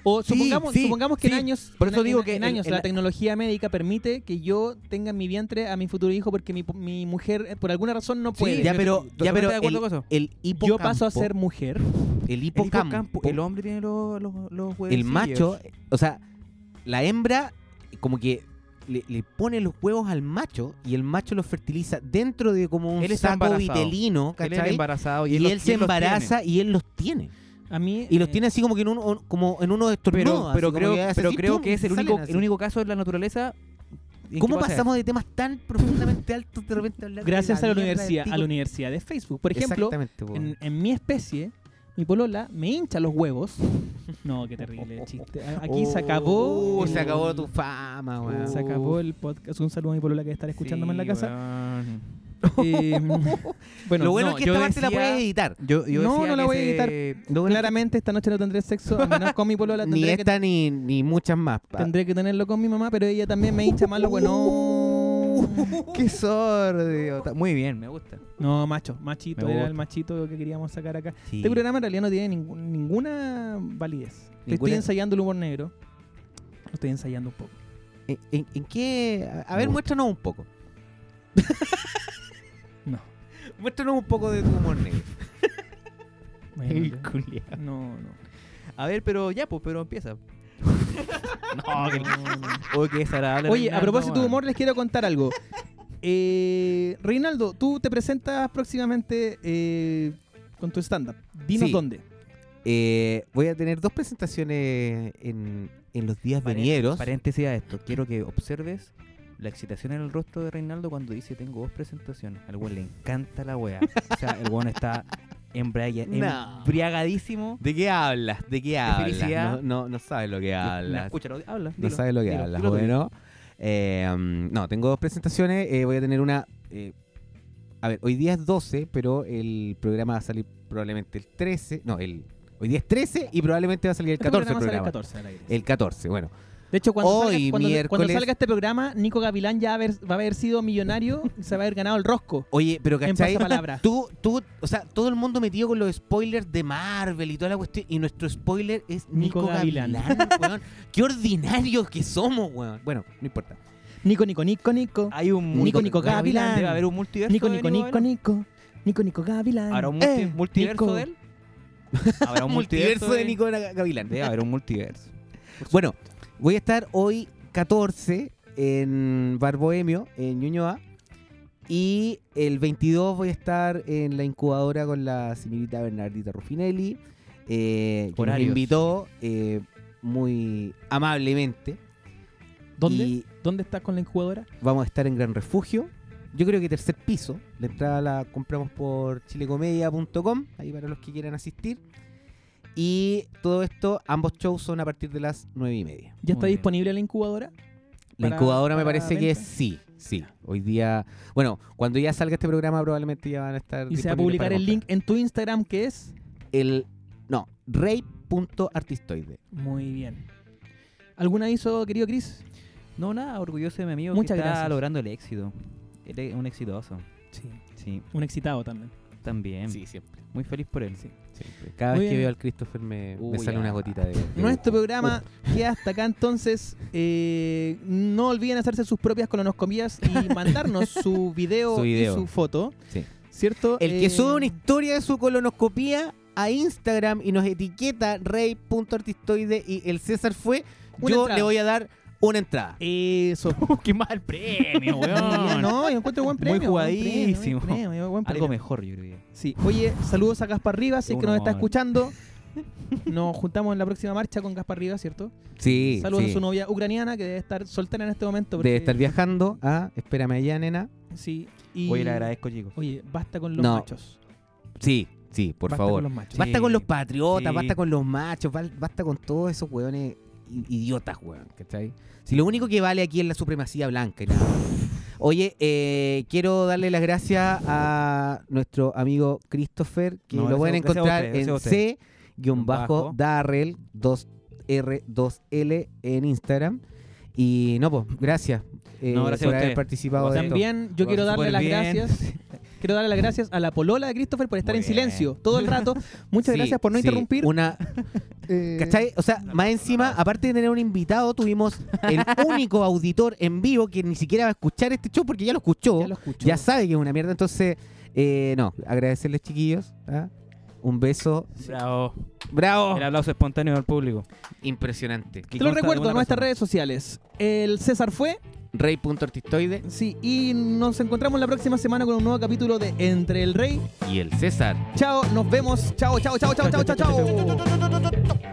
[SPEAKER 4] o
[SPEAKER 3] Sí,
[SPEAKER 4] supongamos,
[SPEAKER 3] sí,
[SPEAKER 4] supongamos que
[SPEAKER 3] sí.
[SPEAKER 4] en años,
[SPEAKER 3] Por eso
[SPEAKER 4] en-
[SPEAKER 3] digo
[SPEAKER 4] en-
[SPEAKER 3] que
[SPEAKER 4] en
[SPEAKER 3] el-
[SPEAKER 4] años
[SPEAKER 3] el-
[SPEAKER 4] la tecnología médica permite que yo tenga en mi vientre a mi futuro hijo porque mi, mi mujer eh, por alguna razón no puede.
[SPEAKER 2] ya, pero- ya, pero
[SPEAKER 3] de acuerdo
[SPEAKER 2] el-
[SPEAKER 3] con eso?
[SPEAKER 2] El
[SPEAKER 4] yo
[SPEAKER 2] hipocampo.
[SPEAKER 4] paso a ser mujer.
[SPEAKER 2] El
[SPEAKER 3] El
[SPEAKER 2] hipocampo.
[SPEAKER 3] hipocampo, el hombre tiene los, los, los
[SPEAKER 2] el
[SPEAKER 3] huevecillos.
[SPEAKER 2] macho, o sea, la hembra como que le, le pone los huevos al macho y el macho los fertiliza dentro de como un
[SPEAKER 3] Él está
[SPEAKER 2] saco
[SPEAKER 3] embarazado.
[SPEAKER 2] vitelino,
[SPEAKER 3] Él
[SPEAKER 2] ¿cachai?
[SPEAKER 3] era embarazado y,
[SPEAKER 2] y él,
[SPEAKER 3] los-
[SPEAKER 2] se
[SPEAKER 3] los tiene.
[SPEAKER 2] embaraza y él los tiene.
[SPEAKER 4] A mí
[SPEAKER 2] Y los
[SPEAKER 4] eh,
[SPEAKER 2] tiene así como que en uno, como en uno de estos
[SPEAKER 3] Pero, pero creo, pero creo que es el único, el único caso en la naturaleza. en que
[SPEAKER 2] ¿Cómo
[SPEAKER 3] pasa
[SPEAKER 2] pasamos de temas tan profundamente altos de repente a hablar de
[SPEAKER 4] gracias a la
[SPEAKER 2] mierda del
[SPEAKER 4] universidad,
[SPEAKER 2] pico?
[SPEAKER 4] a la universidad de Facebook. Por ejemplo,
[SPEAKER 2] Exactamente, po.
[SPEAKER 4] en, en mi especie, mi polola me hincha los huevos. No, qué terrible el chiste. A- Aquí se acabó.
[SPEAKER 2] Oh,
[SPEAKER 4] el-
[SPEAKER 2] se acabó tu fama, weón.
[SPEAKER 4] Se acabó el podcast. Un saludo a mi polola que estará
[SPEAKER 3] eso?
[SPEAKER 4] escuchándome en la
[SPEAKER 3] Sí,
[SPEAKER 4] casa.
[SPEAKER 3] weón.
[SPEAKER 4] Eh, [laughs] bueno,
[SPEAKER 2] Lo bueno
[SPEAKER 3] no,
[SPEAKER 2] es que
[SPEAKER 3] yo
[SPEAKER 2] esta parte la
[SPEAKER 3] decía-
[SPEAKER 2] puedes editar. [laughs]
[SPEAKER 3] Yo, yo
[SPEAKER 4] No,
[SPEAKER 3] decía
[SPEAKER 4] no la
[SPEAKER 3] que
[SPEAKER 4] voy a
[SPEAKER 3] ese- [laughs]
[SPEAKER 4] claramente esta noche no tendré sexo, al menos con mi [laughs] polola
[SPEAKER 2] ni
[SPEAKER 4] tendré,
[SPEAKER 2] esta ni, ni muchas más.
[SPEAKER 4] que,
[SPEAKER 2] pa.
[SPEAKER 4] tendré que tenerlo con mi mamá, pero ella también me hincha más los huevos. [laughs] No.
[SPEAKER 7] ¡Qué sordio! Ta-
[SPEAKER 3] Muy bien, me gusta.
[SPEAKER 4] No, macho, machito,
[SPEAKER 7] Me
[SPEAKER 4] era el
[SPEAKER 7] gusta.
[SPEAKER 4] machito que queríamos sacar acá.
[SPEAKER 3] Sí.
[SPEAKER 4] Este programa en realidad no tiene ningún- ninguna validez. Te Estoy
[SPEAKER 3] Ninguna-
[SPEAKER 4] ensayando el humor negro. Lo estoy ensayando un poco.
[SPEAKER 2] ¿En, en- Eh, en qué? A- A ver,
[SPEAKER 7] Gusto.
[SPEAKER 2] muéstranos un poco.
[SPEAKER 4] No.
[SPEAKER 2] Muéstranos un poco de tu humor negro.
[SPEAKER 4] Bueno,
[SPEAKER 3] El
[SPEAKER 4] ya.
[SPEAKER 3] culiao.
[SPEAKER 4] no, no.
[SPEAKER 3] A ver, pero ya, pues, pero empieza.
[SPEAKER 4] No, no.
[SPEAKER 3] Oye, qué desagradable.
[SPEAKER 4] Oye, a
[SPEAKER 3] Reinaldo,
[SPEAKER 4] propósito de
[SPEAKER 3] weón.
[SPEAKER 4] humor, les quiero contar algo. Eh, Reinaldo, tú te presentas próximamente eh, con tu stand-up. Dinos
[SPEAKER 2] Sí.
[SPEAKER 4] dónde.
[SPEAKER 2] Eh, voy a tener dos presentaciones en, en los días
[SPEAKER 3] Paren-
[SPEAKER 2] venideros.
[SPEAKER 3] Paréntesis a esto. Quiero que observes la excitación en el rostro de Reinaldo cuando dice tengo dos presentaciones. Al weón le encanta la wea. O sea, el weón está [laughs] embriaga-
[SPEAKER 2] No.
[SPEAKER 3] embriagadísimo.
[SPEAKER 2] ¿De qué hablas? ¿De qué
[SPEAKER 3] felicidad.
[SPEAKER 2] hablas? No, no, no sabes lo que
[SPEAKER 3] No,
[SPEAKER 2] hablas.
[SPEAKER 3] escúchalo, habla.
[SPEAKER 2] No
[SPEAKER 3] dilo,
[SPEAKER 2] sabes lo que
[SPEAKER 3] dilo,
[SPEAKER 2] hablas.
[SPEAKER 3] dilo tú.
[SPEAKER 2] bueno, Eh, mm, no, tengo dos presentaciones. eh, voy a tener una. eh, a ver, hoy día es 12, pero el programa va a salir probablemente el 13. No, el. Hoy día es 13 y probablemente va a salir el
[SPEAKER 4] Este
[SPEAKER 2] 14 el
[SPEAKER 4] va a salir
[SPEAKER 2] programa.
[SPEAKER 4] el 14 al aire.
[SPEAKER 2] El 14, bueno.
[SPEAKER 4] De hecho, cuando,
[SPEAKER 2] Hoy,
[SPEAKER 4] salga, cuando- cuando
[SPEAKER 2] miércoles-
[SPEAKER 4] salga este programa, Nico Gavilán ya va a haber- va a haber sido millonario [laughs] y se va a haber ganado el rosco.
[SPEAKER 2] Oye, pero
[SPEAKER 4] En
[SPEAKER 2] ¿cachai?
[SPEAKER 4] pasapalabra.
[SPEAKER 2] [laughs] Tú, tú, o sea, todo el mundo metido con los spoilers de Marvel y toda la cuestión. Y nuestro spoiler es
[SPEAKER 4] Nico
[SPEAKER 2] Nico,
[SPEAKER 4] Gavilán.
[SPEAKER 2] Gavilán, weón. Qué ordinarios que somos, weón. Bueno, no importa.
[SPEAKER 4] Nico, Nico, Nico, Nico.
[SPEAKER 3] Hay un
[SPEAKER 4] Nico,
[SPEAKER 3] multi-
[SPEAKER 4] Nico
[SPEAKER 3] Gavilán,
[SPEAKER 4] Gavilán.
[SPEAKER 3] Debe haber un multiverso.
[SPEAKER 4] Nico,
[SPEAKER 3] Ah, de
[SPEAKER 4] Nico, Nico,
[SPEAKER 3] Gavilán.
[SPEAKER 4] Nico. Nico, Nico Gavilán.
[SPEAKER 3] ¿Habrá un multi-
[SPEAKER 4] Eh,
[SPEAKER 3] multiverso
[SPEAKER 4] Nico.
[SPEAKER 3] de él? Habrá un [laughs] multiverso de
[SPEAKER 2] Nico Gavilán.
[SPEAKER 3] Debe haber un multiverso.
[SPEAKER 2] Bueno, voy a estar hoy 14 en Bar Bohemio, en Ñuñoa. Y el 22 voy a estar en la incubadora con la señorita Bernardita Ruffinelli. Eh, que nos
[SPEAKER 3] Horarios.
[SPEAKER 2] invitó eh, muy amablemente.
[SPEAKER 4] ¿Dónde?
[SPEAKER 2] Y
[SPEAKER 4] ¿Dónde estás con la incubadora?
[SPEAKER 2] vamos a estar en Gran Refugio. Yo creo que tercer piso. La entrada la compramos por chilecomedia.com, ahí para los que quieran asistir. Y todo esto, ambos shows son a partir de las nueve y media.
[SPEAKER 4] ¿Ya está
[SPEAKER 3] Muy bien.
[SPEAKER 4] disponible la incubadora?
[SPEAKER 2] La
[SPEAKER 4] para-
[SPEAKER 2] incubadora me
[SPEAKER 4] para
[SPEAKER 2] parece que
[SPEAKER 4] venta?
[SPEAKER 2] sí, sí. Hoy día, bueno, cuando ya salga este programa probablemente ya van a estar
[SPEAKER 4] Y se va a
[SPEAKER 2] disponibles
[SPEAKER 4] publicar
[SPEAKER 2] para
[SPEAKER 4] el link en tu Instagram, que es...
[SPEAKER 2] comprar. El no, rey.artistoide.
[SPEAKER 4] Muy bien. ¿Algún aviso, querido Chris?
[SPEAKER 3] No, nada, orgulloso de mi amigo
[SPEAKER 4] Muchas
[SPEAKER 3] que está
[SPEAKER 4] gracias.
[SPEAKER 3] logrando el éxito. Él es un exitoso.
[SPEAKER 4] Sí.
[SPEAKER 3] Sí,
[SPEAKER 4] Un excitado también.
[SPEAKER 3] también.
[SPEAKER 2] siempre,
[SPEAKER 3] Muy feliz por él. Sí.
[SPEAKER 2] siempre. Cada
[SPEAKER 4] Muy
[SPEAKER 2] vez que
[SPEAKER 4] bien.
[SPEAKER 2] veo al Christopher me, me
[SPEAKER 3] Uy,
[SPEAKER 2] sale
[SPEAKER 3] ah.
[SPEAKER 2] una gotita de, de-
[SPEAKER 4] [clears throat] Nuestro programa queda hasta acá, entonces eh, no olviden hacerse sus propias colonoscopías [laughs] y mandarnos su video,
[SPEAKER 2] Su video.
[SPEAKER 4] y su foto.
[SPEAKER 2] Sí.
[SPEAKER 4] ¿Cierto?
[SPEAKER 2] El que
[SPEAKER 4] Eh,
[SPEAKER 2] sube una historia de su colonoscopía a Instagram y nos etiqueta rey.artistoide y el César fue,
[SPEAKER 4] Una
[SPEAKER 2] yo
[SPEAKER 4] entrada. Eh,
[SPEAKER 2] le voy a dar una entrada. [laughs]
[SPEAKER 4] Eso.
[SPEAKER 3] ¡Qué mal premio,
[SPEAKER 4] [laughs] no, yo encuentro buen premio. buen premio, buen
[SPEAKER 3] jugadísimo.
[SPEAKER 4] premio, buen premio.
[SPEAKER 3] Algo mejor, yo creo.
[SPEAKER 4] Sí. Oye, saludos a Gaspar Rivas, si es que nos está
[SPEAKER 3] Uno.
[SPEAKER 4] escuchando. Nos juntamos en la próxima marcha con Gaspar Rivas, ¿cierto?
[SPEAKER 2] Sí,
[SPEAKER 4] Saludos
[SPEAKER 2] sí.
[SPEAKER 4] a su novia ucraniana que debe estar soltera en este momento. porque-
[SPEAKER 2] Debe estar viajando. Ah, espérame allá, nena.
[SPEAKER 4] Sí. Y...
[SPEAKER 3] Oye, le agradezco, chicos.
[SPEAKER 4] Oye, basta con los
[SPEAKER 2] No,
[SPEAKER 4] machos.
[SPEAKER 2] Sí, sí, por
[SPEAKER 4] Basta
[SPEAKER 2] favor.
[SPEAKER 4] con los machos.
[SPEAKER 3] Sí.
[SPEAKER 2] Basta con los patriotas,
[SPEAKER 3] Sí.
[SPEAKER 2] basta con los machos, val- basta con todos esos hueones i- idiotas, hueón, ¿cachai? Si lo único que vale aquí es la [laughs] supremacía blanca y nada más. Oye, eh, quiero darle las gracias a nuestro amigo Christopher, que
[SPEAKER 3] No,
[SPEAKER 2] lo
[SPEAKER 3] gracias
[SPEAKER 2] pueden
[SPEAKER 3] a- gracias a
[SPEAKER 2] encontrar
[SPEAKER 3] usted, gracias a
[SPEAKER 2] en
[SPEAKER 3] usted. Bajo.
[SPEAKER 2] C-Darrell 2R2L en Instagram. Y no, pues, gracias, eh,
[SPEAKER 3] No, gracias
[SPEAKER 2] por
[SPEAKER 3] a
[SPEAKER 2] haber
[SPEAKER 3] usted.
[SPEAKER 2] participado de esto.
[SPEAKER 4] También yo quiero darle
[SPEAKER 3] Súper
[SPEAKER 4] las
[SPEAKER 3] bien.
[SPEAKER 2] [laughs]
[SPEAKER 4] gracias. Quiero darle las gracias a la polola de Christopher por estar
[SPEAKER 3] Muy
[SPEAKER 4] en
[SPEAKER 3] bien.
[SPEAKER 4] silencio todo el rato. Muchas
[SPEAKER 2] Sí,
[SPEAKER 4] gracias por no
[SPEAKER 2] sí,
[SPEAKER 4] interrumpir.
[SPEAKER 2] Una,
[SPEAKER 7] Eh,
[SPEAKER 2] ¿Cachai? O sea, más encima, aparte de tener un invitado, tuvimos el único auditor en vivo que ni siquiera va a escuchar este show porque ya lo escuchó.
[SPEAKER 4] Ya
[SPEAKER 2] Ya,
[SPEAKER 4] lo escuchó.
[SPEAKER 2] sabe que es una mierda. Entonces, eh, no, agradecerles, chiquillos. ¿ah? Un beso.
[SPEAKER 3] Bravo.
[SPEAKER 2] ¡Bravo!
[SPEAKER 4] oh.
[SPEAKER 3] El aplauso espontáneo del público.
[SPEAKER 2] Impresionante.
[SPEAKER 4] Te lo recuerdo, nuestras redes sociales. El César fue,
[SPEAKER 2] Rey.artistoide
[SPEAKER 4] sí, y nos encontramos la próxima semana con un nuevo capítulo de Entre el Rey.
[SPEAKER 2] y el César.
[SPEAKER 4] Chao, nos vemos. Chao, chao, chao, chao, chao, chao, chao.
[SPEAKER 5] ¡Toc, toc, toc, toc, toc, toc!